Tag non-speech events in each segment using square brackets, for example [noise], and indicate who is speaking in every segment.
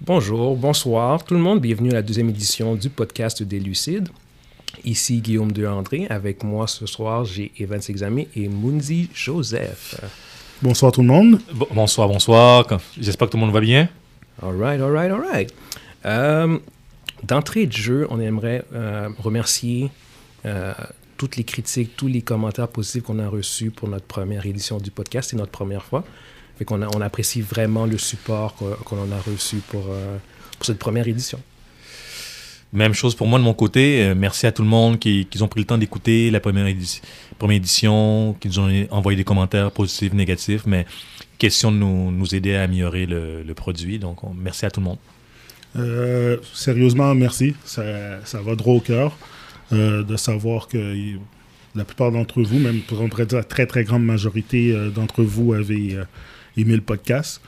Speaker 1: Bonjour, bonsoir tout le monde, bienvenue à la deuxième édition du podcast des Lucides. Ici Guillaume Deandré, avec moi ce soir j'ai Evans Examé et Mundi Joseph.
Speaker 2: Bonsoir tout le monde.
Speaker 3: Bon- Bonsoir, bonsoir. Comme- J'espère que tout le monde va bien.
Speaker 1: Alright, alright, alright. Euh, D'entrée de jeu, on aimerait euh, remercier euh, toutes les critiques, tous les commentaires positifs qu'on a reçus pour notre première édition du podcast. C'est notre première fois. Fait qu'on a- on apprécie vraiment le support qu'on qu'on en a reçu pour, euh, pour cette première édition.
Speaker 3: Même chose pour moi de mon côté. Euh, merci à tout le monde qui, qui ont pris le temps d'écouter la première, édi- première édition, qui nous ont envoyé des commentaires positifs, négatifs, mais question de nous, nous aider à améliorer le, le produit. Donc, on- merci à tout le monde.
Speaker 2: Euh, sérieusement, merci. Ça, ça va droit au cœur euh, de savoir que y- la plupart d'entre vous, même pour- on pourrait dire la très très grande majorité euh, d'entre vous, avez euh, aimé le podcast.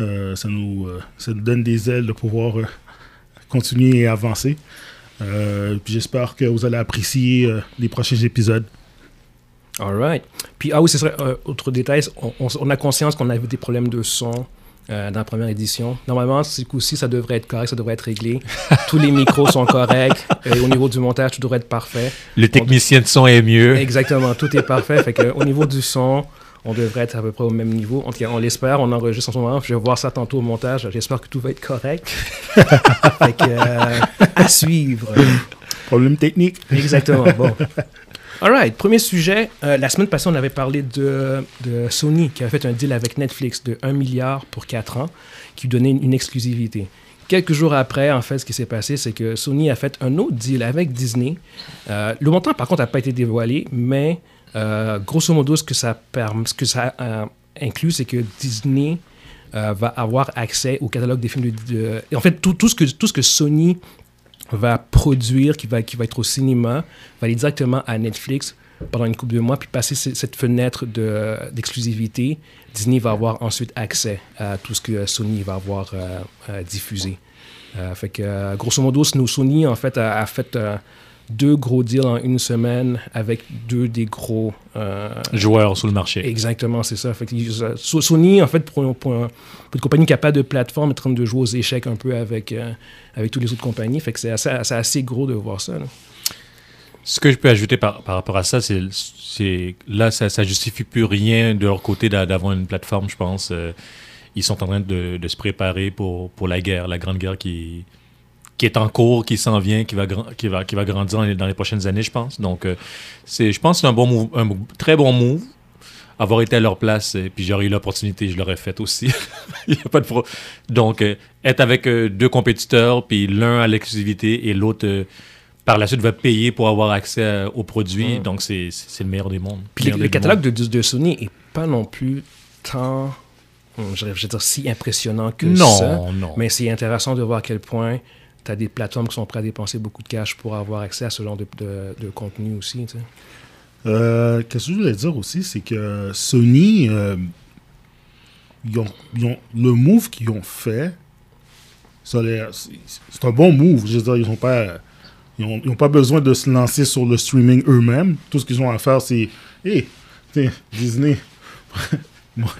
Speaker 2: Euh, ça, nous, euh, ça nous donne des ailes de pouvoir euh, continuer et avancer. Euh, puis J'espère que vous allez apprécier euh, les prochains épisodes.
Speaker 1: All right. Puis, ah oui, ce serait euh, autre détail. On, on- on a conscience qu'on avait des problèmes de son euh, dans la première édition. Normalement, ce coup-ci, ça devrait être correct, ça devrait être réglé. Tous les micros sont corrects. Et au niveau du montage, tout devrait être parfait.
Speaker 3: Le technicien de son est mieux.
Speaker 1: Exactement, tout est parfait. Fait que, au niveau du son, on devrait être à peu près au même niveau. En tout cas, on l'espère. On enregistre en ce moment. Je vais voir ça tantôt au montage. J'espère que tout va être correct. fait que, euh, à suivre.
Speaker 2: Problème technique.
Speaker 1: Exactement. Bon. [laughs] All right. Premier sujet. Euh, la semaine passée, on avait parlé de, de Sony qui avait fait un deal avec Netflix de 1 milliard pour 4 ans qui lui donnait une, une exclusivité. Quelques jours après, en fait, ce qui s'est passé, c'est que Sony a fait un autre deal avec Disney. Euh, le montant, par contre, n'a pas été dévoilé, mais euh, grosso modo, ce que ça, perm- ce que ça euh, inclut, c'est que Disney euh, va avoir accès au catalogue des films de... de- et en fait, tout, tout ce que, tout ce que Sony va produire, qui va, qui va être au cinéma, va aller directement à Netflix pendant une couple de mois, puis passer ce- cette fenêtre de- d'exclusivité, Disney va avoir ensuite accès à tout ce que euh, Sony va avoir euh, euh, diffusé. Euh, fait que, euh, grosso modo, Snow- Sony, en fait, a, a fait euh, deux gros deals en une semaine avec deux des gros... euh,
Speaker 3: Joueur sur le marché.
Speaker 1: Exactement, c'est ça. Fait que, euh, So- Sony, en fait, pour, pour un- pour une compagnie qui n'a pas de plateforme, est en train de jouer aux échecs un peu avec, euh, avec toutes les autres compagnies. Fait que c'est assez, c'est assez gros de voir ça. là.
Speaker 3: Ce que je peux ajouter par, par rapport à ça, c'est c'est- là, ça, ça justifie plus rien de leur côté d'a- d'avoir une plateforme, je pense. Euh, ils sont en train de, de se préparer pour, pour la guerre, la grande guerre qui, qui est en cours, qui s'en vient, qui va, gran- qui va, qui va grandir dans les, dans les prochaines années, je pense. Donc, euh, c'est- je pense que c'est un, bon move- un mou- très bon move. Avoir été à leur place, et puis j'aurais eu l'opportunité, je l'aurais faite aussi. [laughs] Il y a pas de pro- Donc, euh, être avec euh, deux compétiteurs, puis l'un à l'exclusivité et l'autre euh, par la suite va payer pour avoir accès à- aux produits.
Speaker 1: Mm.
Speaker 3: Donc, c'est c'est- c'est le meilleur des mondes.
Speaker 1: Puis le,
Speaker 3: Meilleur
Speaker 1: le
Speaker 3: des deux
Speaker 1: catalogue
Speaker 3: mondes.
Speaker 1: de, de Sony est pas non plus tant, hum, je vais je vais dire, si impressionnant que
Speaker 3: Non,
Speaker 1: ça.
Speaker 3: non.
Speaker 1: Mais c'est intéressant de voir à quel point tu as des plateformes qui sont prêtes à dépenser beaucoup de cash pour avoir accès à ce genre de, de- de contenu aussi. tu sais.
Speaker 2: Euh, Qu'est-ce que je voulais dire aussi, c'est que Sony, euh, ils ont, ils ont- le move qu'ils ont fait, ça les- c'est c'est un bon move. Je veux dire, ils n'ont pas, ils ont, ils ont pas besoin de se lancer sur le streaming eux-mêmes. Tout ce qu'ils ont à faire, c'est Hé, tiens, Disney, [laughs] moi,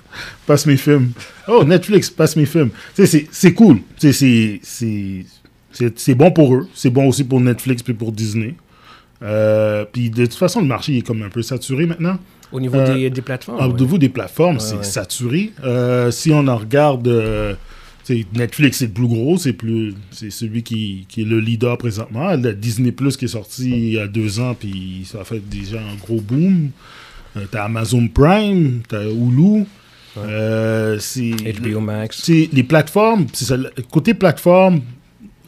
Speaker 2: passe mes films. Oh, Netflix, passe mes films. Tu sais, c'est- c'est cool. Tu sais, c'est- c'est- C'est c'est bon pour eux. C'est bon aussi pour Netflix puis pour Disney. Euh, puis de toute façon, le marché est comme un peu saturé maintenant.
Speaker 1: Au niveau
Speaker 2: Euh,
Speaker 1: des, des plateformes.
Speaker 2: Au
Speaker 1: Ah ouais.
Speaker 2: niveau des plateformes, c'est
Speaker 1: ouais.
Speaker 2: saturé. Euh, si on en regarde, euh, tu sais, Netflix c'est le plus gros, c'est plus, c'est celui qui, qui est le leader présentement. Le Disney Plus qui est sorti il y a deux ans, puis ça a fait déjà un gros boom. Euh, t'as Amazon Prime, t'as Hulu. Euh, c'est
Speaker 1: HBO Max.
Speaker 2: c'est les plateformes. c'est ça, le- côté plateforme,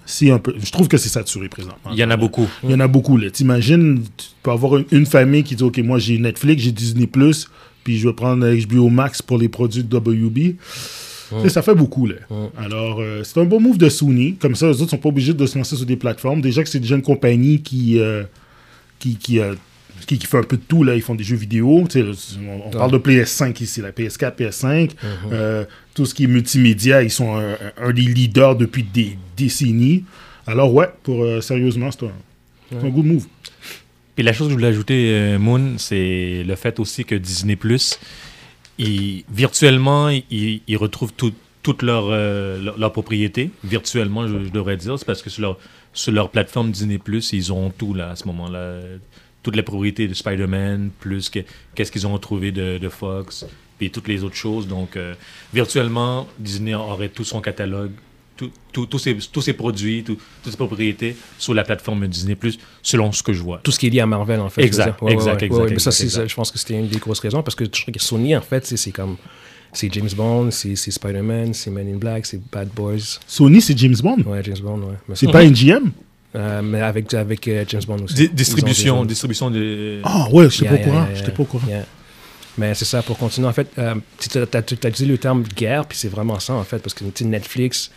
Speaker 2: c'est un peu. Je trouve que c'est saturé présentement.
Speaker 3: Il y en a beaucoup.
Speaker 2: Il y en a beaucoup. là. T'imagines, tu peux avoir une, une famille qui dit Ok, moi j'ai Netflix, j'ai Disney, puis je vais prendre HBO Max pour les produits de WB. Tu sais, Ça fait beaucoup. Là. Alors, euh, c'est un bon move de Sony. Comme ça, les autres sont pas obligés de se lancer sur des plateformes. Déjà que c'est déjà une compagnie qui. euh, qui, qui, euh, qui, qui fait un peu de tout, là. Ils font des jeux vidéo. Tu sais, on, on parle de PS5 ici, la PS4, PS5. euh, tout ce qui est multimédia, ils sont un, un des leaders depuis des décennies. Alors, ouais, pour, euh, sérieusement, c'est un, c'est un good move.
Speaker 3: Puis la chose que je voulais ajouter, euh, Moon, c'est le fait aussi que Disney Plus, virtuellement, il, il retrouve tout- toutes leurs euh, leur- leurs propriétés, virtuellement, je, je devrais dire. C'est parce que sur leur, sur leur plateforme Disney+, ils ont tout, là, à ce moment-là. Toutes les propriétés de Spider-Man, plus que- qu'est-ce qu'ils ont trouvé de, de Fox, puis toutes les autres choses. Donc, euh, virtuellement, Disney aurait tout son catalogue, tout- tout- tous ses, tous ses produits, tout- toutes ses propriétés sur la plateforme Disney+, selon ce que je vois.
Speaker 1: tout ce qui est lié à Marvel, en fait.
Speaker 3: Exact,
Speaker 1: je veux dire.
Speaker 3: exact, exact,
Speaker 1: Mais ça,
Speaker 3: exact,
Speaker 1: c'est-
Speaker 3: exact.
Speaker 1: je pense que c'était une des grosses raisons parce que je trouve que Sony, en fait, c'est- c'est comme. C'est James Bond, c'est c'est Spider-Man, c'est Men in Black, c'est Bad Boys.
Speaker 2: Sony, c'est James Bond.
Speaker 1: Ouais, James Bond, ouais. Mais,
Speaker 2: C'est
Speaker 1: ça-
Speaker 2: pas NGM?
Speaker 1: Euh, mais avec, avec euh, James Bond aussi.
Speaker 3: Di-
Speaker 1: Ils ont des
Speaker 3: distribution,
Speaker 1: jeux.
Speaker 3: distribution de...
Speaker 2: Ah ouais, j'étais
Speaker 1: Yeah,
Speaker 2: pas au courant.
Speaker 1: yeah, yeah,
Speaker 2: J'étais pas au courant.
Speaker 1: yeah. Mais c'est ça, pour continuer, en fait, euh, tu as, utilisé le terme guerre, puis c'est vraiment ça, en fait, parce que tu sais, Netflix,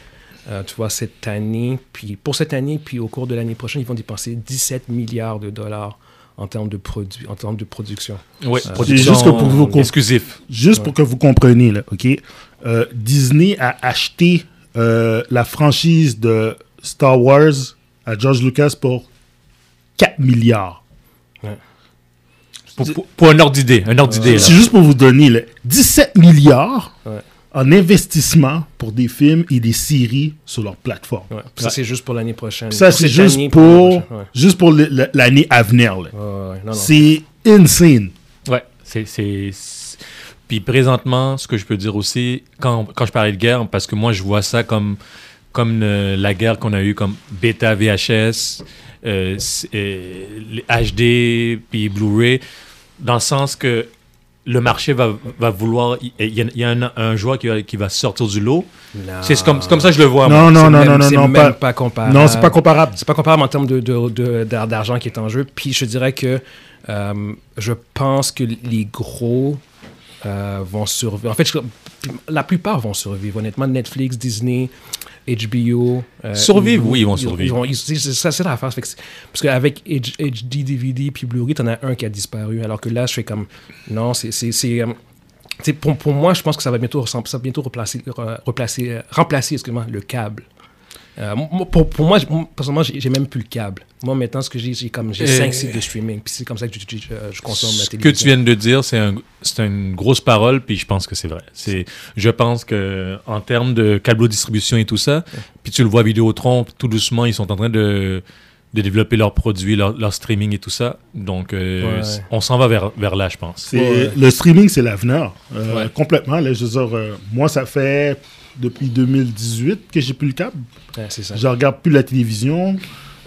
Speaker 1: euh, tu vois, cette année, puis pour cette année, puis au cours de l'année prochaine, ils vont dépenser 17 milliards de dollars en termes de, produits en termes de production.
Speaker 3: Ouais,
Speaker 1: C'est
Speaker 3: production
Speaker 2: juste que pour vous comp-
Speaker 3: exclusif.
Speaker 2: Juste pour que vous compreniez, là, OK? Euh, Disney a acheté euh, la franchise de Star Wars à George Lucas pour 4 milliards.
Speaker 3: Pour, pour- pour un ordre d'idée, un ordre d'idée. là.
Speaker 2: Ah. C'est juste pour vous donner, là, 17 milliards
Speaker 1: Ouais.
Speaker 2: en investissement pour des films et des séries sur leur plateforme.
Speaker 1: Ouais. Puis Ça,
Speaker 3: Ouais.
Speaker 1: c'est juste pour l'année prochaine.
Speaker 2: Ça, c'est
Speaker 1: cette
Speaker 2: juste
Speaker 1: année,
Speaker 2: pour,
Speaker 1: l'année prochaine.
Speaker 2: juste pour le- le- l'année à venir. là.
Speaker 1: Ouais. Ouais, ouais, non, non.
Speaker 2: C'est insane.
Speaker 3: Ouais, c'est- c'est. c'est- Puis présentement, ce que je peux dire aussi, quand, quand je parlais de guerre, parce que moi, je vois ça comme, comme euh, la guerre qu'on a eue, comme Beta VHS, euh, c'est- euh, les HD, puis Blu-ray, dans le sens que le marché va, va vouloir. Il il y, a- il y a un, un joueur qui va, qui va sortir du lot.
Speaker 1: Non.
Speaker 3: C'est c'est comme, c'est comme ça que je le vois. moi.
Speaker 2: Non, non,
Speaker 1: Ah, C'est
Speaker 2: non,
Speaker 1: même-
Speaker 2: non, non,
Speaker 1: c'est
Speaker 2: non,
Speaker 1: même
Speaker 2: pas-
Speaker 1: pas comparable.
Speaker 2: Non, c'est pas comparable.
Speaker 1: C'est pas comparable en termes de- de- de- d'ar- d'argent qui est en jeu. Puis je dirais que euh, je pense que les gros euh, vont survivre. En fait, je- la plupart vont survivre. Honnêtement, Netflix, Disney, HBO. euh,
Speaker 3: Survivre,
Speaker 1: Hulu,
Speaker 3: oui, ils vont survivre.
Speaker 1: vont- ils- c'est- c'est- ça, c'est l'affaire. Fait que c'est- Parce qu'avec H- HD, DVD, puis Blu-ray, t'en as un qui a disparu. Alors que là, je fais comme. Non, c'est. c'est- c'est, euh, tu sais, pour, pour moi, je pense que ça va bientôt, ressembler- ça va bientôt replacer, re- replacer, euh, remplacer excuse-moi, le câble. Euh, moi, pour, pour moi, j'- moi, personnellement, j'ai j'ai même plus le câble. Moi, maintenant, ce que j'ai, j'ai comme j'ai
Speaker 3: Euh,
Speaker 1: 5 sites de streaming. Puis c'est comme ça que je, je- je- je consomme la
Speaker 3: Ce que
Speaker 1: télévision.
Speaker 3: tu viens de dire, c'est un- c'est une grosse parole, puis je pense que c'est vrai. C'est, je pense que en termes de câble de distribution et tout ça, puis tu le vois Vidéotron, tout doucement, ils sont en train de, de développer leurs produits, leur, leur streaming et tout ça. Donc, euh,
Speaker 1: Ouais.
Speaker 3: c- on s'en va vers, vers là, je pense.
Speaker 2: C'est-
Speaker 1: Ouais.
Speaker 2: Le streaming, c'est l'avenir. Euh,
Speaker 3: Ouais.
Speaker 2: Complètement. là, je veux dire, euh, moi, ça fait depuis 2018 que j'ai plus le câble.
Speaker 1: Ouais, c'est ça.
Speaker 2: Je regarde plus la télévision.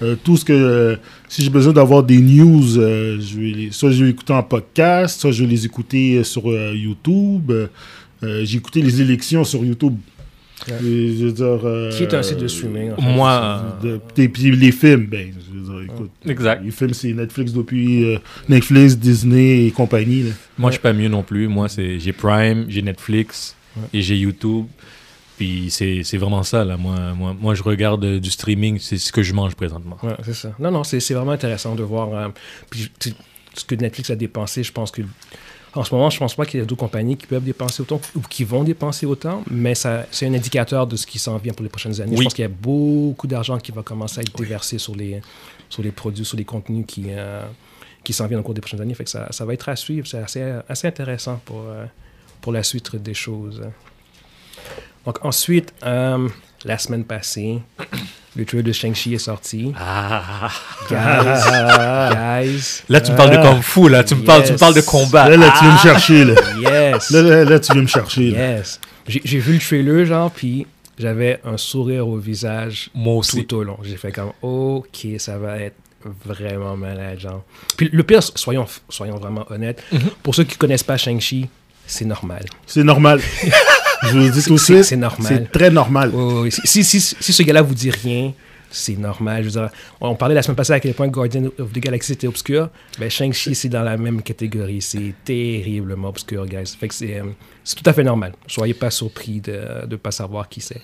Speaker 2: Euh, tout ce que. euh, si j'ai besoin d'avoir des news, euh, je vais les- soit je vais les écouter en podcast, soit je vais les écouter euh, sur euh, YouTube. Euh, euh, j'ai écouté les élections sur YouTube.
Speaker 1: Ouais.
Speaker 2: Et je veux dire, euh,
Speaker 1: Qui est un site de streaming, en fait,
Speaker 3: Moi,
Speaker 2: de- et puis les films, ben, je veux dire, écoute,
Speaker 3: exact.
Speaker 2: les films, c'est Netflix depuis euh, Netflix, Disney et compagnie. là.
Speaker 3: Moi, je suis pas mieux non plus. Moi, c'est, j'ai Prime, j'ai Netflix et j'ai YouTube. Puis c'est, c'est vraiment ça, là. Moi, moi, moi, je regarde euh, du streaming, c'est ce que je mange présentement.
Speaker 1: Ouais, c'est ça. Non, non, c'est c'est vraiment intéressant de voir. euh, puis tu- ce que Netflix a dépensé, je pense que. En ce moment, je pense pas qu'il y a d'autres compagnies qui peuvent dépenser autant ou qui vont dépenser autant, mais ça- c'est un indicateur de ce qui s'en vient pour les prochaines années. Je
Speaker 3: Oui.
Speaker 1: pense qu'il y a beaucoup d'argent qui va commencer à être déversé sur, les, sur les produits, sur les contenus qui, euh, qui s'en viennent au cours des prochaines années. Fait que ça, ça va être à suivre. C'est assez, assez intéressant pour, euh, pour la suite des choses. Donc, ensuite, euh, la semaine passée, le trailer de Shang-Chi est sorti.
Speaker 3: Ah. [laughs]
Speaker 1: Guys, guys,
Speaker 3: Là, tu
Speaker 2: Ah.
Speaker 3: me parles de kung fu, là. Tu me parles, tu me
Speaker 1: Yes.
Speaker 3: parles de combat.
Speaker 1: Bah,
Speaker 2: Là, là, tu viens
Speaker 1: ah!
Speaker 2: me chercher. Là,
Speaker 1: Euh, yes,
Speaker 2: là, là, là, tu viens me chercher. là.
Speaker 1: yes. J'ai j'ai vu le trailer, genre, puis j'avais un sourire au visage
Speaker 3: Moi aussi.
Speaker 1: tout au long. J'ai fait comme, ok, ça va être vraiment malade, genre. Puis le pire, soyons, soyons vraiment honnêtes,
Speaker 3: Mm-hmm.
Speaker 1: pour ceux qui connaissent pas Shang-Chi, c'est normal. [laughs]
Speaker 2: C'est normal. je vous le dis tout de
Speaker 1: C'est-
Speaker 2: suite.
Speaker 1: c'est normal.
Speaker 2: C'est très normal.
Speaker 1: Oui, oui, oui. Si, si, si, si ce gars-là vous dit rien, c'est normal. Je veux dire, on parlait la semaine passée à quel point Guardian of the Galaxy était obscur. Ben, Shang-Chi, c'est dans la même catégorie. C'est terriblement obscur, guys. Fait que c'est, euh, c'est tout à fait normal. Soyez pas surpris de ne pas savoir qui c'est.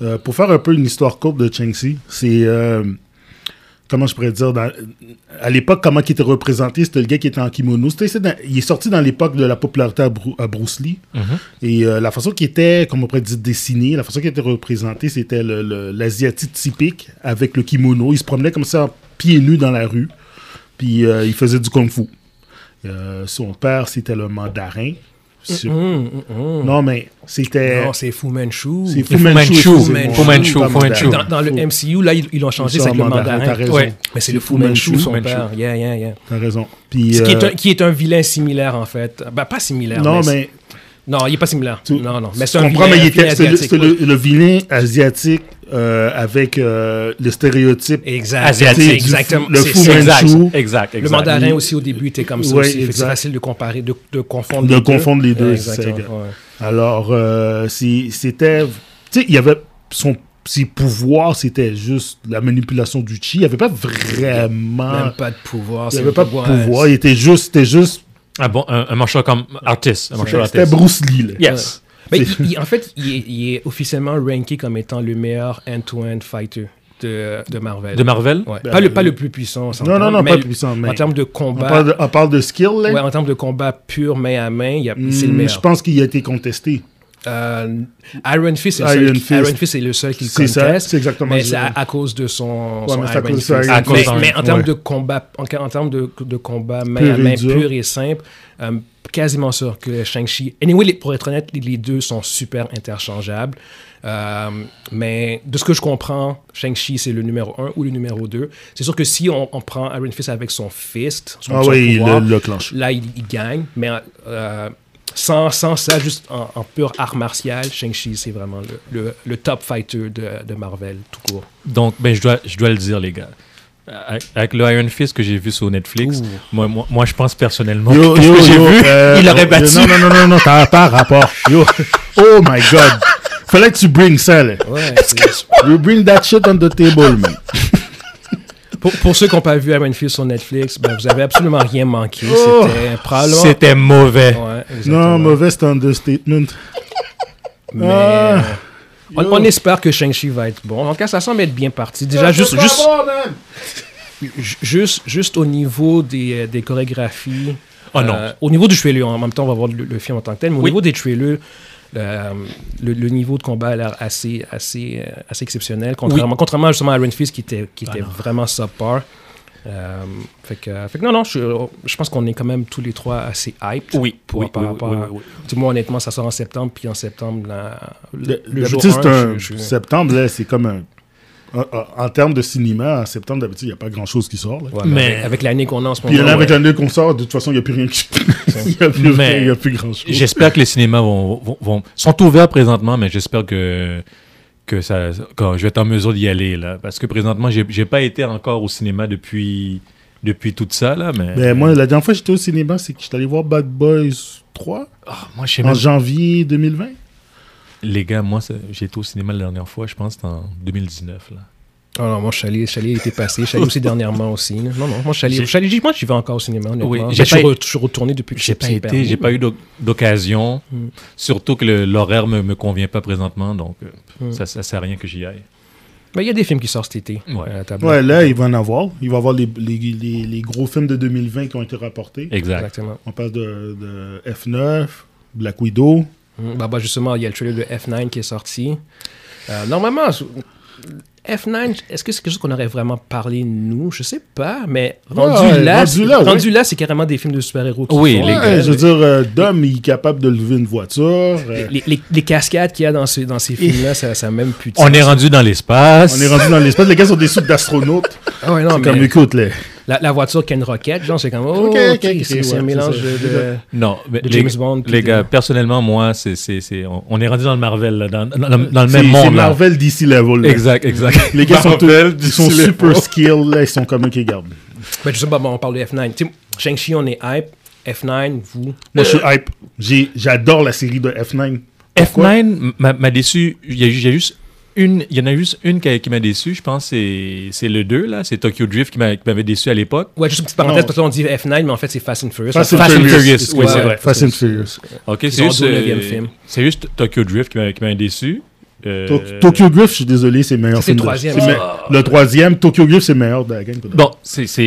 Speaker 2: Euh, pour faire un peu une histoire courte de Chang-Chi, c'est. euh, comment je pourrais dire dans- À l'époque, comment il était représenté C'était le gars qui était en kimono. C'était- c'est dans- il est sorti dans l'époque de la popularité à, Bru- à Bruce Lee. Et euh, la façon qui était, comme on pourrait dire, dessinée, la façon qui était représentée, c'était le- le- l'asiatique typique avec le kimono. Il se promenait comme ça, pieds nus dans la rue. Puis euh, il faisait du kung-fu. Euh, son père, c'était le mandarin. sûr.
Speaker 1: Hum, hum, hum.
Speaker 2: Non, mais c'était.
Speaker 1: Non, c'est Fu Manchu.
Speaker 2: Eh. C'est Fu
Speaker 3: Fu
Speaker 2: Manchu.
Speaker 3: Manchu,
Speaker 2: excusez-moi.
Speaker 1: Fu
Speaker 3: Manchu,
Speaker 2: Pas
Speaker 3: Fu
Speaker 2: mandarin.
Speaker 3: Manchu.
Speaker 1: Dans, dans le
Speaker 2: Fu-
Speaker 1: MCU, là, ils ils l'ont changé, c'est
Speaker 2: ça,
Speaker 1: avec le mandarin.
Speaker 2: T'as raison.
Speaker 3: Ouais.
Speaker 1: Mais c'est
Speaker 2: C'est
Speaker 1: le
Speaker 2: Fu
Speaker 1: Fu Manchu,
Speaker 2: Manchu,
Speaker 1: son
Speaker 3: Fu Manchu.
Speaker 1: père. Yeah, yeah, yeah.
Speaker 2: T'as raison. Puis,
Speaker 1: Ce qui, est un,
Speaker 2: euh,
Speaker 1: qui est un vilain similaire, en fait. Ben, pas similaire.
Speaker 2: Non,
Speaker 1: mais.
Speaker 2: mais.
Speaker 1: Non, il n'est pas similaire.
Speaker 2: tu-
Speaker 1: non, non. Mais
Speaker 2: tu
Speaker 1: c'est un
Speaker 2: comprends,
Speaker 1: vilain,
Speaker 2: mais il
Speaker 1: vilain
Speaker 2: était- c'était le-
Speaker 1: asiatique.
Speaker 2: c'était le, le vilain asiatique euh, avec euh, le stéréotype.
Speaker 1: Exact.
Speaker 3: Asiatique,
Speaker 1: C'est
Speaker 3: du-
Speaker 1: Exactement.
Speaker 2: le
Speaker 1: C'est-
Speaker 2: Fu
Speaker 1: c'est
Speaker 2: Manchu.
Speaker 1: exact.
Speaker 3: Exact,
Speaker 2: Manchu.
Speaker 3: Ah, exact,
Speaker 1: Le
Speaker 3: exact.
Speaker 1: mandarin aussi, au début, était comme ça
Speaker 2: Ouais,
Speaker 1: aussi. Fait que C'est
Speaker 2: exact.
Speaker 1: facile de comparer, de, de confondre
Speaker 2: De
Speaker 1: les deux.
Speaker 2: confondre les deux,
Speaker 1: Ouais,
Speaker 2: c'est
Speaker 1: exactement,
Speaker 2: ça,
Speaker 1: ouais.
Speaker 2: Alors, euh, c'est- c'était. Tu sais, il y avait. Son, ses pouvoirs, c'était juste la manipulation du chi. Il n'y avait pas vraiment.
Speaker 1: Même pas de pouvoir.
Speaker 2: Ah. Il n'y
Speaker 1: c'est
Speaker 2: avait
Speaker 1: le
Speaker 2: pas de pouvoir.
Speaker 1: ouais,
Speaker 2: Il était juste. C'était juste.
Speaker 3: Ah bon, un, un martial comme artiste. Un martial
Speaker 2: C'était
Speaker 3: artiste.
Speaker 2: Bruce Lee. là.
Speaker 3: Yes.
Speaker 1: Mais il- il- en fait, il est, il est officiellement ranké comme étant le meilleur end-to-end fighter de, de Marvel.
Speaker 3: De Marvel.
Speaker 1: Ouais.
Speaker 2: Ben,
Speaker 1: pas, le,
Speaker 2: euh,
Speaker 1: pas le plus puissant. on
Speaker 2: Non,
Speaker 1: s'entend,
Speaker 2: non, non,
Speaker 1: mais
Speaker 2: pas puissant. Mais
Speaker 1: En termes de
Speaker 2: on,
Speaker 1: combat,
Speaker 2: parle de, on parle de skill, là.
Speaker 1: ouais, en termes de combat pur main à main, il y a-
Speaker 2: Hmm,
Speaker 1: c'est le meilleur.
Speaker 2: je pense qu'il a été contesté.
Speaker 1: Euh, Iron Fist, c'est le
Speaker 2: Iron
Speaker 1: seul, qui-
Speaker 2: Fist.
Speaker 1: Iron Fist est le seul qui le
Speaker 2: C'est ça,
Speaker 1: conteste.
Speaker 2: c'est exactement
Speaker 1: Mais
Speaker 2: ça. Ah
Speaker 1: c'est à, à cause de son,
Speaker 2: Ouais,
Speaker 1: son
Speaker 2: mais c'est à
Speaker 1: Iron
Speaker 2: cause de
Speaker 1: Fist.
Speaker 2: son Iron
Speaker 1: Mais-
Speaker 3: À cause
Speaker 1: mais,
Speaker 3: d'Iron Fist,
Speaker 1: en termes
Speaker 2: ouais.
Speaker 1: de combat, en, en termes de, de combat main
Speaker 2: Pur
Speaker 1: à
Speaker 2: et
Speaker 1: main,
Speaker 2: dur.
Speaker 1: pur et simple, euh, quasiment sûr que Shang-Chi. Anyway, les- pour être honnête, les, les deux sont super interchangeables. Euh, mais de ce que je comprends, Shang-Chi, c'est le numéro 1 ou le numéro 2. C'est sûr que si on, on prend Iron Fist avec son fist, son,
Speaker 2: Ah
Speaker 1: son
Speaker 2: oui,
Speaker 1: pouvoir,
Speaker 2: le, le clenche.
Speaker 1: Là, il, il gagne, mais euh, sans, sans ça, juste en, en pur art martial, Shang-Chi, c'est vraiment le, le, le top fighter de, de Marvel, tout court.
Speaker 3: Donc, ben, je dois, je dois le dire, les gars. Avec avec le Iron Fist que j'ai vu sur Netflix, moi, moi, moi, je pense personnellement
Speaker 2: Yo,
Speaker 3: que
Speaker 2: yo,
Speaker 3: ce que j'ai
Speaker 2: yo,
Speaker 3: vu,
Speaker 2: euh,
Speaker 3: il aurait
Speaker 2: yo,
Speaker 3: battu.
Speaker 2: Non, non, non, non, non, t'as pas rapport. Yo. Oh my god. Fallait que tu bring ça, là.
Speaker 1: Ouais, c'est-
Speaker 2: You bring that shit on the table, man.
Speaker 1: pour, pour ceux qui n'ont pas vu Iron Fist sur Netflix, ben, vous avez absolument rien manqué.
Speaker 2: Oh,
Speaker 1: C'était probablement...
Speaker 3: C'était mauvais.
Speaker 1: Ouais, exactement.
Speaker 2: Non, mauvais c'est understatement.
Speaker 1: Mais,
Speaker 2: Ah.
Speaker 1: on,
Speaker 2: Yo.
Speaker 1: on espère que Shang-Chi va être bon. En tout cas, ça semble être bien parti. Déjà, juste, juste, ju- juste, juste au niveau des, euh, des chorégraphies,
Speaker 3: Oh non.
Speaker 1: Euh, au niveau du trailer, en même temps, on va voir le, le film en tant que tel, mais au
Speaker 3: Oui.
Speaker 1: niveau des trailers, euh, le, le niveau de combat a l'air assez, assez, euh, assez exceptionnel, contrairement, contrairement justement à Iron Fist qui était,
Speaker 3: Ah
Speaker 1: qui était vraiment subpar. Euh, fait, que, fait que non, non, je, je pense qu'on est quand même tous les trois assez hyped.
Speaker 3: oui,
Speaker 1: pour-
Speaker 3: oui,
Speaker 1: par
Speaker 3: oui,
Speaker 1: rapport
Speaker 3: oui,
Speaker 1: à-
Speaker 3: oui,
Speaker 1: Du moins, honnêtement, ça sort en septembre, puis en septembre, la- le, le jour
Speaker 2: D'habitude, c'est
Speaker 1: 1,
Speaker 2: un.
Speaker 1: je- je-
Speaker 2: Septembre, là, c'est comme un. en- En en termes de cinéma, en septembre, d'habitude, il n'y a pas grand chose qui sort. là.
Speaker 1: ouais,
Speaker 3: mais-
Speaker 1: mais avec- avec l'année qu'on a en ce
Speaker 2: Puis il y en
Speaker 1: moment.
Speaker 2: a avec
Speaker 1: ouais.
Speaker 2: un nœud qu'on sort, de toute façon, il n'y a plus rien qui. [laughs] Il n'y a plus
Speaker 3: Mais-
Speaker 2: rien, il y a plus grand chose.
Speaker 3: J'espère que les cinémas vont, vont- vont- sont ouverts présentement, mais j'espère que, que ça, quand je vais être en mesure d'y aller. Là, parce que présentement, j'ai j'ai pas été encore au cinéma depuis, depuis tout ça. Là, mais,
Speaker 2: Ben, moi, la dernière fois que j'étais au cinéma, c'est que j'étais allé voir Bad Boys 3
Speaker 3: Ah, moi, je sais
Speaker 2: en
Speaker 3: même-
Speaker 2: janvier 2020.
Speaker 3: Les gars, moi, ça- j'ai été au cinéma la dernière fois, je pense, c'était en 2019. Là.
Speaker 1: Oh non, moi, Chalet, Chalet était passé. Chalet
Speaker 3: [laughs]
Speaker 1: aussi dernièrement aussi. là. Non, non, moi, Chalet,
Speaker 3: J'ai-
Speaker 1: Chalet, j'y- moi, j'y vais encore au cinéma, honnêtement.
Speaker 3: Oui,
Speaker 1: Mais
Speaker 3: j'ai
Speaker 1: je, suis
Speaker 3: pas-
Speaker 1: re- je suis retourné depuis que
Speaker 3: J'ai
Speaker 1: c'est-
Speaker 3: pas
Speaker 1: c'est
Speaker 3: été,
Speaker 1: permis.
Speaker 3: j'ai pas eu d'oc- d'occasion,
Speaker 1: Mm.
Speaker 3: surtout que le- l'horaire me, me convient pas présentement, donc euh,
Speaker 1: Mm.
Speaker 3: ça, ça sert à rien que j'y aille.
Speaker 1: Mais il y a des films qui sortent cet été.
Speaker 3: Ouais.
Speaker 1: Euh, tableau.
Speaker 2: Ouais, là, il va en avoir. Il va avoir les, les, les, les gros films de 2020 qui ont été rapportés.
Speaker 3: Exact.
Speaker 1: Exactement.
Speaker 2: On passe de, de F9, Black Widow.
Speaker 1: Mm. Bah, bah, justement, il y a le trailer de F9 qui est sorti. Euh, normalement, je- F9, est-ce que c'est quelque chose qu'on aurait vraiment parlé, nous Je sais pas, mais rendu
Speaker 2: ouais,
Speaker 1: là,
Speaker 2: rendu
Speaker 1: c'est-
Speaker 2: là, ouais.
Speaker 1: rendu là, c'est carrément des films de super-héros qui
Speaker 3: Oui,
Speaker 1: font.
Speaker 3: les
Speaker 2: Ouais,
Speaker 3: gars,
Speaker 2: je veux dire, euh, Dom, il est capable de lever une voiture. euh,
Speaker 1: Les, les- les cascades qu'il y a dans, ce- dans ces
Speaker 2: [laughs]
Speaker 1: films-là, ça, ça a même plus de
Speaker 3: On
Speaker 1: sens.
Speaker 3: est rendu dans l'espace.
Speaker 2: on est rendu dans l'espace. Les gars sont des soupes
Speaker 3: [laughs]
Speaker 2: d'astronautes.
Speaker 1: Ah ouais, non,
Speaker 2: C'est
Speaker 1: mais
Speaker 2: comme, écoute, les.
Speaker 1: la, la voiture qui a une roquette, genre, c'est comme.
Speaker 2: Ok,
Speaker 1: Oh, ok,
Speaker 2: ok, ok,
Speaker 1: c'est-
Speaker 2: ouais,
Speaker 1: c'est
Speaker 2: c'est
Speaker 1: un mélange
Speaker 2: ça.
Speaker 1: de-
Speaker 2: [laughs]
Speaker 1: de...
Speaker 3: Non, mais
Speaker 1: de
Speaker 3: les,
Speaker 1: James Bond, puis
Speaker 3: les
Speaker 1: de-
Speaker 3: gars, personnellement, moi, c'est, c'est, c'est- on, on est rendu dans le Marvel, là, dans, dans- dans- dans le
Speaker 2: C'est
Speaker 3: même
Speaker 2: c'est
Speaker 3: monde. là.
Speaker 2: Marvel DC level. là.
Speaker 3: Exact, exact.
Speaker 2: [laughs] Les gars sont, tous-
Speaker 3: Marvel,
Speaker 2: ils sont
Speaker 3: DC level.
Speaker 2: super skilled. là, Ils sont comme eux qui gardent.
Speaker 1: Ben, je sais pas, bon, on parle de F9. Tu sais, Shang-Chi, on est hype. F9, vous.
Speaker 2: Moi, je suis hype. J'ai- J'adore la série de F9. Pourquoi?
Speaker 3: F9 m'a m'a déçu. Il y, a, ju- il y a juste une, il y en a juste une qui, a- qui m'a déçu, je pense, c'est, c'est le 2, là. C'est Tokyo Drift qui, m'a- qui m'avait déçu à l'époque.
Speaker 1: Ouais, juste une petite parenthèse,
Speaker 2: Non.
Speaker 1: parce que là, on dit F9, mais en fait, c'est Fast and Furious.
Speaker 2: Fast
Speaker 1: En
Speaker 2: and
Speaker 1: fait,
Speaker 3: Fast and
Speaker 2: Furious.
Speaker 3: Furious, oui,
Speaker 1: Ouais,
Speaker 3: c'est vrai.
Speaker 2: Fast and Furious.
Speaker 3: Ok,
Speaker 1: Ils
Speaker 3: c'est
Speaker 1: ont
Speaker 3: juste,
Speaker 1: rendu au neuvième
Speaker 3: euh,
Speaker 1: film.
Speaker 3: c'est juste Tokyo Drift qui m'a, qui m'a déçu. Euh,
Speaker 2: To- Tokyo Griff, je suis désolé, c'est le meilleur.
Speaker 1: C'est le
Speaker 2: film de-
Speaker 1: troisième,
Speaker 2: c'est
Speaker 1: ça.
Speaker 2: me- Le troisième, Tokyo Griff, c'est le meilleur de la gang.
Speaker 3: Ah.
Speaker 2: Euh,
Speaker 3: Bon, c'est, c'est-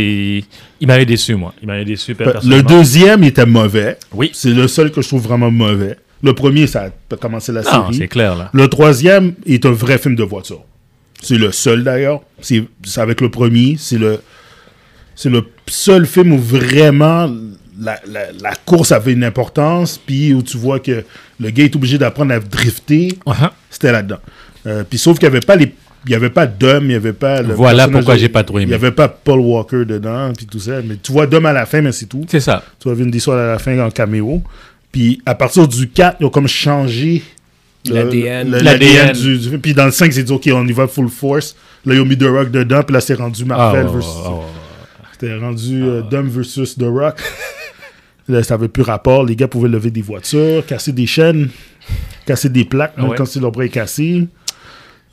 Speaker 3: il m'avait déçu, moi. Il m'avait déçu per-
Speaker 2: Bah, le
Speaker 3: personnellement.
Speaker 2: deuxième était mauvais.
Speaker 3: Oui.
Speaker 2: C'est le seul que je trouve vraiment mauvais. Le premier, ça a commencé la
Speaker 3: Non, Ah, c'est
Speaker 2: série.
Speaker 3: clair, là.
Speaker 2: Le troisième est un vrai film de voiture. C'est le seul d'ailleurs. C'est c'est avec le premier. C'est le, c'est le seul film où vraiment la, la- la course avait une importance, puis où tu vois que le gars est obligé d'apprendre à drifter,
Speaker 3: Ah,
Speaker 2: c'était là-dedans. Euh, puis sauf qu'il n'y avait pas les. Il y avait pas Dom, il n'y avait pas. le
Speaker 3: Voilà
Speaker 2: personnage
Speaker 3: pourquoi
Speaker 2: de-
Speaker 3: j'ai pas trop aimé.
Speaker 2: Il n'y avait pas Paul Walker dedans, puis tout ça. Mais tu vois Dom à la fin, mais c'est tout.
Speaker 3: C'est ça.
Speaker 2: Tu vois Vin soirs à la fin en caméo. Puis à partir du 4, ils ont comme changé le-
Speaker 1: L'ADN.
Speaker 2: le-
Speaker 3: L'ADN.
Speaker 2: L'ADN du, du- Puis dans le 5, ils ont dit OK, on y va full force. Là, ils ont mis The Rock dedans, puis là, c'est rendu Marvel
Speaker 3: Ah,
Speaker 2: versus.
Speaker 3: ah, ah.
Speaker 2: C'était rendu euh, Dom versus The Rock. [laughs] Là, ça avait plus rapport. Les gars pouvaient lever des voitures, casser des chaînes, casser des plaques,
Speaker 3: Ah
Speaker 2: même
Speaker 3: ouais.
Speaker 2: quand c'est leur bras est cassé.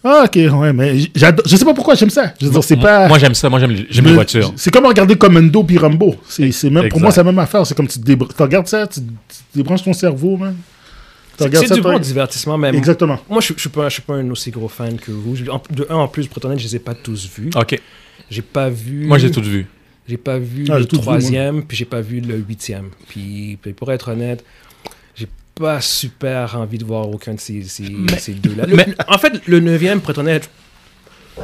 Speaker 2: Ah, ok, ouais, mais j'adore- je sais pas pourquoi j'aime ça. Je veux dire, c'est
Speaker 3: Moi-
Speaker 2: pas.
Speaker 3: Moi, j'aime ça. Moi, j'aime les, j'aime les
Speaker 2: Mais
Speaker 3: voitures.
Speaker 2: C'est comme regarder Commando puis Rambo. C'est, c'est même,
Speaker 3: Exact.
Speaker 2: pour moi, c'est la même affaire. C'est comme tu, te débr- tu regardes ça, tu, tu débranches ton cerveau, man. Tu
Speaker 1: C'est
Speaker 2: regardes
Speaker 1: c'est
Speaker 2: ça,
Speaker 1: du
Speaker 2: toi-
Speaker 1: bon divertissement, même.
Speaker 2: Exactement.
Speaker 1: Moi, je ne suis, pas- je suis pas un aussi gros fan que vous. Je- en- De un, en plus, pour être honnête, je les ai pas tous vus.
Speaker 3: Ok.
Speaker 1: J'ai pas vu.
Speaker 3: Moi, j'ai tout vu.
Speaker 1: J'ai pas vu
Speaker 2: Ah,
Speaker 1: le
Speaker 2: j'ai tout vu, moi.
Speaker 1: troisième, puis j'ai pas vu le huitième. Puis, puis pour être honnête, j'ai pas super envie de voir aucun de ces, ces, ces deux-là. Le-
Speaker 3: mais-
Speaker 1: le- En fait, le neuvième, pour être honnête,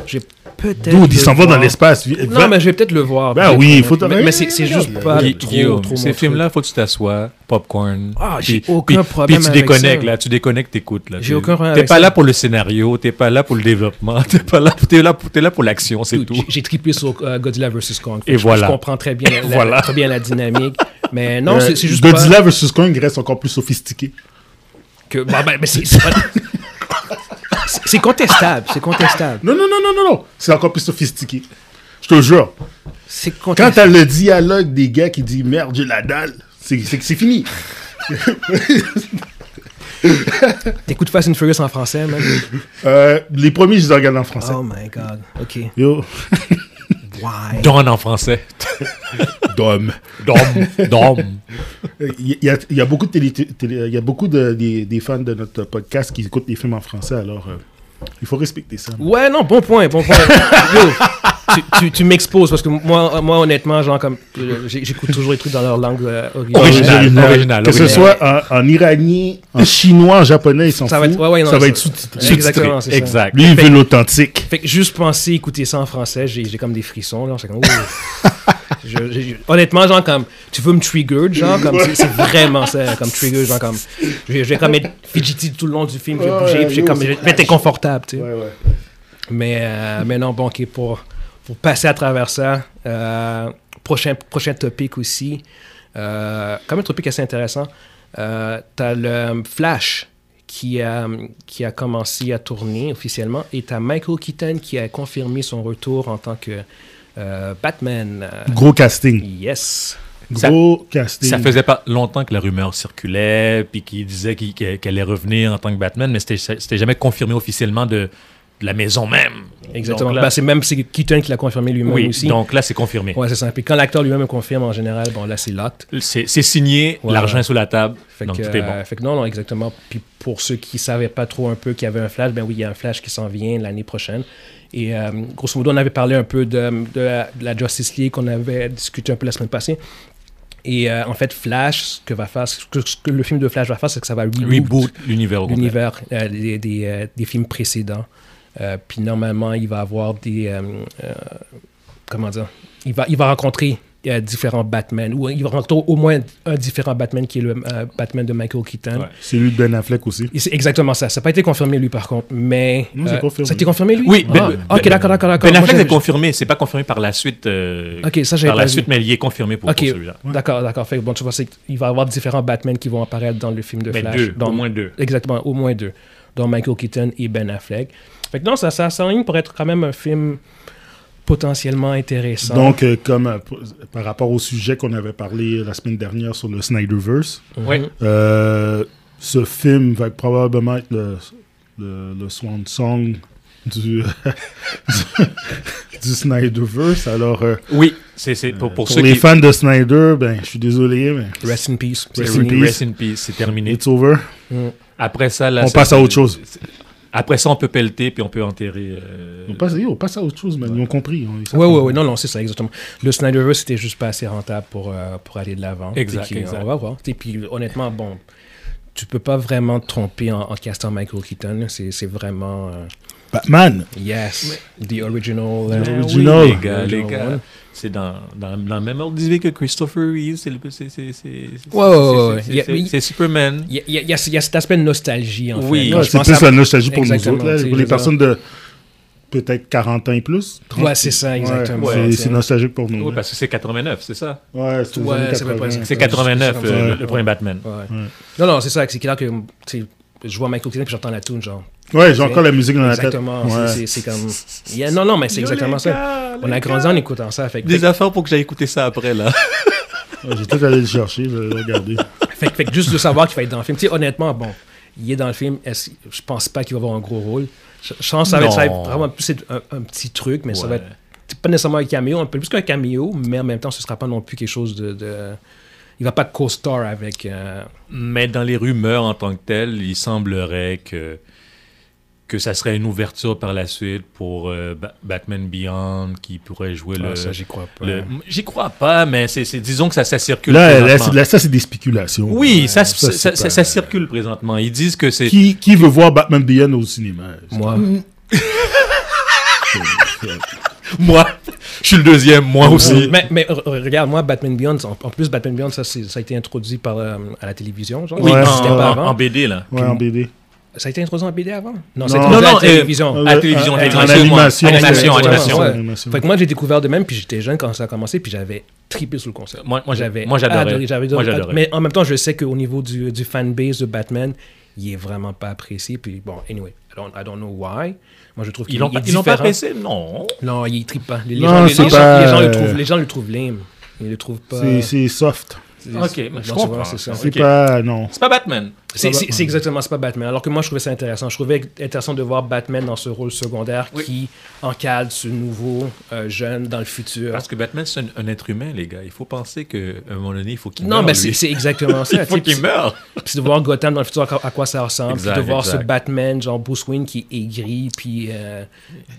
Speaker 1: j'ai peut-être.
Speaker 2: Dude,
Speaker 1: le
Speaker 2: il s'en va
Speaker 1: voir.
Speaker 2: dans l'espace. vi- va-
Speaker 1: Non, mais je vais peut-être le voir.
Speaker 2: Ben
Speaker 1: pour
Speaker 2: oui,
Speaker 1: être
Speaker 2: il faut
Speaker 1: honnête.
Speaker 2: te-
Speaker 1: Mais, mais c'est c'est juste
Speaker 2: Regarde.
Speaker 1: pas
Speaker 3: Gui-
Speaker 1: trop,
Speaker 3: Guillaume,
Speaker 1: trop mon
Speaker 3: ces
Speaker 1: truc.
Speaker 3: films-là, faut que tu t'assoies, popcorn.
Speaker 1: Ah,
Speaker 3: puis-
Speaker 1: j'ai aucun
Speaker 3: puis-
Speaker 1: problème
Speaker 3: Puis tu
Speaker 1: avec
Speaker 3: déconnectes,
Speaker 1: ça.
Speaker 3: là. Tu déconnectes, t'écoutes, là.
Speaker 1: J'ai
Speaker 3: Tu-
Speaker 1: aucun problème
Speaker 3: T'es
Speaker 1: avec
Speaker 3: pas
Speaker 1: ça.
Speaker 3: là pour le scénario, t'es pas là pour le développement, [laughs] t'es pas là, t'es là pour, t'es là pour l'action, c'est
Speaker 1: Dude,
Speaker 3: tout.
Speaker 1: j'ai- J'ai triplé sur euh, Godzilla vs. Kong. Fait
Speaker 3: Et
Speaker 1: que je-
Speaker 3: voilà.
Speaker 1: Je comprends très bien, la, la-
Speaker 3: Voilà.
Speaker 1: très bien la dynamique. Mais non,
Speaker 2: euh,
Speaker 1: c'est c'est juste
Speaker 2: Godzilla vs. Kong reste encore plus sophistiqué.
Speaker 1: pas que... Bah, ben, mais c'est- c'est pas- c'est- c'est contestable, c'est contestable.
Speaker 2: Non, non, non, non, non, non. C'est encore plus sophistiqué. Je te jure.
Speaker 1: C'est
Speaker 2: Quand
Speaker 1: contestable.
Speaker 2: t'as le dialogue des gars qui dit merde, j'ai la dalle, c'est c'est que c'est fini.
Speaker 1: T'écoutes Fast and Furious en français, man.
Speaker 2: Euh, les premiers, je les ai regardés en français.
Speaker 1: Oh my god. OK.
Speaker 2: Yo, [laughs]
Speaker 1: Why?
Speaker 3: Don en français.
Speaker 2: Dom.
Speaker 3: Dom. Dom.
Speaker 2: Il Euh, y, a- il y a beaucoup de, télé, télé- il y a beaucoup de, des, des fans de notre podcast qui écoutent les films en français, alors euh, il faut respecter ça.
Speaker 1: Ouais, non, bon point, bon point. Yo, tu, tu, tu m'exposes parce que moi, moi honnêtement, genre, comme, euh, j'ai- j'écoute toujours les trucs dans leur langue euh, originale.
Speaker 3: Original, original,
Speaker 2: que
Speaker 3: original.
Speaker 2: ce soit en, en iranien, en chinois, en japonais, ils s'en
Speaker 1: Ça
Speaker 2: foutent.
Speaker 1: va être- ouais, ouais, non,
Speaker 2: ça va
Speaker 1: ça-
Speaker 2: être sous-titré.
Speaker 1: Exact. [laughs] Exactement, c'est ça.
Speaker 3: Exact.
Speaker 2: Lui, il veut l'authentique.
Speaker 1: Fait que juste penser écouter ça en français, j'ai j'ai comme des frissons. Là, c'est comme,
Speaker 2: [laughs]
Speaker 1: ouh. Je- je- je- honnêtement, genre, comme, tu veux me trigger, genre, comme, c'est- c'est vraiment ça, comme trigger, genre, comme, je vais je vais comme être fidgety tout le long du film, je vais
Speaker 2: Ouais,
Speaker 1: bouger, puis je vais
Speaker 2: yo,
Speaker 1: comme, je
Speaker 2: c'est
Speaker 1: vais être inconfortable, tu sais.
Speaker 2: Ouais, ouais.
Speaker 1: Mais, euh, mais non, bon, ok, pour, pour passer à travers ça, euh, prochain, prochain topic aussi, euh, quand même un topic assez intéressant, euh, t'as le Flash qui a, qui a commencé à tourner officiellement et t'as Michael Keaton qui a confirmé son retour en tant que euh, Batman. Euh,
Speaker 2: Gros casting.
Speaker 1: Yes.
Speaker 3: Ça-
Speaker 2: Gros casting.
Speaker 3: Ça faisait pas longtemps que la rumeur circulait, puis qu'il disait qu'il- qu'elle qu'elle allait revenir en tant que Batman, mais c'était c'était jamais confirmé officiellement de, de la maison même.
Speaker 1: Exactement.
Speaker 3: Donc là,
Speaker 1: Ben, c'est même c'est Keaton qui l'a confirmé lui-même
Speaker 3: oui,
Speaker 1: aussi.
Speaker 3: donc là, c'est confirmé.
Speaker 1: Ouais, c'est ça. Puis quand l'acteur lui-même le confirme en général, bon, là, c'est locked.
Speaker 3: C'est c'est signé,
Speaker 1: Ouais.
Speaker 3: l'argent est sous la table,
Speaker 1: Fait
Speaker 3: donc
Speaker 1: que,
Speaker 3: tout est bon.
Speaker 1: euh, fait que non, non, exactement. Puis pour ceux qui savaient pas trop un peu qu'il y avait un flash, ben oui, il y a un flash qui s'en vient l'année prochaine. Et euh, grosso modo, on avait parlé un peu de, de la, de la Justice League qu'on avait discuté un peu la semaine passée. Et euh, en fait, Flash, ce que va faire, ce que, ce que le film de Flash va faire, c'est que ça va reboot,
Speaker 3: Reboot l'univers au complet.
Speaker 1: l'univers euh, des, des, euh, des films précédents. Euh, puis normalement, il va avoir des euh, euh, comment dire, il va il va rencontrer euh, différents Batman ou il va rencontrer au moins un différent Batman qui est le euh, Batman de Michael Keaton.
Speaker 3: Ouais.
Speaker 2: C'est lui de Ben Affleck aussi.
Speaker 1: Et C'est exactement ça. Ça n'a pas été confirmé, lui, par contre. Mais. euh,
Speaker 2: Non, c'est confirmé.
Speaker 1: Ça a été confirmé, lui
Speaker 3: Oui,
Speaker 1: Ah.
Speaker 3: Ben- Ben-
Speaker 1: Ok, d'accord, d'accord, d'accord.
Speaker 3: Ben
Speaker 1: Moi,
Speaker 3: Affleck
Speaker 1: j'ai-
Speaker 3: est confirmé, c'est pas confirmé par la suite. euh,
Speaker 1: Ok, ça, j'avais
Speaker 3: par
Speaker 1: pas
Speaker 3: la
Speaker 1: vu.
Speaker 3: suite, mais il est confirmé pour,
Speaker 1: Ok,
Speaker 3: pour celui-là.
Speaker 1: d'accord, d'accord. Fait que, bon, tu vois, c'est qu'il va y avoir différents Batman qui vont apparaître dans le film de
Speaker 3: Mais
Speaker 1: Flash.
Speaker 3: Ben, deux,
Speaker 1: Dans-
Speaker 3: au moins deux.
Speaker 1: Exactement, au moins deux. Dont Michael Keaton et Ben Affleck. Fait que non, ça, ça s'enligne pour être quand même un film potentiellement intéressant.
Speaker 2: Donc, euh, comme euh, p- par rapport au sujet qu'on avait parlé la semaine dernière sur le Snyderverse,
Speaker 1: Mhm.
Speaker 3: Ouais.
Speaker 2: Euh, ce film va probablement être le, le, le swan song du, [laughs] du, du Snyderverse. Alors, euh,
Speaker 3: Oui, c'est c'est pour, pour
Speaker 2: pour,
Speaker 3: ceux
Speaker 2: les
Speaker 3: qui.
Speaker 2: fans de Snyder, ben, je suis désolé, mais
Speaker 1: Rest in peace.
Speaker 2: Rest
Speaker 1: C'est
Speaker 2: in
Speaker 1: fini.
Speaker 2: peace.
Speaker 3: Rest in peace, c'est terminé.
Speaker 2: it's over.
Speaker 1: Mm.
Speaker 3: Après ça, là,
Speaker 2: On
Speaker 3: c'est-
Speaker 2: passe à autre chose.
Speaker 3: c'est- Après ça, on peut pelleter puis on peut enterrer. euh,
Speaker 2: On passe, on passe à autre chose, man. Ils ont compris. on- ils savent
Speaker 1: Ouais, ouais,
Speaker 2: comment.
Speaker 1: ouais, non, non, c'est ça, exactement. Le Snyderverse, c'était juste pas assez rentable pour, euh, pour aller de l'avant.
Speaker 3: Exact,
Speaker 1: Et puis,
Speaker 3: exact.
Speaker 1: On va voir. Et puis, honnêtement, bon, tu peux pas vraiment te tromper en, en castant Michael Keaton. là. C'est c'est vraiment. euh,
Speaker 2: Batman.
Speaker 1: Yes. The original.
Speaker 2: The
Speaker 1: euh,
Speaker 2: original.
Speaker 3: Ben les gars, les
Speaker 1: Original
Speaker 3: gars.
Speaker 1: one.
Speaker 3: C'est dans, dans, dans le même ordre d'idée que Christopher Reeves. C'est le- c'est- c'est- c'est- c'est-
Speaker 1: Ouais, ouais, ouais,
Speaker 3: c'est-
Speaker 1: ouais.
Speaker 3: c'est- c'est- C'est Superman.
Speaker 1: Il y, a- il y a- il y a il y a cet aspect de nostalgie, en fait.
Speaker 3: Oui. Non,
Speaker 1: Moi, je
Speaker 2: c'est
Speaker 1: pense
Speaker 2: plus
Speaker 1: à-
Speaker 2: la nostalgie pour nous
Speaker 1: Exactement,
Speaker 2: autres, là,
Speaker 1: tu sais,
Speaker 2: pour
Speaker 1: je
Speaker 2: les
Speaker 1: veux dire-
Speaker 2: personnes de peut-être 40 ans et plus. 30.
Speaker 1: Ouais, c'est ça, exactement.
Speaker 2: Ouais,
Speaker 3: Ouais,
Speaker 2: c'est-
Speaker 1: tu sais.
Speaker 2: c'est nostalgique pour nous.
Speaker 3: Oui,
Speaker 2: là.
Speaker 3: parce que c'est 89, c'est ça?
Speaker 2: Ouais, c'est les
Speaker 1: Ouais,
Speaker 2: années
Speaker 1: ça peut pas
Speaker 2: 80.
Speaker 1: être-
Speaker 3: C'est 89,
Speaker 1: c'est
Speaker 3: euh,
Speaker 2: ça.
Speaker 3: le, le premier Batman.
Speaker 1: Ouais. Non, non, c'est ça. C'est clair que tu sais, je vois Michael Keaton et j'entends la tune, genre.
Speaker 2: Ouais, j'ai encore la musique dans la tête.
Speaker 1: Exactement. c'est-
Speaker 2: Ouais.
Speaker 1: c'est- C'est comme. Yeah, non, non, mais c'est exactement ça. On a grandi en écoutant ça. Fait que, fait,
Speaker 3: Des affaires pour que j'aille écouter ça après, là.
Speaker 2: Ouais, J'ai tout allé le chercher, je vais
Speaker 1: [laughs]
Speaker 2: le regarder.
Speaker 1: que- fait que juste de savoir qu'il va être dans le film. Tu sais, honnêtement, bon, il est dans le film. est-ce- Je pense pas qu'il va avoir un gros rôle. Je, je pense que ça va être, ça va être
Speaker 3: Non.
Speaker 1: vraiment plus être un, un petit truc, [laughs] mais ça va
Speaker 3: Ouais.
Speaker 1: être c'est pas nécessairement un caméo, un peu plus qu'un caméo, mais en même temps, ce sera pas non plus quelque chose de. de- Il va pas co-star avec. euh,
Speaker 3: Mais dans les rumeurs en tant que telles, il semblerait que, que ça serait une ouverture par la suite pour euh, Ba- Batman Beyond qui pourrait jouer
Speaker 1: ah,
Speaker 3: le.
Speaker 1: ça, j'y crois pas.
Speaker 3: le- M- J'y crois pas, mais c'est c'est- disons que ça, ça circule.
Speaker 2: Là, là,
Speaker 3: présentement.
Speaker 2: c'est- là, ça, c'est des spéculations.
Speaker 3: Oui, ça,
Speaker 2: ça,
Speaker 3: ça,
Speaker 2: c'est
Speaker 3: ça-
Speaker 2: pas-
Speaker 3: ça circule présentement. Ils disent que c'est.
Speaker 2: Qui, qui veut voir Batman Beyond au cinéma?
Speaker 1: Moi.
Speaker 3: Moi, [laughs] je suis le deuxième, moi aussi.
Speaker 1: Euh, Mais, mais re- regarde, moi, Batman Beyond, en, en plus, Batman Beyond, ça, c'est- ça a été introduit par, euh, à la télévision. Genre.
Speaker 3: Oui,
Speaker 2: Ouais,
Speaker 1: Ça
Speaker 3: en,
Speaker 1: existait pas
Speaker 3: en-
Speaker 1: avant.
Speaker 3: en BD, là.
Speaker 2: Ouais, en BD.
Speaker 1: Ça a été introduit en BD avant Non,
Speaker 2: Non.
Speaker 1: ça a été introduit à
Speaker 3: Non, non,
Speaker 1: la
Speaker 3: euh,
Speaker 1: télévision.
Speaker 3: à la télévision,
Speaker 2: en
Speaker 3: j'ai dit,
Speaker 2: euh, en
Speaker 3: excuse-moi.
Speaker 2: animation.
Speaker 3: Animation,
Speaker 2: ouais,
Speaker 3: animation.
Speaker 2: ouais,
Speaker 1: Ouais. Fait que moi, j'ai découvert de même, puis j'étais jeune quand ça a commencé, puis j'avais trippé sur le concept.
Speaker 3: Moi, moi, j'ai-
Speaker 1: Euh, j'avais
Speaker 3: moi, j'adorais.
Speaker 1: adoré, j'avais
Speaker 3: Moi,
Speaker 1: adoré.
Speaker 3: j'adorais.
Speaker 1: Mais en même temps, je sais qu'au niveau du, du fanbase de Batman, il est vraiment pas apprécié. Puis bon, anyway, I don't, I don't know why. Moi, je trouve qu'il
Speaker 3: Ils l'ont
Speaker 1: il est
Speaker 3: pas, ils l'ont pas
Speaker 1: différent.
Speaker 3: apprécié, non.
Speaker 1: Non, il est trippant. Les, les
Speaker 2: Non,
Speaker 1: gens, les,
Speaker 2: c'est
Speaker 1: les gens-
Speaker 2: pas- euh,
Speaker 1: les gens le trouvent, les gens le trouvent lame. Ils le trouvent pas.
Speaker 2: C'est- C'est soft.
Speaker 3: Ok, mais
Speaker 1: Non,
Speaker 3: je
Speaker 1: tu
Speaker 3: comprends.
Speaker 1: vois, c'est ça.
Speaker 2: C'est
Speaker 3: Ok.
Speaker 2: pas... Non.
Speaker 3: C'est pas Batman.
Speaker 1: C'est
Speaker 2: Pas
Speaker 1: c'est-
Speaker 2: Batman.
Speaker 1: c'est exactement, c'est pas Batman. Alors que moi, je trouvais ça intéressant. Je trouvais intéressant de voir Batman dans ce rôle secondaire
Speaker 3: Oui.
Speaker 1: qui encadre ce nouveau euh, jeune dans le futur.
Speaker 3: Parce que Batman, c'est un, un être humain, les gars. Il faut penser qu'à un moment donné, il faut qu'il meure.
Speaker 1: Non, mais c'est
Speaker 3: lui. [laughs]
Speaker 1: c'est exactement ça.
Speaker 3: Il faut
Speaker 1: tu sais,
Speaker 3: qu'il meure.
Speaker 1: puis- Puis de voir Gotham dans le futur, à quoi- à quoi ça ressemble. puis
Speaker 3: Exact,
Speaker 1: de voir
Speaker 3: exact.
Speaker 1: ce Batman, genre Bruce Wayne, qui est aigri, puis... euh,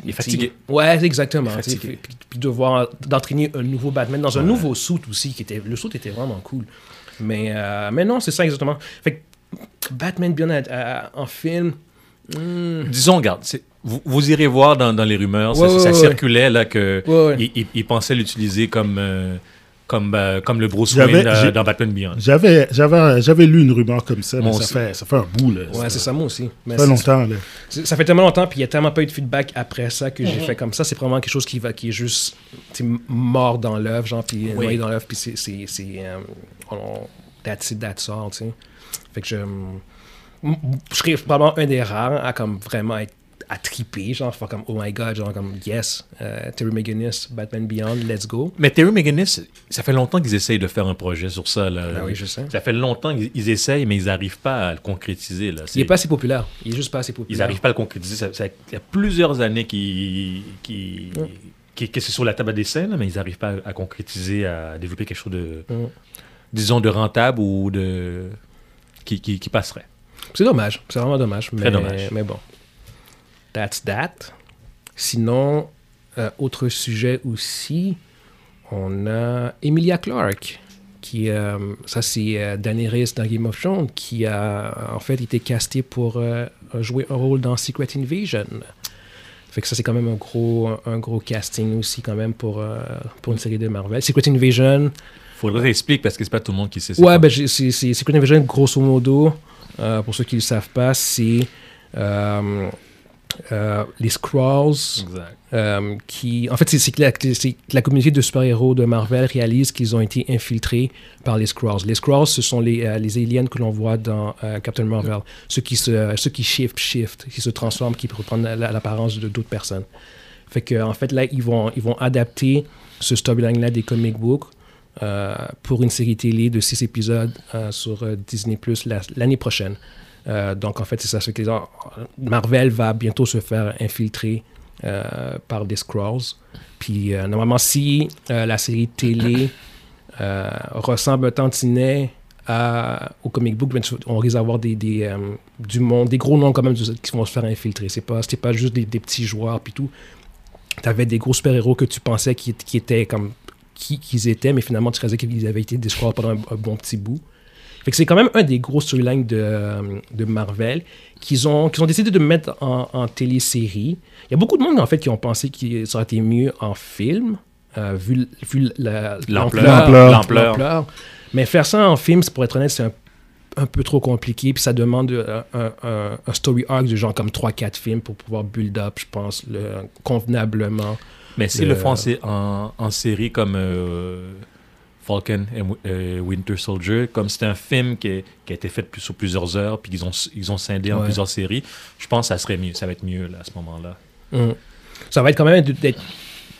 Speaker 3: Il est fatigué.
Speaker 1: tu sais, Ouais, exactement. tu sais,
Speaker 3: fatigué.
Speaker 1: Puis, puis de voir, d'entraîner un nouveau Batman dans un nouveau suit aussi, qui était... Le suit était vraiment cool. Mais, euh, mais non, c'est ça exactement. Fait que Batman bien euh, en film... hmm,
Speaker 3: Disons, regarde, c'est- vous, vous irez voir dans, dans les rumeurs,
Speaker 1: Ouais,
Speaker 3: ça,
Speaker 1: ouais,
Speaker 3: ça
Speaker 1: ouais.
Speaker 3: circulait là que
Speaker 1: Ouais, ouais.
Speaker 3: il- il- il pensait l'utiliser comme, euh, comme, euh, comme le Bruce
Speaker 2: J'avais-
Speaker 3: Wayne euh,
Speaker 2: j'ai-
Speaker 3: dans Batman Beyond.
Speaker 2: J'avais j'avais- j'avais lu une rumeur comme ça, mais
Speaker 3: Moi
Speaker 2: ça
Speaker 3: aussi.
Speaker 2: fait, ça fait un bout, là.
Speaker 1: Ouais, c'est ça, moi aussi. Mais
Speaker 2: Ça fait
Speaker 1: c'est-
Speaker 2: longtemps, là.
Speaker 1: c'est- ça fait tellement longtemps, puis il n'y a tellement pas eu de feedback après ça que j'ai fait comme ça. C'est probablement quelque chose qui, va, qui est juste tu sais, mort dans l'œuvre, genre, puis
Speaker 3: Oui.
Speaker 1: noyé dans l'œuvre, puis c'est. c'est, c'est euh, on- that's it, that's all, tu sais. Fait que je. m- m- Je serais probablement un des rares à comme vraiment être à triper, genre, faire comme oh my god, genre comme yes, euh, Terry McGinnis, Batman Beyond, let's go.
Speaker 3: Mais Terry McGinnis, ça fait longtemps qu'ils essayent de faire un projet sur ça. Là.
Speaker 1: Ah oui, je sais.
Speaker 3: Ça fait longtemps qu'ils ils essayent, mais ils n'arrivent pas à le concrétiser. Là.
Speaker 1: Il
Speaker 3: C'est-
Speaker 1: est pas assez populaire, il est juste pas assez populaire.
Speaker 3: Ils n'arrivent pas à le concrétiser. Ça, ça- il y a plusieurs années qui, qui, qui- que c'est sur la table à dessin, là, mais ils n'arrivent pas à, à concrétiser, à développer quelque chose de,
Speaker 1: Mm.
Speaker 3: disons, de rentable ou de qui, qui, qui passerait.
Speaker 1: C'est dommage, c'est vraiment dommage. Mais,
Speaker 3: dommage.
Speaker 1: Mais bon. That's that. Sinon, euh, autre sujet aussi, on a Emilia Clarke, qui, euh, ça c'est euh, Danny Reyes dans Game of Thrones, qui a en fait été castée pour euh, jouer un rôle dans Secret Invasion. Fait que ça, c'est quand même un gros, un gros casting aussi, quand même, pour, euh, pour une série de Marvel. Secret Invasion,
Speaker 3: Faudrait t'expliquer parce que c'est pas tout le monde qui sait. c'est
Speaker 1: Ouais,
Speaker 3: quoi.
Speaker 1: ben, j'ai- c'est c'est- Secret Invasion, grosso modo, euh, pour ceux qui ne le savent pas, c'est euh, euh, les Skrulls
Speaker 3: Exact.
Speaker 1: euh, qui. En fait, c'est- c'est que la, c'est que la communauté de super-héros de Marvel réalise qu'ils ont été infiltrés par les Skrulls. Les Skrulls, ce sont les, euh, les aliens que l'on voit dans euh, Captain Marvel, ceux qui se, euh, ceux qui shift, shift, qui se transforment, qui reprennent la- l'apparence de d'autres personnes. Fait que, en fait, là, ils vont, ils vont adapter ce storyline-là des comic books euh, pour une série télé de six épisodes euh, sur euh, Disney Plus l'année prochaine. Euh, donc, en fait, c'est ça. c'est que les- Marvel va bientôt se faire infiltrer euh, par des Scrolls. Puis, euh, normalement, si euh, la série télé euh, ressemble un tantinet à, au comic book, ben, tu- on risque d'avoir des, des, euh, du monde, des gros noms quand même du- qui vont se faire infiltrer. C'est pas, c'était pas juste des, des petits joueurs puis tout. T'avais des gros super-héros que tu pensais qui, qui étaient comme qui qu'ils étaient, mais finalement tu réalisais qu'ils avaient été des Skrulls pendant un, un bon petit bout. Fait que c'est quand même un des gros storylines de, euh, de Marvel qu'ils ont, qu'ils ont décidé de mettre en, en télésérie. Il y a beaucoup de monde, en fait, qui ont pensé qu'il ça aurait été mieux en film, euh, vu, l- vu la-
Speaker 3: L'ampleur.
Speaker 1: l'ampleur.
Speaker 3: L'ampleur.
Speaker 1: l'ampleur. Mais faire ça en film, c'est- pour être honnête, c'est un, un peu trop compliqué. Puis ça demande euh, un, un- un story arc de genre comme 3-4 films pour pouvoir build up, je pense, le- convenablement.
Speaker 3: Mais euh, si
Speaker 1: Le-
Speaker 3: le français en, en série comme euh, Falcon et Wi- euh, Winter Soldier, comme c'est un film qui, est- qui a été fait plus- sur plusieurs heures, puis qu'ils ont, ils ont scindé en
Speaker 1: Ouais.
Speaker 3: plusieurs séries, je pense que ça serait mieux, ça va être mieux là, à ce moment-là.
Speaker 1: Mm. Ça va être quand même de- d'être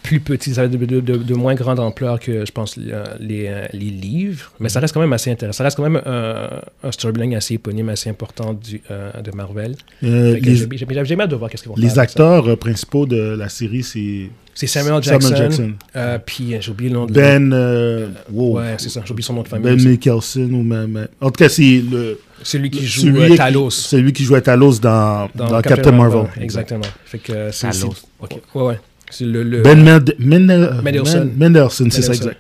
Speaker 1: plus petit, ça va être de, de- de- de moins grande ampleur que, je pense, euh, les, euh, les livres. Mais ça reste quand même assez intéressant. Ça reste quand même euh, un storyline assez éponyme, assez important du, euh, de Marvel.
Speaker 2: Euh,
Speaker 1: Fait que
Speaker 2: les,
Speaker 1: J'ai j'ai- j'ai- j'ai hâte de voir qu'est-ce qu'ils vont
Speaker 2: les
Speaker 1: faire avec ça.
Speaker 2: acteurs euh, principaux de la série, c'est
Speaker 1: C'est Samuel Jackson. euh, puis euh, j'ai oublié le nom de
Speaker 2: Ben. euh, wow.
Speaker 1: Ouais, c'est ça. J'ai oublié son nom de famille.
Speaker 2: Ben
Speaker 1: aussi.
Speaker 2: Mikkelsen ou même. En tout cas, c'est le.
Speaker 1: C'est lui qui joue
Speaker 2: celui
Speaker 1: euh,
Speaker 2: qui-
Speaker 1: Talos.
Speaker 2: Celui qui jouait Talos dans, dans, Captain Marvel.
Speaker 1: Exactement. Fait que euh, c'est
Speaker 3: Talos.
Speaker 1: c'est- ok. Ouais, ouais. C'est le, le-
Speaker 2: Ben Mend- Mendel-
Speaker 1: Mendelsohn.
Speaker 2: Men- Mendelsohn, c'est ça,
Speaker 1: Mendelsohn.
Speaker 2: exact.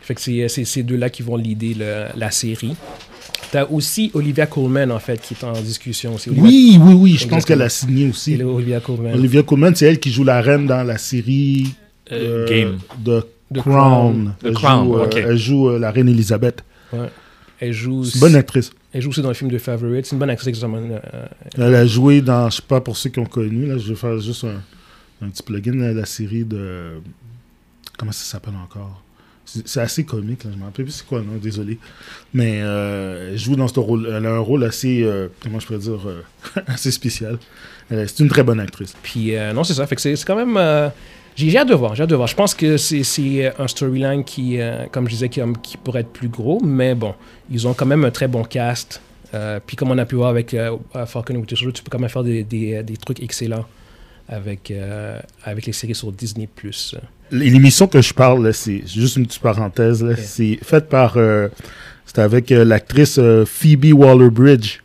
Speaker 1: Fait que c'est euh, c'est ces deux-là qui vont leader le- la série. T'as aussi Olivia Colman, en fait, qui est en discussion aussi. Olivia-
Speaker 2: Oui, oui, oui, je pense
Speaker 1: Exactement.
Speaker 2: qu'elle a signé
Speaker 1: c'est
Speaker 2: aussi.
Speaker 1: le Olivia Colman.
Speaker 2: Olivia Colman, c'est elle qui joue la reine dans la série
Speaker 3: Euh,
Speaker 2: euh,
Speaker 3: Game.
Speaker 2: de
Speaker 1: The
Speaker 2: Crown.
Speaker 3: The
Speaker 2: Elle
Speaker 3: Crown,
Speaker 2: joue, euh,
Speaker 3: ok.
Speaker 2: Elle joue euh, la reine Elisabeth.
Speaker 1: Ouais. Elle, joue
Speaker 2: C'est
Speaker 1: aussi,
Speaker 2: une bonne actrice.
Speaker 1: elle joue aussi dans le film de Favorite. C'est une bonne actrice, exactement. euh,
Speaker 2: Elle a joué dans, je sais pas pour ceux qui ont connu, là, je vais faire juste un, un petit plugin, là, la série de. Comment ça s'appelle encore C'est c'est assez comique, là, je me rappelle plus c'est quoi, non, désolé. Mais euh, elle joue dans ce rôle. Elle a un rôle assez, euh, comment je pourrais dire, euh, [laughs] assez spécial. Elle est- C'est une très bonne actrice.
Speaker 1: Puis euh, non, c'est ça. Fait que c'est c'est quand même. euh, j'ai j'ai hâte de voir. J'ai hâte de voir. Je pense que c'est- c'est euh, un storyline qui, euh, comme je disais, qui, qui pourrait être plus gros, mais bon, ils ont quand même un très bon cast. Euh, puis comme on a pu voir avec euh, Falcon et Winter Soldier, tu peux quand même faire des, des, euh, des trucs excellents avec, euh, avec les séries sur Disney+.
Speaker 2: L- L'émission que je parle, là, c'est juste une petite parenthèse, là, c'est faite par. euh, C'était avec euh, l'actrice euh, Phoebe Waller-Bridge.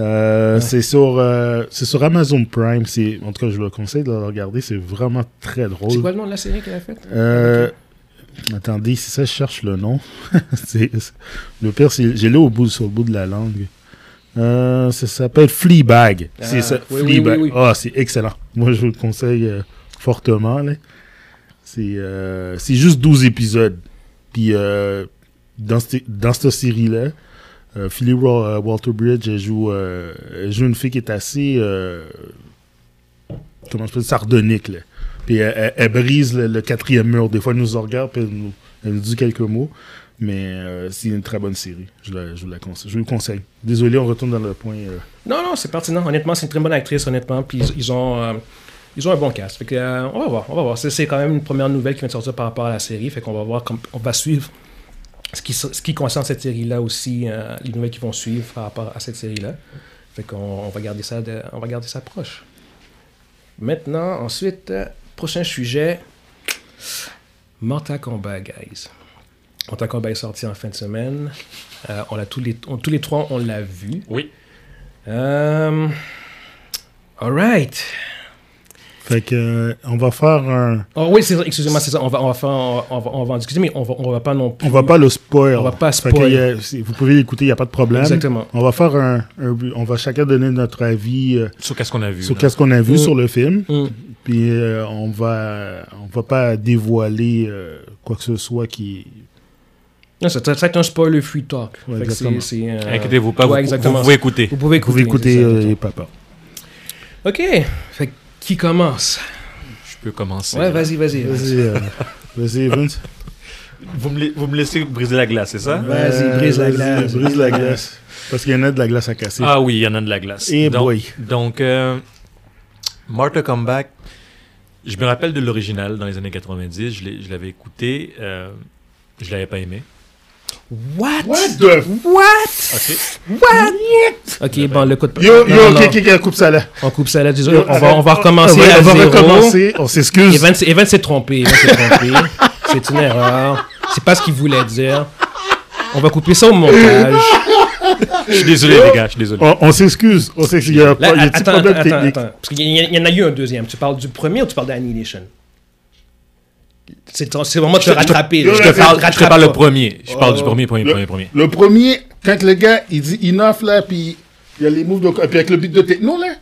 Speaker 2: Euh,
Speaker 1: Ouais.
Speaker 2: C'est sur, euh, c'est sur Amazon Prime. C'est, en tout cas, je le conseille de le regarder. C'est vraiment très
Speaker 1: C'est
Speaker 2: drôle.
Speaker 1: quoi le nom de la série qu'elle a faite?
Speaker 2: Euh, Attendez, c'est ça, je cherche le nom. [laughs] C'est- c'est- le pire, c'est j'ai l'eau au bout, sur le bout de la langue. Euh, ça s'appelle Fleabag.
Speaker 1: Ah,
Speaker 2: c'est ça,
Speaker 1: oui, oui,
Speaker 2: Fleabag. Ah,
Speaker 1: oui, oui.
Speaker 2: c'est excellent. Moi, je vous le conseille euh, fortement. là. C'est euh, c'est juste 12 épisodes. Puis, euh, dans, cette- dans cette série-là, euh, Philly Ra- euh, Walter Bridge elle joue, euh, elle joue une fille qui est assez. euh, comment je peux dire Sardonique. Là. Puis elle, elle- elle brise le, le quatrième mur. Des fois, elle nous en regarde puis elle nous, elle nous dit quelques mots. Mais euh, c'est une très bonne série. Je, la- je vous la conseille. Je vous le conseille. Désolé, on retourne dans le point. euh.
Speaker 1: Non, non, c'est pertinent. Honnêtement, c'est une très bonne actrice, honnêtement. Puis ils, ils ont, euh, ils ont un bon cast. Fait que, euh, on va voir, on va voir. C'est, c'est quand même une première nouvelle qui vient de sortir par rapport à la série. Fait qu'on va voir, comme- on va suivre ce qui, so- ce qui concerne cette série-là aussi, euh, les nouvelles qui vont suivre par rapport à cette série-là. Fait qu'on on va garder ça, de- on va garder ça proche. Maintenant, ensuite, euh, prochain sujet, Mortal Kombat, guys. Mortal Kombat est sorti en fin de semaine. Euh, on l'a tous les, on- tous les trois, on l'a vu.
Speaker 3: Oui.
Speaker 1: Euh... All right.
Speaker 2: Fait que, euh, on va faire un.
Speaker 1: Oh, oui, c'est vrai, excusez-moi, c'est ça. On va, on, va faire- on, va- on va, on va en discuter, mais on va, on va pas non plus.
Speaker 2: On va pas le spoil.
Speaker 1: On va pas
Speaker 2: Fait que,
Speaker 1: spoil.
Speaker 2: euh, c'est- vous pouvez l'écouter, il n'y a pas de problème.
Speaker 1: Exactement.
Speaker 2: On va faire un, un- On va chacun donner notre avis euh,
Speaker 3: Sur qu'est-ce qu'on a vu.
Speaker 2: sur
Speaker 3: là.
Speaker 2: qu'est-ce qu'on a vu
Speaker 1: Mm.
Speaker 2: sur le film.
Speaker 1: Mm.
Speaker 2: Puis euh, on va on va pas dévoiler euh, quoi que ce soit qui
Speaker 1: Non, ça, ça va être un spoiler free talk.
Speaker 2: Ouais,
Speaker 1: Fait que
Speaker 2: exactement.
Speaker 1: c'est- c'est, euh,
Speaker 3: Inquiétez-vous pas,
Speaker 1: ouais,
Speaker 3: vous- vous,
Speaker 1: exactement.
Speaker 3: pouvez écouter.
Speaker 1: Vous pouvez
Speaker 2: vous pouvez
Speaker 1: écouter.
Speaker 2: écouter
Speaker 1: c'est ça,
Speaker 2: euh,
Speaker 1: exactement.
Speaker 2: les papas.
Speaker 1: ok. Fait que qui commence
Speaker 3: Je peux commencer.
Speaker 1: Ouais, vas-y, vas-y.
Speaker 2: Vas-y, euh, vas-y Vince.
Speaker 3: Vous me, la- vous me laissez briser la glace, c'est ça
Speaker 1: Vas-y, brise la
Speaker 2: vas-y,
Speaker 1: glace.
Speaker 2: Euh, Brise la glace. Parce qu'il y en a de la glace à casser.
Speaker 3: Ah oui, il y en a de la glace.
Speaker 2: Eh
Speaker 3: donc,
Speaker 2: boy.
Speaker 3: donc euh, Mortal Kombat, je me rappelle de l'original dans les années 90. Je l'ai- je l'avais écouté. euh, je l'avais pas aimé.
Speaker 1: What?
Speaker 2: What the f...
Speaker 1: What?
Speaker 3: Ok.
Speaker 1: Ok, bon, le coup de.
Speaker 2: Yo,
Speaker 1: Non,
Speaker 2: yo,
Speaker 1: non,
Speaker 2: ok,
Speaker 1: non,
Speaker 2: ok, ok, coupe ça là.
Speaker 1: On coupe ça là, désolé.
Speaker 2: Yo,
Speaker 1: On va, on va recommencer
Speaker 2: On va,
Speaker 1: à
Speaker 2: on va
Speaker 1: zéro.
Speaker 2: recommencer, on
Speaker 1: [laughs]
Speaker 2: s'excuse.
Speaker 1: Evan, s'est- Evan s'est trompé. Evan s'est trompé. C'est une erreur. C'est pas ce qu'il voulait dire. On va couper ça au
Speaker 3: [laughs]
Speaker 1: montage.
Speaker 3: Je suis désolé, les gars, je suis désolé.
Speaker 1: Oh,
Speaker 2: On, on s'excuse. On s'excuse. Il y a,
Speaker 1: Là,
Speaker 2: pas-
Speaker 3: Oh,
Speaker 2: il y a un petit
Speaker 1: attends,
Speaker 2: problème
Speaker 1: attends,
Speaker 2: technique.
Speaker 1: attends. Parce qu'il y, en a- il y en a eu un deuxième. Tu parles du premier ou tu parles d'Annihilation C'est ton- c'est vraiment de te rattraper. là.
Speaker 2: je
Speaker 3: Je
Speaker 2: te
Speaker 3: te parle, je te
Speaker 1: rattrape
Speaker 3: parle le
Speaker 1: pas.
Speaker 3: premier. Je parle du
Speaker 2: Oh,
Speaker 3: premier, premier,
Speaker 2: le,
Speaker 3: premier, premier.
Speaker 2: Le premier, quand le gars, il dit enough, là, puis il y a les moves, de, puis avec le beat de techno, là.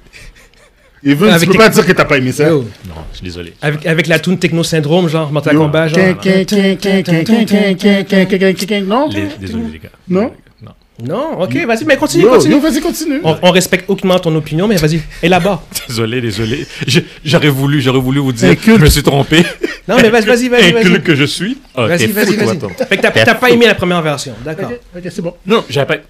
Speaker 2: Et Vince,
Speaker 1: Avec
Speaker 2: tu peux
Speaker 1: les-
Speaker 2: pas dire que t'as pas aimé ça.
Speaker 1: Yo,
Speaker 3: Non, je suis désolé.
Speaker 1: avec, avec la tune Techno Syndrome, genre Mortal
Speaker 2: Yo.
Speaker 1: Kombat, genre.
Speaker 2: Quin, quin, quin, quin, quin, quin, quin, quin, quin, quin, quin, quin, Non?
Speaker 3: Les- Désolé, les gars.
Speaker 2: Non?
Speaker 3: Non.
Speaker 1: Non, ok, vas-y, mais continue,
Speaker 2: Yo,
Speaker 1: continue.
Speaker 2: yo, vas-y, continue.
Speaker 1: On, on respecte aucunement ton opinion, mais vas-y, élabore.
Speaker 3: Désolé, désolé. Je- J'aurais voulu, j'aurais voulu vous dire que
Speaker 2: Inculte.
Speaker 3: je me suis trompé.
Speaker 1: Non, mais vas-y, vas-y,
Speaker 3: [laughs]
Speaker 1: vas-y. Vas-y,
Speaker 3: Inculte que je suis. Ah,
Speaker 1: vas-y,
Speaker 3: t'es fou,
Speaker 1: vas-y.
Speaker 3: toi,
Speaker 1: vas-y.
Speaker 3: toi.
Speaker 1: Fait que t'as t'as pas aimé la première version, d'accord.
Speaker 2: Ok, ok, c'est bon.
Speaker 3: Non, j'avais pas.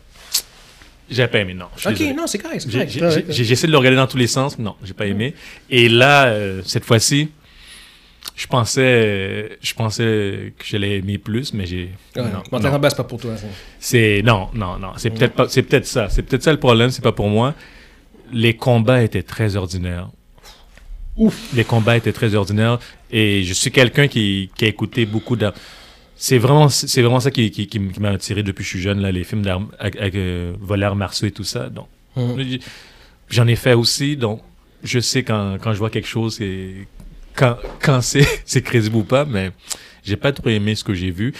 Speaker 3: J'avais pas aimé, non. je suis
Speaker 1: Ok,
Speaker 3: désolé.
Speaker 1: non, c'est correct, c'est
Speaker 3: J'ai-
Speaker 1: correct.
Speaker 3: j'ai- j'ai- j'ai- J'essaie de le regarder dans tous les sens. Non, j'ai pas aimé. Et là, euh, cette fois-ci, je pensais, euh, je pensais que je l'ai aimé plus, mais j'ai.
Speaker 1: Ouais,
Speaker 3: Ah non,
Speaker 1: Mortal
Speaker 3: non.
Speaker 1: Kombat, c'est pas pour toi. ça.
Speaker 3: C'est non, non, non. C'est peut-être pas. C'est peut-être ça. C'est peut-être ça le problème. C'est pas pour moi. Les combats étaient très ordinaires. Ouf. Les combats étaient très ordinaires. Et je suis quelqu'un qui, qui a écouté beaucoup d'art. C'est vraiment, c'est vraiment ça qui, qui, qui m- qui m'a attiré depuis que je suis jeune, là, les films d'armes, avec, avec, euh, voleurs marceaux et tout ça. Donc,
Speaker 1: Mhm.
Speaker 3: j- j'en ai fait aussi. Donc, je sais quand, quand je vois quelque chose, c'est- quand, quand c'est, [laughs] c'est crédible ou pas, mais j'ai pas trop aimé ce que j'ai vu.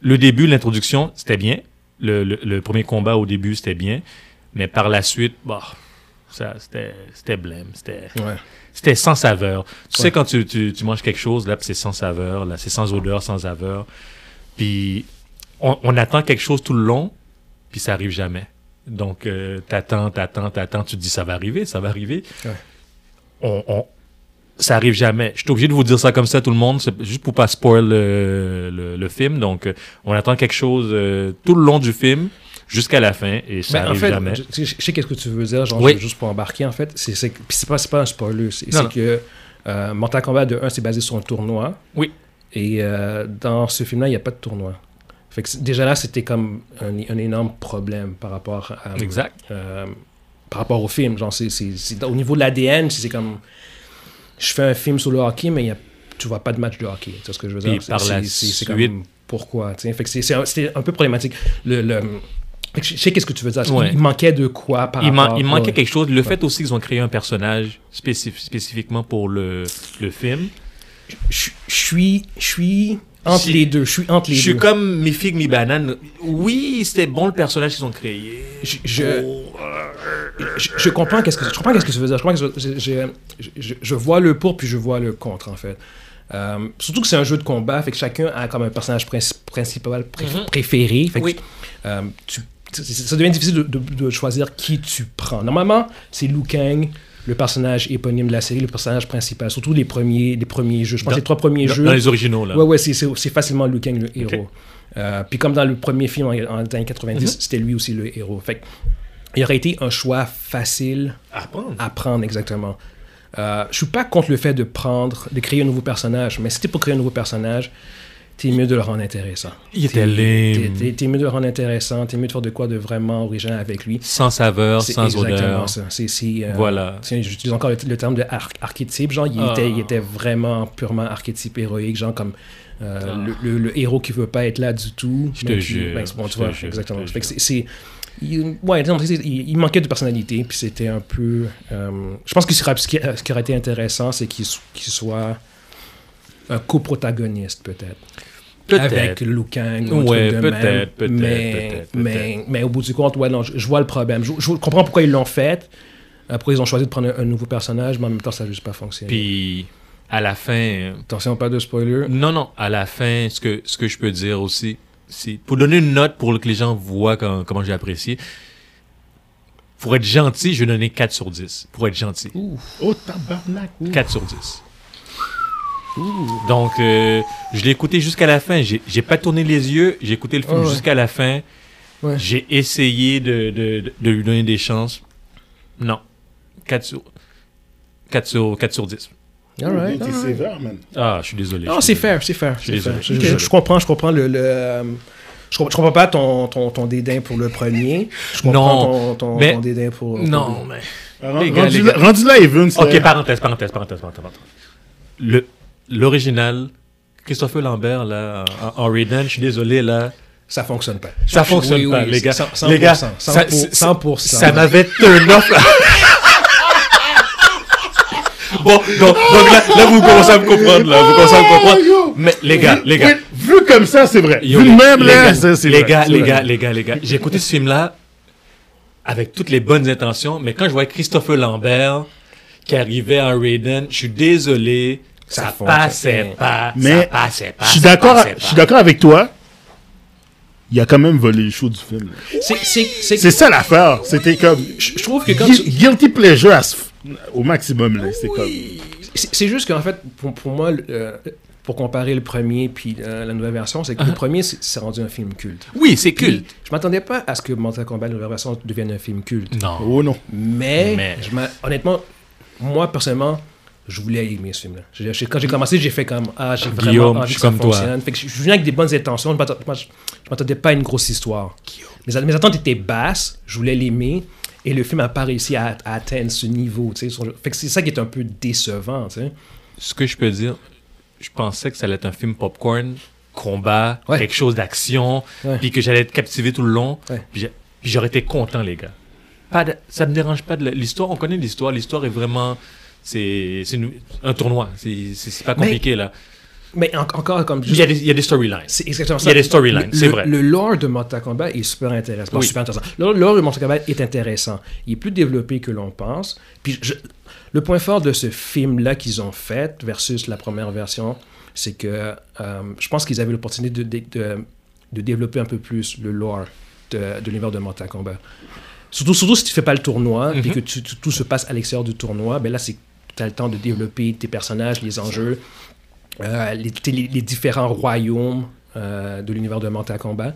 Speaker 3: Le début, l'introduction, c'était bien. Le, le- le premier combat au début, c'était bien. Mais par la suite, bah, ça, c'était, c'était blême. C'était,
Speaker 1: Ouais.
Speaker 3: c'était sans saveur. Tu
Speaker 1: Ouais.
Speaker 3: sais, quand tu, tu, tu manges quelque chose, là, puis c'est sans saveur, là, c'est sans odeur, sans saveur. Puis on, on attend quelque chose tout le long, puis ça arrive jamais. Donc, euh, t'attends, t'attends, t'attends, tu te dis ça va arriver, ça va arriver.
Speaker 1: Ouais.
Speaker 3: On, on- ça arrive jamais. Je suis obligé de vous dire ça comme ça, tout le monde, c'est juste pour pas spoil le, le- le film. Donc, euh, on attend quelque chose euh, tout le long du film jusqu'à la fin et ça
Speaker 1: Ben, en
Speaker 3: arrive
Speaker 1: fait,
Speaker 3: jamais.
Speaker 1: je, tu sais, je sais qu'est-ce que tu veux dire, genre,
Speaker 3: Oui.
Speaker 1: je- juste pour embarquer, en fait. C'est, c'est, puis c'est pas, c'est pas un spoiler, c'est,
Speaker 3: Non,
Speaker 1: c'est
Speaker 3: non.
Speaker 1: que euh, Mortal Kombat de 1, c'est basé sur un tournoi.
Speaker 3: Oui.
Speaker 1: Et euh, dans ce film-là, il n'y a pas de tournoi. Fait que c'est- déjà là, c'était comme un, un énorme problème par rapport à,
Speaker 3: Exact.
Speaker 1: euh, par rapport au film. Genre, c'est, c'est- c'est- au niveau de l'ADN, c'est, c'est comme. Je fais un film sur le hockey, mais il y a- tu vois pas de match de hockey. Tu vois ce que je veux dire?
Speaker 3: Et
Speaker 1: C'est-
Speaker 3: par la
Speaker 1: c'est, c'est- c'est
Speaker 3: suite-
Speaker 1: comme pourquoi. tu sais. Fait que c'est, c'est un, c'était un peu problématique. Le, le- fait que je je sais qu'est-ce que tu veux dire.
Speaker 3: Ouais.
Speaker 1: Il manquait de quoi par
Speaker 3: il, man-
Speaker 1: rapport
Speaker 3: il manquait
Speaker 1: ouais.
Speaker 3: quelque chose. Le fait aussi qu'ils ont créé un personnage spécif- spécifiquement pour le, le film.
Speaker 1: Je je suis, je suis entre
Speaker 3: Si-
Speaker 1: les deux. Je suis entre les
Speaker 3: je suis
Speaker 1: deux.
Speaker 3: comme mi figue mi banane. Oui, c'était bon le personnage qu'ils ont créé.
Speaker 1: Je- je- je, je comprends qu'est-ce que je comprends qu'est-ce que tu veux dire. Je, comprends qu'est-ce que- je- je- je- je vois le pour puis je vois le contre en fait. Euh, surtout que c'est un jeu de combat, fait que chacun a comme un personnage princi- principal pré- préféré. Fait que,
Speaker 3: Oui.
Speaker 1: euh, tu- c- c- ça devient difficile de, de- de choisir qui tu prends. Normalement, c'est Liu Kang, le personnage éponyme de la série, le personnage principal. Surtout les premiers, les premiers jeux. Je pense
Speaker 3: Dans-
Speaker 1: que les trois premiers
Speaker 3: Dans,
Speaker 1: jeux.
Speaker 3: dans les originaux, là.
Speaker 1: Ouais, ouais, c'est- c'est c'est facilement Liu Kang le héros. Euh, puis comme dans le premier film en, en années 90,
Speaker 3: Mm-hmm.
Speaker 1: c'était lui aussi le héros. Fait que, il aurait été un choix facile
Speaker 3: À prendre.
Speaker 1: à prendre exactement. Euh, je suis pas contre le fait de prendre, de créer un nouveau personnage, mais si t'es pour créer un nouveau personnage, t'es mieux de le rendre intéressant.
Speaker 3: Il
Speaker 1: T'es-
Speaker 3: était lame.
Speaker 1: t'es- T'es t'es mieux de le rendre intéressant, t'es mieux de faire de quoi de vraiment original avec lui.
Speaker 3: Sans saveur,
Speaker 1: C'est
Speaker 3: sans
Speaker 1: exactement
Speaker 3: odeur.
Speaker 1: ça. C'est c'est, euh,
Speaker 3: Voilà.
Speaker 1: tiens, J'utilise encore le, le terme de ar- archétype. Genre, il,
Speaker 3: Ah.
Speaker 1: était, il était vraiment purement archétype héroïque, genre comme euh,
Speaker 3: Ah.
Speaker 1: le, le- le héros qui veut pas être là du tout.
Speaker 3: Je te
Speaker 1: mais qui-
Speaker 3: jure,
Speaker 1: ben, c'est bon,
Speaker 3: je
Speaker 1: tu
Speaker 3: te
Speaker 1: vois,
Speaker 3: jure,
Speaker 1: exactement.
Speaker 3: je te
Speaker 1: Fait que c'est- c'est- il, ouais, non, c'est- il, il manquait de personnalité, puis c'était un peu. euh, je pense que ce qui, ce qui aurait été intéressant, c'est qu'il so- qu'il soit un coprotagoniste, peut-être avec
Speaker 3: Peut-être.
Speaker 1: Liu Kang ou un
Speaker 3: Ouais,
Speaker 1: truc de
Speaker 3: peut-être,
Speaker 1: même.
Speaker 3: peut-être,
Speaker 1: mais,
Speaker 3: peut-être,
Speaker 1: mais, mais au bout du compte, ouais, non, je, je vois le problème. Je, je comprends pourquoi ils l'ont fait, euh, pourquoi ils ont choisi de prendre un, un nouveau personnage, mais en même temps, ça n'a juste pas fonctionné.
Speaker 3: Puis, à la fin. euh,
Speaker 1: Attention, pas de spoiler.
Speaker 3: Non, non. À la fin, ce que, ce que je peux dire aussi, c'est pour donner une note pour que les gens voient quand- comment j'ai apprécié. Pour être gentil, je vais donner 4 sur 10. Pour être gentil.
Speaker 2: Oh, tabarnak. ouh.
Speaker 3: 4 sur 10. Donc, euh, je l'ai écouté jusqu'à la fin. J'ai j'ai pas tourné les yeux. J'ai écouté le film
Speaker 1: Ah ouais.
Speaker 3: jusqu'à la fin.
Speaker 1: Ouais.
Speaker 3: J'ai essayé de, de- de lui donner des chances. Non. 4 sur, 4 sur, 4 sur 10.
Speaker 1: All right,
Speaker 2: T'es
Speaker 1: all right.
Speaker 2: sévère, man.
Speaker 3: Ah, je suis désolé.
Speaker 1: Non,
Speaker 3: je suis
Speaker 1: c'est
Speaker 3: désolé.
Speaker 1: fair, c'est fair.
Speaker 3: suis
Speaker 1: c'est
Speaker 3: désolé,
Speaker 1: fair.
Speaker 3: je
Speaker 1: Je,
Speaker 3: suis
Speaker 1: je-
Speaker 3: désolé.
Speaker 1: je comprends, je comprends le. le, euh, je, comprends- je comprends pas ton, ton, ton dédain pour le premier. Je comprends ton, ton,
Speaker 3: mais-
Speaker 1: ton dédain pour. pour
Speaker 3: Non,
Speaker 1: le-
Speaker 3: mais.
Speaker 2: Ren-
Speaker 3: Les gars,
Speaker 2: rendu
Speaker 3: les
Speaker 2: là-
Speaker 3: gars.
Speaker 2: Rendu là, Evans.
Speaker 3: Ok,
Speaker 2: là.
Speaker 3: parenthèse, parenthèse, parenthèse, parenthèse. parenthèse. Le- L'original, Christopher Lambert, là, en, en Raiden, je suis désolé, là.
Speaker 1: Ça fonctionne pas.
Speaker 3: Ça fonctionne
Speaker 1: Oui,
Speaker 3: pas,
Speaker 1: oui,
Speaker 3: les gars.
Speaker 1: 100%,
Speaker 3: les gars,
Speaker 1: 100%,
Speaker 3: ça- ça-
Speaker 1: 100%. [laughs]
Speaker 3: ça m'avait turn off. Bon, donc, donc là, là, vous commencez à me comprendre, là, vous commencez à me comprendre.
Speaker 1: Oh
Speaker 2: Ah, yo.
Speaker 3: Mais les gars, les gars.
Speaker 2: Oui, vu comme ça, c'est vrai.
Speaker 3: Yo,
Speaker 2: vu de même,
Speaker 3: les
Speaker 2: là,
Speaker 3: gars,
Speaker 2: ça, c'est
Speaker 3: les,
Speaker 2: vrai,
Speaker 3: gars
Speaker 2: c'est
Speaker 3: les
Speaker 2: vrai.
Speaker 3: gars, les gars, les gars. J'ai écouté ce film-là avec toutes les bonnes intentions, mais quand je voyais Christopher Lambert qui arrivait à Raiden, je suis désolé,
Speaker 1: Ça
Speaker 3: ça,
Speaker 1: fonctionne.
Speaker 3: passait pas,
Speaker 2: Mais
Speaker 3: ça passait pas.
Speaker 2: Je suis
Speaker 3: ça
Speaker 2: d'accord,
Speaker 3: passait
Speaker 2: je
Speaker 3: pas.
Speaker 2: suis d'accord avec toi. Il a quand même volé le show du film.
Speaker 1: C'est- c'est- c'est-
Speaker 2: C'est ça l'affaire. C'était comme
Speaker 1: Je je trouve que quand
Speaker 2: gui-
Speaker 1: tu-
Speaker 2: guilty pleasure à ce f- au maximum. Là. C'est comme
Speaker 1: C'est c'est juste qu'en fait, pour, pour moi, le- euh, pour comparer le premier puis euh, la nouvelle version, c'est que
Speaker 3: Uh-huh.
Speaker 1: le premier, c'est c'est rendu un film culte.
Speaker 3: Oui, c'est culte.
Speaker 1: Je m'attendais pas à ce que Mortal Kombat, la nouvelle version, devienne un film culte.
Speaker 3: Non.
Speaker 2: oh non.
Speaker 1: Mais,
Speaker 3: Mais-
Speaker 1: je m'a- honnêtement, moi, personnellement, je voulais aimer ce film-là. J'ai- j'ai- Quand j'ai commencé, j'ai fait comme Ah, j'ai vraiment
Speaker 3: Guillaume,
Speaker 1: envie
Speaker 3: je suis
Speaker 1: que ça
Speaker 3: comme toi.
Speaker 1: fonctionne. Fait que je je venais avec des bonnes intentions. Je m'attendais- moi, Je je m'attendais pas à une grosse histoire. Mes, a- mes attentes étaient basses. Je voulais l'aimer. Et le film n'a pas réussi à, à atteindre ce niveau. tu sais. Son- Fait que c'est ça qui est un peu décevant. tu sais.
Speaker 3: Ce que je peux dire, je pensais que ça allait être un film popcorn, combat,
Speaker 1: Ouais.
Speaker 3: quelque chose d'action,
Speaker 1: Ouais.
Speaker 3: puis que j'allais être captivé tout le long.
Speaker 1: Ouais.
Speaker 3: Puis j'ai- puis j'aurais été content, les gars. Pas de- ça me dérange pas de la- l'histoire. On connaît l'histoire. L'histoire est vraiment. C'est c'est une- un tournoi. C'est- C'est c'est pas
Speaker 1: Mais-
Speaker 3: compliqué, là.
Speaker 1: Mais en- encore comme.
Speaker 3: Il y a des, il y a des storylines.
Speaker 1: C'est exactement
Speaker 3: Il y
Speaker 1: ça.
Speaker 3: a des storylines,
Speaker 1: Le-
Speaker 3: c'est
Speaker 1: le-
Speaker 3: vrai.
Speaker 1: Le lore de Mortal Kombat est super intéressant. Bon,
Speaker 3: Oui.
Speaker 1: super intéressant. Le le lore de Mortal Kombat est intéressant. Il est plus développé que l'on pense. Puis je- le point fort de ce film-là qu'ils ont fait versus la première version, c'est que euh, je pense qu'ils avaient l'opportunité de, de, de- de développer un peu plus le lore de, de l'univers de Mortal Kombat. Surtout, surtout si tu fais pas le tournoi et que tu- tu- tout se passe à l'extérieur du tournoi, ben là, tu as le temps de développer tes personnages, les enjeux. Euh, les, t'es- les- les différents royaumes euh, de l'univers de Mortal Kombat.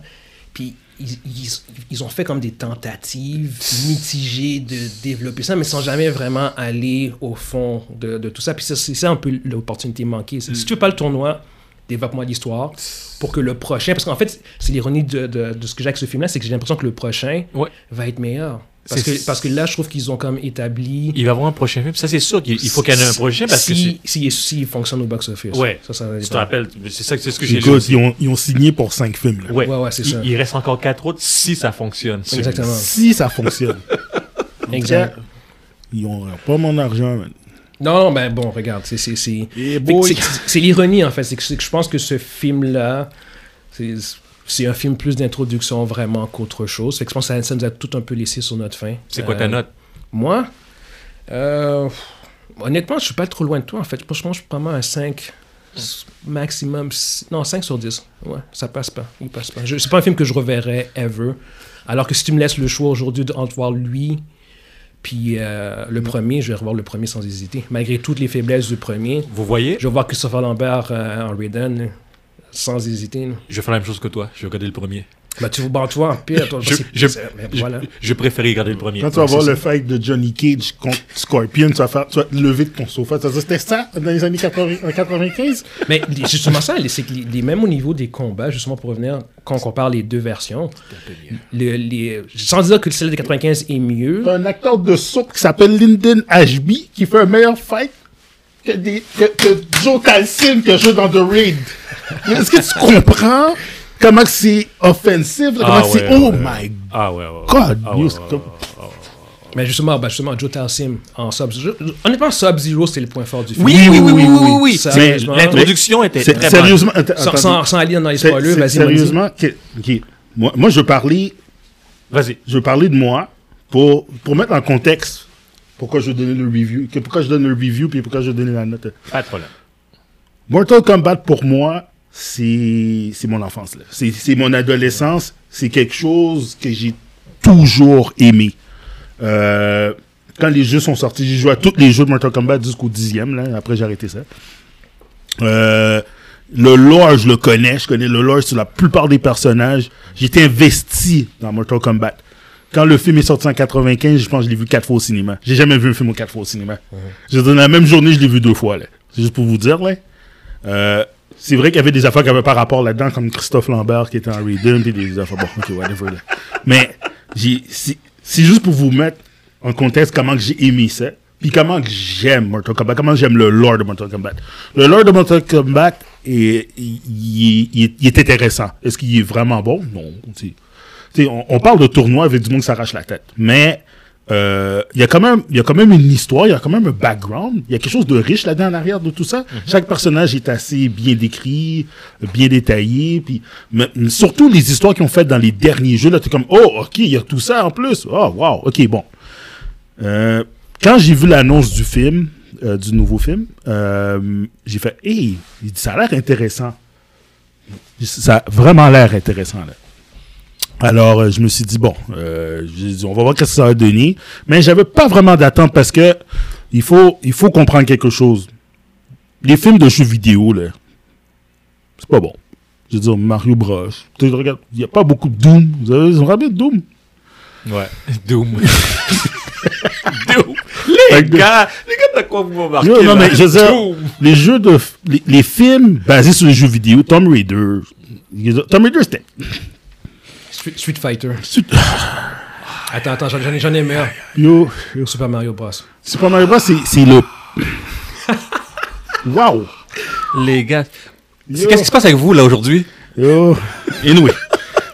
Speaker 1: Puis ils, ils- ils ont fait comme des tentatives mitigées de développer ça, mais sans jamais vraiment aller au fond de, de tout ça. Puis ça, c'est ça un peu l'opportunité manquée.
Speaker 3: Mm.
Speaker 1: C'est- Si tu veux pas le tournoi, développe-moi l'histoire pour que le prochain. Parce qu'en fait, c'est l'ironie de, de- de ce que j'ai avec ce film-là, c'est que j'ai l'impression que le prochain
Speaker 3: Ouais.
Speaker 1: va être meilleur. Parce
Speaker 3: C'est-
Speaker 1: que, parce que là, je trouve qu'ils ont comme établi.
Speaker 3: Il va y avoir un prochain film. Ça, c'est sûr qu'il il faut qu'il y en ait un prochain parce que
Speaker 1: si,
Speaker 3: c'est.
Speaker 1: si, s'il fonctionne au box-office.
Speaker 3: Ouais.
Speaker 1: Ça, ça
Speaker 3: Tu te
Speaker 1: dépend.
Speaker 3: rappelles, c'est ça, c'est ce que j'ai lu.
Speaker 2: Écoute, ils ont, ils ont signé pour cinq films. là.
Speaker 3: Ouais,
Speaker 1: Ouais, ouais, c'est
Speaker 3: Il-
Speaker 1: ça.
Speaker 3: Il reste encore quatre autres si ça fonctionne.
Speaker 1: Exactement.
Speaker 2: Si ça fonctionne.
Speaker 1: [laughs] Exact.
Speaker 2: Ils ont pas mon argent. man.
Speaker 1: Non, non, ben bon, regarde, c'est c'est c'est
Speaker 2: Eh
Speaker 1: fait que
Speaker 2: boy.
Speaker 1: c'est- c'est- c'est l'ironie en fait, c'est que, c'est que je pense que ce film là, c'est c'est un film plus d'introduction vraiment qu'autre chose. Fait que je pense que ça, ça nous a tout un peu laissé sur notre fin.
Speaker 3: C'est quoi ta
Speaker 1: Euh,
Speaker 3: note
Speaker 1: Moi, euh, honnêtement, je suis pas trop loin de toi en fait. Je pense je pense que je suis probablement à 5 maximum, six- non 5 sur 10. Ouais, ça passe pas, il passe pas. Je- C'est pas un film que je reverrai ever. Alors que si tu me laisses le choix aujourd'hui de- entre voir lui puis euh,
Speaker 3: Mm.
Speaker 1: le premier, je vais revoir le premier sans hésiter. Malgré toutes les faiblesses du premier,
Speaker 3: Vous voyez
Speaker 1: je vais voir Christopher Lambert euh, en Raiden là, sans hésiter. là.
Speaker 3: Je vais faire la même chose que toi. Je vais regarder le premier.
Speaker 1: Ben, tu vois, toi, en pire, toi,
Speaker 3: Je,
Speaker 1: c'est-
Speaker 3: je,
Speaker 1: c'est- ben,
Speaker 3: je-
Speaker 1: voilà.
Speaker 3: je préférais regarder le premier.
Speaker 2: Quand tu vas
Speaker 3: Donc,
Speaker 2: voir
Speaker 3: c'est
Speaker 2: le fight de Johnny Cage contre Scorpion, tu vas, faire, tu vas te lever de ton sofa. Tu vas dire, c'était ça dans les années 80 95?
Speaker 1: Mais les- justement ça, les- c'est que les, les- même au niveau des combats, justement pour revenir, quand on compare les deux versions, le- les, sans dire que celle de 95 est mieux,
Speaker 2: T'as un acteur de soap qui s'appelle Lyndon Ashby qui fait un meilleur fight que, des, que, que Joe Calcine que je joue dans The Raid. Mais Est-ce que tu comprends comment que c'est offensif? Comment
Speaker 3: Ah
Speaker 2: que c'est
Speaker 3: ouais,
Speaker 2: oh
Speaker 3: ouais.
Speaker 2: my
Speaker 3: Ah ouais, ouais, ouais.
Speaker 2: god!
Speaker 3: Ah ouais,
Speaker 2: yo,
Speaker 3: ouais,
Speaker 2: c'est
Speaker 3: ouais,
Speaker 2: comme-
Speaker 1: mais justement, ben, justement Joe Talsim en Sub-Zero, honnêtement Sub-Zero c'est le point fort du film.
Speaker 3: Oui, oui, oui, oui, oui, oui, oui.
Speaker 2: Mais
Speaker 1: Sérieusement.
Speaker 3: L'introduction était
Speaker 2: C'est-
Speaker 3: très bonne.
Speaker 2: Sérieusement, att-
Speaker 1: Sans,
Speaker 2: attendez.
Speaker 1: sans, sans aller dans les
Speaker 2: C'est-
Speaker 1: spoilers,
Speaker 2: c'est-
Speaker 1: vas-y. Moïse.
Speaker 2: Sérieusement, que- ok. moi, moi, je parlais
Speaker 3: Vas-y.
Speaker 2: je vais parler de moi pour, pour mettre en contexte pourquoi je donnais le review, que pourquoi je donne le review puis pourquoi je donnais la note.
Speaker 3: Pas de problème.
Speaker 2: Mortal Kombat pour moi, c'est c'est mon enfance. là. C'est c'est mon adolescence. C'est quelque chose que j'ai toujours aimé. Euh, quand les jeux sont sortis, j'ai joué à tous les jeux de Mortal Kombat jusqu'au dixième. Là, après, j'ai arrêté ça. Euh, le lore, je le connais. Je connais le lore sur la plupart des personnages. J'étais investi dans Mortal Kombat. Quand le film est sorti en 95, je pense que je l'ai vu quatre fois au cinéma. J'ai jamais vu un film au quatre fois au cinéma. Je veux dire, dans la même journée, je l'ai vu deux fois. là. C'est juste pour vous dire. là. Euh, c'est vrai qu'il y avait des affaires qui n'avaient pas rapport là-dedans, comme Christophe Lambert qui était en Raiden, puis des affaires. Bon, ok, whatever. Là. Mais j'ai- c'est c'est juste pour vous mettre en contexte comment que j'ai aimé ça, puis comment que j'aime Mortal Kombat, comment j'aime le lore de Mortal Kombat. Le lore de Mortal Kombat, est, il, il- il est- il est intéressant. Est-ce qu'il est vraiment bon? Non. c'est- tu sais, on, on parle de tournoi avec du monde qui s'arrache la tête. Mais euh, il y a quand même il y a quand même une histoire, il y a quand même un background, il y a quelque chose de riche là-dedans en arrière de tout ça. Chaque personnage est assez bien décrit, bien détaillé, puis mais- mais surtout les histoires qu'ils ont faites dans les derniers jeux là, t'es comme oh ok il y a tout ça en plus, oh wow ok bon. Euh, quand j'ai vu l'annonce du film, euh, du nouveau film, euh, j'ai fait hey ça a l'air intéressant, ça a vraiment l'air intéressant là. Alors, euh, je me suis dit, bon, euh, j'ai dit, on va voir ce que ça va donner. Mais j'avais pas vraiment d'attente parce que il faut, il faut comprendre quelque chose. Les films de jeux vidéo, là, c'est pas bon. Je veux dire, Mario Bros. Tu sais, regarde, il n'y a pas beaucoup de Doom. Vous avez, vous vous rappelez de Doom?
Speaker 3: Ouais. [laughs] Doom. Doom.
Speaker 2: Fait
Speaker 3: Les
Speaker 2: que-
Speaker 3: gars, les gars, t'as quoi vous m'embarquez
Speaker 2: Yo, non,
Speaker 3: là?
Speaker 2: mais je veux dire,
Speaker 3: bah, Doom.
Speaker 2: les jeux de, f- les, les films basés sur les jeux vidéo, Tomb Raider. je veux dire, Tomb Raider, c'était.
Speaker 1: Street, Street Fighter.
Speaker 2: Street-
Speaker 1: Attends, attends, j'en j'en ai, j'en ai meilleur.
Speaker 2: Yo,
Speaker 1: Super Mario Bros.
Speaker 2: Super Mario Bros, c'est c'est le. Waouh!
Speaker 3: Les gars.
Speaker 2: Yo.
Speaker 3: Qu'est-ce qui se passe avec vous là aujourd'hui
Speaker 2: Yo. Anyway.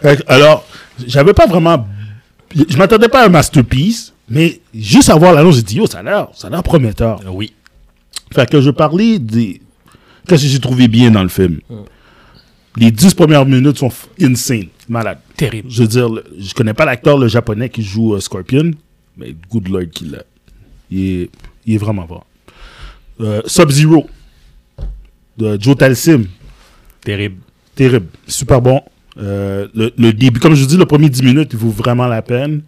Speaker 2: Fait que, Alors, j'avais pas vraiment. Je m'attendais pas à un masterpiece, mais juste à voir l'annonce, j'ai dit, yo, ça a l'air, ça a l'air prometteur.
Speaker 3: Euh, Oui.
Speaker 2: Fait que je parlais des. Qu'est-ce que j'ai trouvé bien dans le film? Les dix premières minutes sont f- insane, malade.
Speaker 1: Terrible.
Speaker 2: Je veux dire, le- je connais pas l'acteur, le japonais qui joue euh, Scorpion, mais good lord qu'il l'a. Il est, il est vraiment bon. Euh, Sub-Zero, de Joe Talsim,
Speaker 3: Terrible.
Speaker 2: Terrible. Super bon. Euh, le, le début, comme je vous dis, le premier 10 minutes, il vaut vraiment la peine.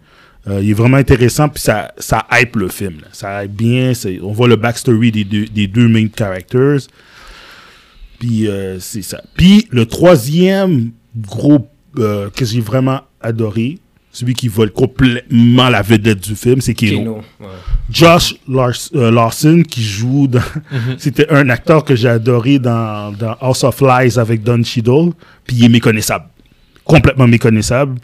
Speaker 2: Euh, il est vraiment intéressant, puis ça, ça hype le film. là. Ça hype bien. c'est- On voit le backstory des deux, des deux main characters. Puis euh, c'est ça. Puis le troisième gros euh, que j'ai vraiment adoré, celui qui vole complètement la vedette du film, c'est Keno.
Speaker 1: Keno. Ouais.
Speaker 2: Josh Lars- euh, Larson qui joue dans... [laughs] C'était un acteur que j'ai adoré dans, dans House of Lies avec Don Cheadle. Puis il est méconnaissable. Complètement méconnaissable.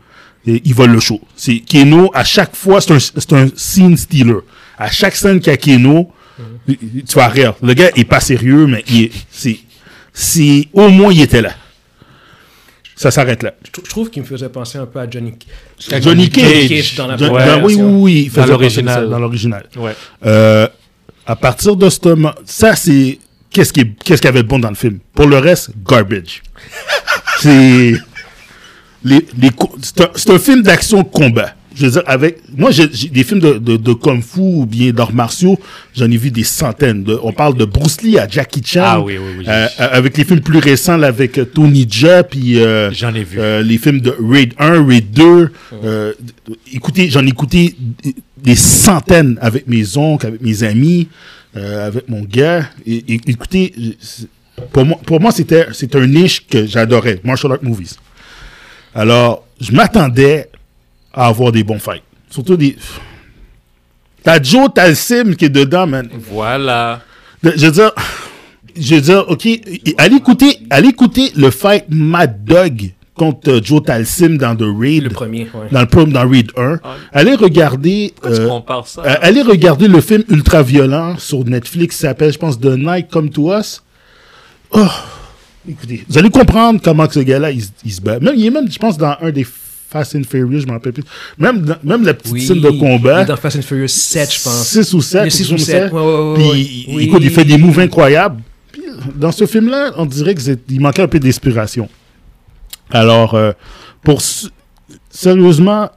Speaker 2: Et il vole le show. C'est Keno, à chaque fois, c'est un, c'est un scene stealer. À chaque scène qu'il y a Keno, tu vas rire. Le gars est pas sérieux, mais il est... c'est- c'est- au moins, il était là. Ça s'arrête là.
Speaker 1: Je, trou- je trouve qu'il me faisait penser un peu à Johnny,
Speaker 2: Johnny,
Speaker 1: Cage.
Speaker 2: Cage.
Speaker 1: dans la
Speaker 2: John-
Speaker 1: première
Speaker 2: dans- oui, oui,
Speaker 1: version.
Speaker 2: oui. il faisait penser à
Speaker 3: l'original.
Speaker 2: ça, Dans l'original.
Speaker 3: Ouais.
Speaker 2: Euh, à partir de ce moment, ça c'est qu'est-ce qui qu'est-ce qu'il y avait de bon dans le film. Pour le reste, garbage. [laughs] c'est les, les co- c'est un, c'est un film d'action combat. Je veux dire avec moi j'ai j'ai des films de, de, de kung fu ou bien d'arts martiaux, j'en ai vu des centaines. De- on parle de Bruce Lee à Jackie Chan.
Speaker 3: Ah oui, oui, oui, j'ai
Speaker 2: Euh,
Speaker 3: vu.
Speaker 2: euh, avec les films plus récents là, avec euh, Tony Jaa puis euh,
Speaker 3: J'en ai vu.
Speaker 2: euh, les films de Raid 1, Raid 2. euh, écoutez, j'en ai écouté des centaines avec mes oncles, avec mes amis, euh, avec mon gars. Et, et- écoutez, je- c'est- pour moi, pour moi c'était, c'est un niche que j'adorais, martial art movies. Alors, je m'attendais à avoir des bons fights. Surtout des. T'as Joe, t'as le Sim qui est dedans, man.
Speaker 3: Voilà.
Speaker 2: De- Je veux dire, je veux dire, ok, et- allez écouter, allez écouter le fight Mad Dog contre euh, Joe Talsim dans The Raid,
Speaker 1: Le premier, Ah, ouais.
Speaker 2: dans le prom- dans Raid 1. Allez regarder,
Speaker 3: Pourquoi
Speaker 2: euh,
Speaker 3: tu compares ça
Speaker 2: euh, allez regarder le film ultra violent sur Netflix qui s'appelle, je pense, The Night Come to Us. Oh, écoutez, vous allez comprendre comment que ce gars-là il, se- il se bat. Même, il est même, je pense, dans un des Fast and Furious, je m'en rappelle plus. Même, dans- même la petite scène de
Speaker 1: il
Speaker 2: combat.
Speaker 1: est Dans Fast and Furious 7, je pense.
Speaker 2: 6 ou 7.
Speaker 1: Mais six ou sept, ouais, ouais, ouais,
Speaker 2: Puis,
Speaker 1: ouais.
Speaker 2: il-
Speaker 1: Oui.
Speaker 2: écoute, il fait des moves incroyables. Puis, dans ce film-là, on dirait qu'il manquait un peu d'inspiration. Alors, euh, pour s- sérieusement,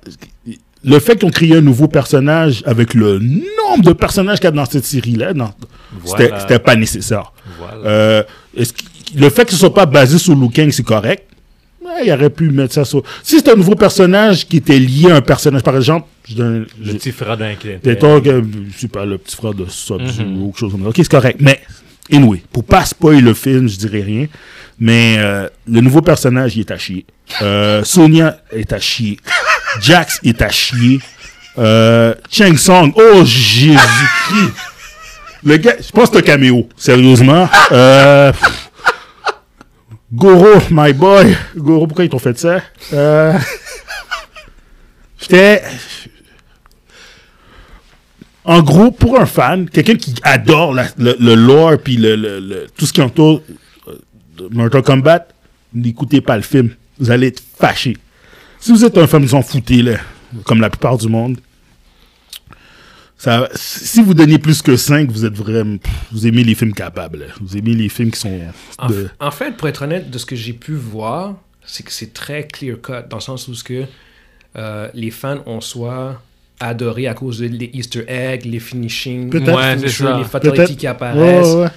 Speaker 2: le fait qu'on crée un nouveau personnage avec le nombre de personnages qu'il y a dans cette série-là, non, c'était-
Speaker 3: Voilà.
Speaker 2: c'était pas nécessaire.
Speaker 3: Voilà.
Speaker 2: Euh, est-ce qu'- le fait que ce soit pas basé sur Liu Kang, c'est correct. Ouais, il aurait pu mettre ça sur. Si c'était un nouveau personnage qui était lié à un personnage, par exemple, je donne-
Speaker 3: le
Speaker 2: je-
Speaker 3: petit frère d'un client.
Speaker 2: Peut-être que je sais pas le petit frère de Sub ou quelque chose comme ça. Ok, c'est correct. Mais, anyway, pour pas spoiler le film, je dirais rien. Mais euh, le nouveau personnage, il est à chier. Euh, Sonia est à chier. Jax est à chier. Euh, Cheng Song, oh Jésus-Christ! Le gars, je pense que c'est un caméo, sérieusement. Euh, Goro, my boy. Goro, pourquoi ils t'ont fait ça? Euh, J'étais. En gros, pour un fan, quelqu'un qui adore la- le, le lore puis le, le- le- tout ce qui entoure euh, de Mortal Kombat, n'écoutez pas le film. Vous allez être fâché. Si vous êtes un fan, vous en foutez, là, comme la plupart du monde. Ça, si vous donniez plus que 5, vous êtes vraiment. pff, Vous aimez les films capables. là. Vous aimez les films qui sont.
Speaker 1: En,
Speaker 2: de-
Speaker 1: en fait, pour être honnête, de ce que j'ai pu voir, c'est que c'est très clear cut, dans le sens où ce que, euh, les fans ont soit adoré à cause des Easter eggs, les finishings,
Speaker 2: Peut-être.
Speaker 1: les
Speaker 3: Ouais, c'est
Speaker 1: finishers,
Speaker 3: ça.
Speaker 1: les
Speaker 2: Peut-être.
Speaker 1: fatalities qui
Speaker 2: Ouais,
Speaker 1: apparaissent,
Speaker 2: ouais, ouais.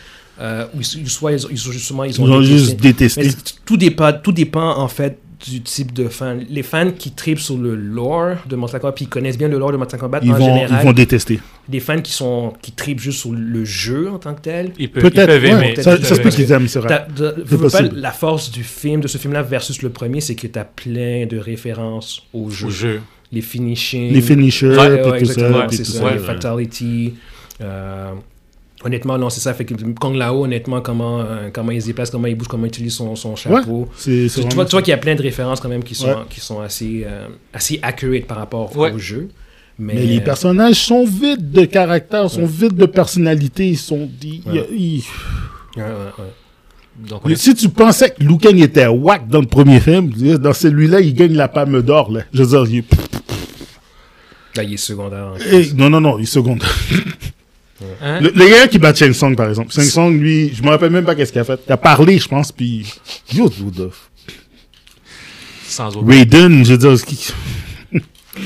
Speaker 1: euh, ou s- ou soit ils ont, ils ont justement ils
Speaker 2: Ils
Speaker 1: ont
Speaker 2: ont
Speaker 1: détesté.
Speaker 2: juste
Speaker 1: Mais
Speaker 2: détesté.
Speaker 1: c'est- tout dépend, tout dépend en fait du type de fan. Les fans qui tripent sur le lore de Mortal Kombat, puis ils connaissent bien le lore de Mortal Kombat
Speaker 2: Ils
Speaker 1: en
Speaker 2: vont, ils
Speaker 1: général.
Speaker 2: vont détester.
Speaker 1: Des fans qui sont qui tripent juste sur le jeu en tant que tel.
Speaker 3: Ils peuvent, ils
Speaker 2: Peut-être.
Speaker 3: peuvent
Speaker 2: ouais,
Speaker 3: aimer. Euh,
Speaker 1: peut-être
Speaker 2: ça
Speaker 1: qu'ils
Speaker 2: ça se peut
Speaker 1: peuvent
Speaker 2: qu'ils aiment, c'est vrai.
Speaker 1: T'as- de- veux pas,
Speaker 2: possible.
Speaker 1: la force du film, de ce film-là versus le premier, c'est que tu as plein de références au jeu.
Speaker 3: Au jeu.
Speaker 1: Les finishings.
Speaker 2: Les finishers,
Speaker 1: Ouais, ouais,
Speaker 2: puis tout
Speaker 1: exactement,
Speaker 2: ça. puis
Speaker 1: c'est
Speaker 2: tout
Speaker 1: ça,
Speaker 2: ça,
Speaker 1: les
Speaker 2: ouais.
Speaker 1: fatalities. euh, honnêtement, non, c'est ça. Fait que Kong Lao, honnêtement, comment, euh, comment il se déplace, comment il bouge, comment il utilise son, son chapeau.
Speaker 2: C'est
Speaker 1: Tu,
Speaker 2: c'est
Speaker 1: tu
Speaker 2: vraiment-
Speaker 1: vois, tu vois qu'il y a plein de références quand même qui sont,
Speaker 2: Ouais.
Speaker 1: qui sont assez, euh, assez accurate par rapport
Speaker 3: Ouais.
Speaker 1: au jeu. Mais,
Speaker 2: Mais euh, les personnages sont vides de caractère, sont
Speaker 1: Ouais.
Speaker 2: vides de personnalité. Ils sont. ils-
Speaker 1: Ouais.
Speaker 2: ils-
Speaker 1: euh, Ouais, ouais, ouais.
Speaker 3: Donc, on
Speaker 2: Mais
Speaker 3: est-
Speaker 2: Si tu pensais que Liu Kang était whack dans le premier film, je veux dire, dans celui-là, il gagne la palme d'or. là. Je veux dire, il-
Speaker 1: Là, il est secondaire. en
Speaker 2: Eh, non, non, non, il seconde.
Speaker 3: Hein?
Speaker 2: Le, le gars qui bat Cheng Song, par exemple. Cheng Song, lui, je me rappelle même pas qu'est-ce qu'il a fait. Il a parlé, je pense, puis. Yo, dude, euh,
Speaker 3: sans aucun.
Speaker 2: Raiden, je veux dire, ce qui-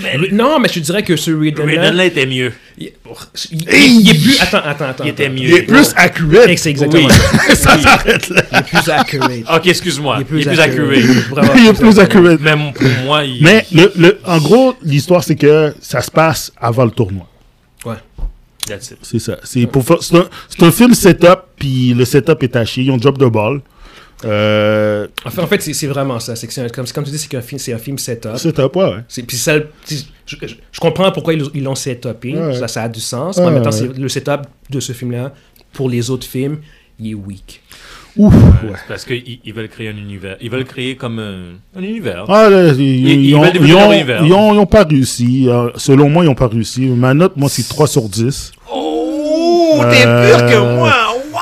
Speaker 1: Ra- Non, mais je te dirais que ce Raiden
Speaker 3: Raiden
Speaker 1: là,
Speaker 3: là était mieux.
Speaker 1: il, il-
Speaker 2: Hey!
Speaker 1: il est plus. Attends, attends, attends.
Speaker 3: Il était
Speaker 1: attends.
Speaker 3: mieux.
Speaker 2: il est plus accurate.
Speaker 1: Et C'est exactement
Speaker 3: Oui.
Speaker 1: [laughs] ça.
Speaker 2: Ça s'arrête là.
Speaker 1: Il est plus accurate.
Speaker 3: Ok, excuse-moi. Il est plus, accuré.
Speaker 2: [laughs]
Speaker 1: Vraiment,
Speaker 2: [laughs] Il est plus accurate.
Speaker 3: Même pour moi, il.
Speaker 2: Mais le, le- en gros, l'histoire, c'est que ça se passe avant le tournoi.
Speaker 1: Ouais.
Speaker 3: That's it.
Speaker 2: C'est ça. C'est pour fa- c'est un, c'est un film setup, puis le setup est taché. Ils ont drop de ball. Euh,
Speaker 1: En fait, en fait, c'est c'est vraiment ça. C'est que c'est un- comme, comme tu dis, c'est qu'un film, c'est un film setup.
Speaker 2: setup, Ah, ouais, ouais.
Speaker 1: C'est- Puis ça, c'est- je, je- je comprends pourquoi ils ils l'ont setupé.
Speaker 2: Ouais.
Speaker 1: Ça, ça a du sens.
Speaker 2: Ouais,
Speaker 1: mais en même temps,
Speaker 2: ouais.
Speaker 1: c'est- le setup de ce film-là, pour les autres films, il est weak.
Speaker 2: Ouf.
Speaker 3: Ouais,
Speaker 2: Ouais.
Speaker 3: c'est Parce qu'ils ils veulent créer un univers. Ils veulent créer comme euh, un univers.
Speaker 2: Ah, là, ils,
Speaker 3: ils
Speaker 2: ils ont,
Speaker 3: veulent développer
Speaker 2: ils ont-
Speaker 3: leur univers.
Speaker 2: ils ont- ils ont pas réussi. Euh, selon moi, ils ont pas réussi. Ma note, moi, c'est 3 sur 10.
Speaker 3: Oh,
Speaker 2: t'es Euh, pire que
Speaker 3: moi. Wow.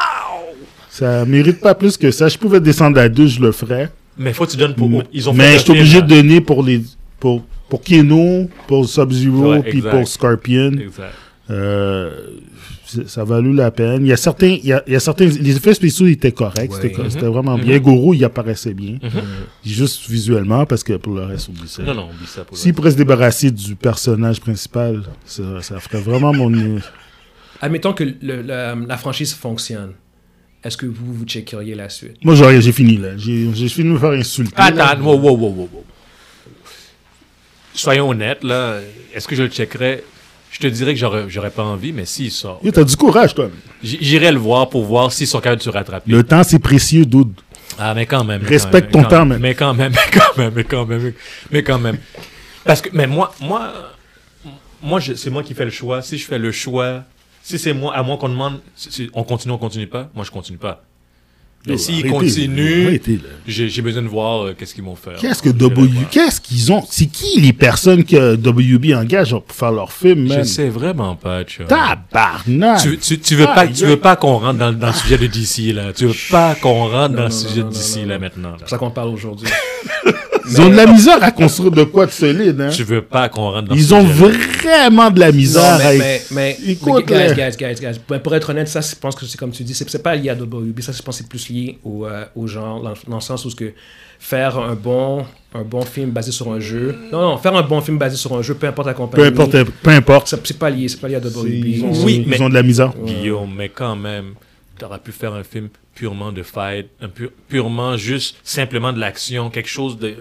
Speaker 2: Ça mérite pas plus que ça. Je pouvais descendre à 2, je le ferais.
Speaker 3: Mais faut que tu donnes pour. Ils ont fait
Speaker 2: Mais
Speaker 3: le
Speaker 2: je suis
Speaker 3: film, hein.
Speaker 2: obligé
Speaker 3: là.
Speaker 2: de donner pour les pour pour Keno, pour Sub-Zero,
Speaker 3: Ouais,
Speaker 2: puis
Speaker 3: exact.
Speaker 2: pour Scorpion.
Speaker 3: Exact.
Speaker 2: Euh, c'est- ça a valu la peine. Il y a certains, il y a, il y a certains, les effets spéciaux étaient corrects,
Speaker 1: Ouais.
Speaker 2: c'était co-
Speaker 1: Mhm.
Speaker 2: c'était vraiment bien. Goro, il apparaissait bien, Euh, juste visuellement, parce que pour le reste, oublie ça.
Speaker 3: Mhm. Non, non, oublie ça pour le-
Speaker 2: S'il pourrait se débarrasser du personnage principal, ça, ça ferait vraiment mon.
Speaker 1: Admettons que le- la, la franchise fonctionne. Est-ce que vous, vous checkeriez la suite
Speaker 2: Moi, j'aurais- j'ai fini là. J'ai j'ai fini de me faire insulter. là.
Speaker 3: Attends, wow, wow, wow, wow, wow. Soyons honnêtes, là. Est-ce que je le checkerais Je te dirais que j'aurais j'aurais pas envie, mais s'il sort,
Speaker 2: Yo, T'as du courage, toi.
Speaker 3: j- j'irai le voir pour voir s'ils sont capables de se rattraper.
Speaker 2: Le temps, c'est précieux, dude.
Speaker 3: Ah, mais quand même. mais
Speaker 2: Respecte
Speaker 3: quand
Speaker 2: ton temps,
Speaker 3: même.
Speaker 2: même.
Speaker 3: Mais quand même, mais quand même, mais quand même, mais quand même. Parce que, mais moi, moi, moi, je- c'est moi qui fais le choix. Si je fais le choix, si c'est moi, à moi qu'on demande, si- si on continue, on continue pas, moi je continue pas. Mais
Speaker 2: Yo,
Speaker 3: s'ils
Speaker 2: Oh, arrêtez,
Speaker 3: continuent,
Speaker 2: arrêtez, là.
Speaker 3: j'ai j'ai besoin de voir euh, qu'est-ce qu'ils vont faire.
Speaker 2: Qu'est-ce que
Speaker 3: Je vais
Speaker 2: W,
Speaker 3: voir.
Speaker 2: qu'est-ce qu'ils ont C'est qui les personnes que WB engage pour faire leur film,
Speaker 3: Je
Speaker 2: man
Speaker 3: sais vraiment pas, tu vois.
Speaker 2: Tabarnak
Speaker 3: Tu, tu, tu veux pas,
Speaker 2: Ah,
Speaker 3: tu veux pas qu'on rentre dans, dans le sujet de DC là. Tu veux pas qu'on rentre dans le
Speaker 1: non,
Speaker 3: sujet
Speaker 1: non,
Speaker 3: de
Speaker 1: non,
Speaker 3: DC
Speaker 1: non,
Speaker 3: là
Speaker 1: non.
Speaker 3: maintenant.
Speaker 1: C'est
Speaker 3: là.
Speaker 1: pour ça qu'on parle
Speaker 2: [laughs]
Speaker 1: aujourd'hui.
Speaker 2: Ils ont de la misère à construire de quoi de solide, hein?
Speaker 3: Tu veux pas qu'on rentre dans le
Speaker 2: Ils
Speaker 3: sujet.
Speaker 2: ont
Speaker 3: là.
Speaker 2: vraiment de la
Speaker 1: Non,
Speaker 2: misère à...
Speaker 1: mais, mais, mais, mais
Speaker 2: Écoute,
Speaker 1: guys,
Speaker 2: là.
Speaker 1: guys, guys, guys. Ben, pour être honnête, ça, je pense que c'est comme tu dis, c'est c'est pas lié à WB, ça, je pense que c'est plus lié au, euh, au genre, dans, dans le sens où ce que faire un bon, un bon film basé sur un jeu. Non, non, faire un bon film basé sur un jeu, peu importe la compagnie.
Speaker 2: Peu importe, peu importe.
Speaker 1: ça- C'est pas lié, c'est pas lié à
Speaker 2: C'est- Ils
Speaker 1: WB.
Speaker 2: ont,
Speaker 3: Oui,
Speaker 2: ils
Speaker 3: mais-
Speaker 2: ont de la misère.
Speaker 3: Guillaume, mais quand même, t'aurais pu faire un film purement de fight, un pur- purement juste, simplement de l'action, quelque chose de...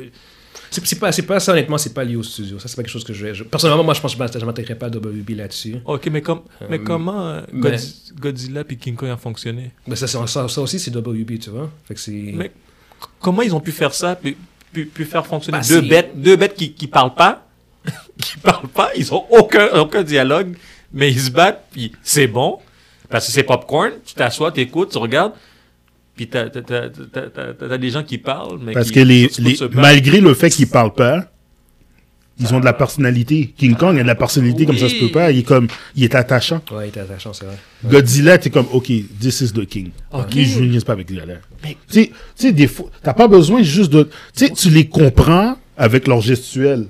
Speaker 1: C'est c'est pas, c'est pas ça, honnêtement, c'est pas lié au studio. Ça, c'est pas quelque chose que je vais. je- personnellement, moi, je pense que je m'attaquerai pas à WB là-dessus.
Speaker 3: Ok, mais, com- mais comment euh,
Speaker 1: mais-
Speaker 3: Godzi- Godzilla puis King Kong ont fonctionné?
Speaker 1: Mais ça, c'est- ça, ça aussi, c'est WB, tu vois. Fait que c'est.
Speaker 3: Mais c- comment ils ont pu faire ça, puis, puis- puis faire fonctionner
Speaker 1: Bah,
Speaker 3: deux,
Speaker 1: c'est-
Speaker 3: bêtes, deux bêtes qui, qui parlent pas, [laughs] qui parlent pas, ils ont aucun, aucun dialogue, mais ils se battent, puis c'est bon, parce que c'est popcorn, tu t'assois, t'écoutes, tu regardes, puis t'as t'as- t'as- t'as- t'as- t'as des gens qui parlent, mais
Speaker 2: Parce
Speaker 3: qui-
Speaker 2: que les,
Speaker 3: se foutent
Speaker 2: les-
Speaker 3: se battre.
Speaker 2: malgré le fait qu'ils parlent pas, ils ont de la personnalité. King Kong a de la personnalité comme ça se
Speaker 3: Oui.
Speaker 2: peut pas. Il est comme, il est attachant.
Speaker 1: Ouais, il était attachant, c'est vrai.
Speaker 2: Godzilla, t'es comme, OK, this is the king.
Speaker 3: Ok.
Speaker 2: OK. Je ne niaise pas avec les galères. Tu sais- tu sais, des fois, t'as pas besoin juste de. Tu sais, tu les comprends avec leur gestuelle.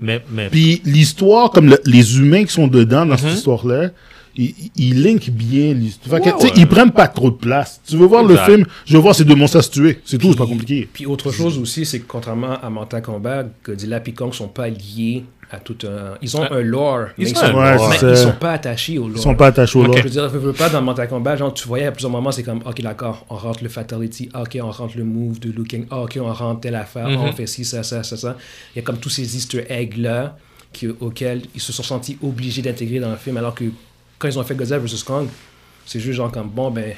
Speaker 3: Mais, mais
Speaker 2: Puis l'histoire, comme le- les humains qui sont dedans dans
Speaker 3: Mhm.
Speaker 2: cette histoire-là, ils, ils linkent bien l'histoire. Fait que,
Speaker 1: Ouais,
Speaker 2: tu sais,
Speaker 3: ouais.
Speaker 2: Ils prennent pas trop de place. Tu veux voir
Speaker 3: Exact.
Speaker 2: le film, je veux voir ces deux monstres se tuer. C'est tout, c'est pas compliqué.
Speaker 1: Puis autre chose aussi, c'est que contrairement à Mortal Kombat, Godzilla et Kong sont pas liés à tout un. Ils ont
Speaker 3: Ah.
Speaker 1: un lore.
Speaker 3: Ils
Speaker 1: mais
Speaker 3: ont
Speaker 1: ils sont,
Speaker 3: un lore.
Speaker 1: mais
Speaker 2: Ouais, c'est
Speaker 1: ils
Speaker 2: ça.
Speaker 1: sont pas attachés au lore.
Speaker 2: Ils sont pas attachés au
Speaker 3: Ok.
Speaker 1: Je
Speaker 2: lore.
Speaker 1: veux dire, veux, veux pas dans Mortal Kombat, genre tu voyais à plusieurs moments, c'est comme, ok, d'accord, on rentre le fatality, ah, ok, on rentre le move de looking, ah, ok, on rentre telle affaire, ah, on
Speaker 3: Mhm.
Speaker 1: fait ci, ça, ça, ça, ça. Il y a comme tous ces easter eggs-là qui- auxquels ils se sont sentis obligés d'intégrer dans le film, alors que quand ils ont fait Godzilla vs. Kong, c'est juste genre comme, bon, ben,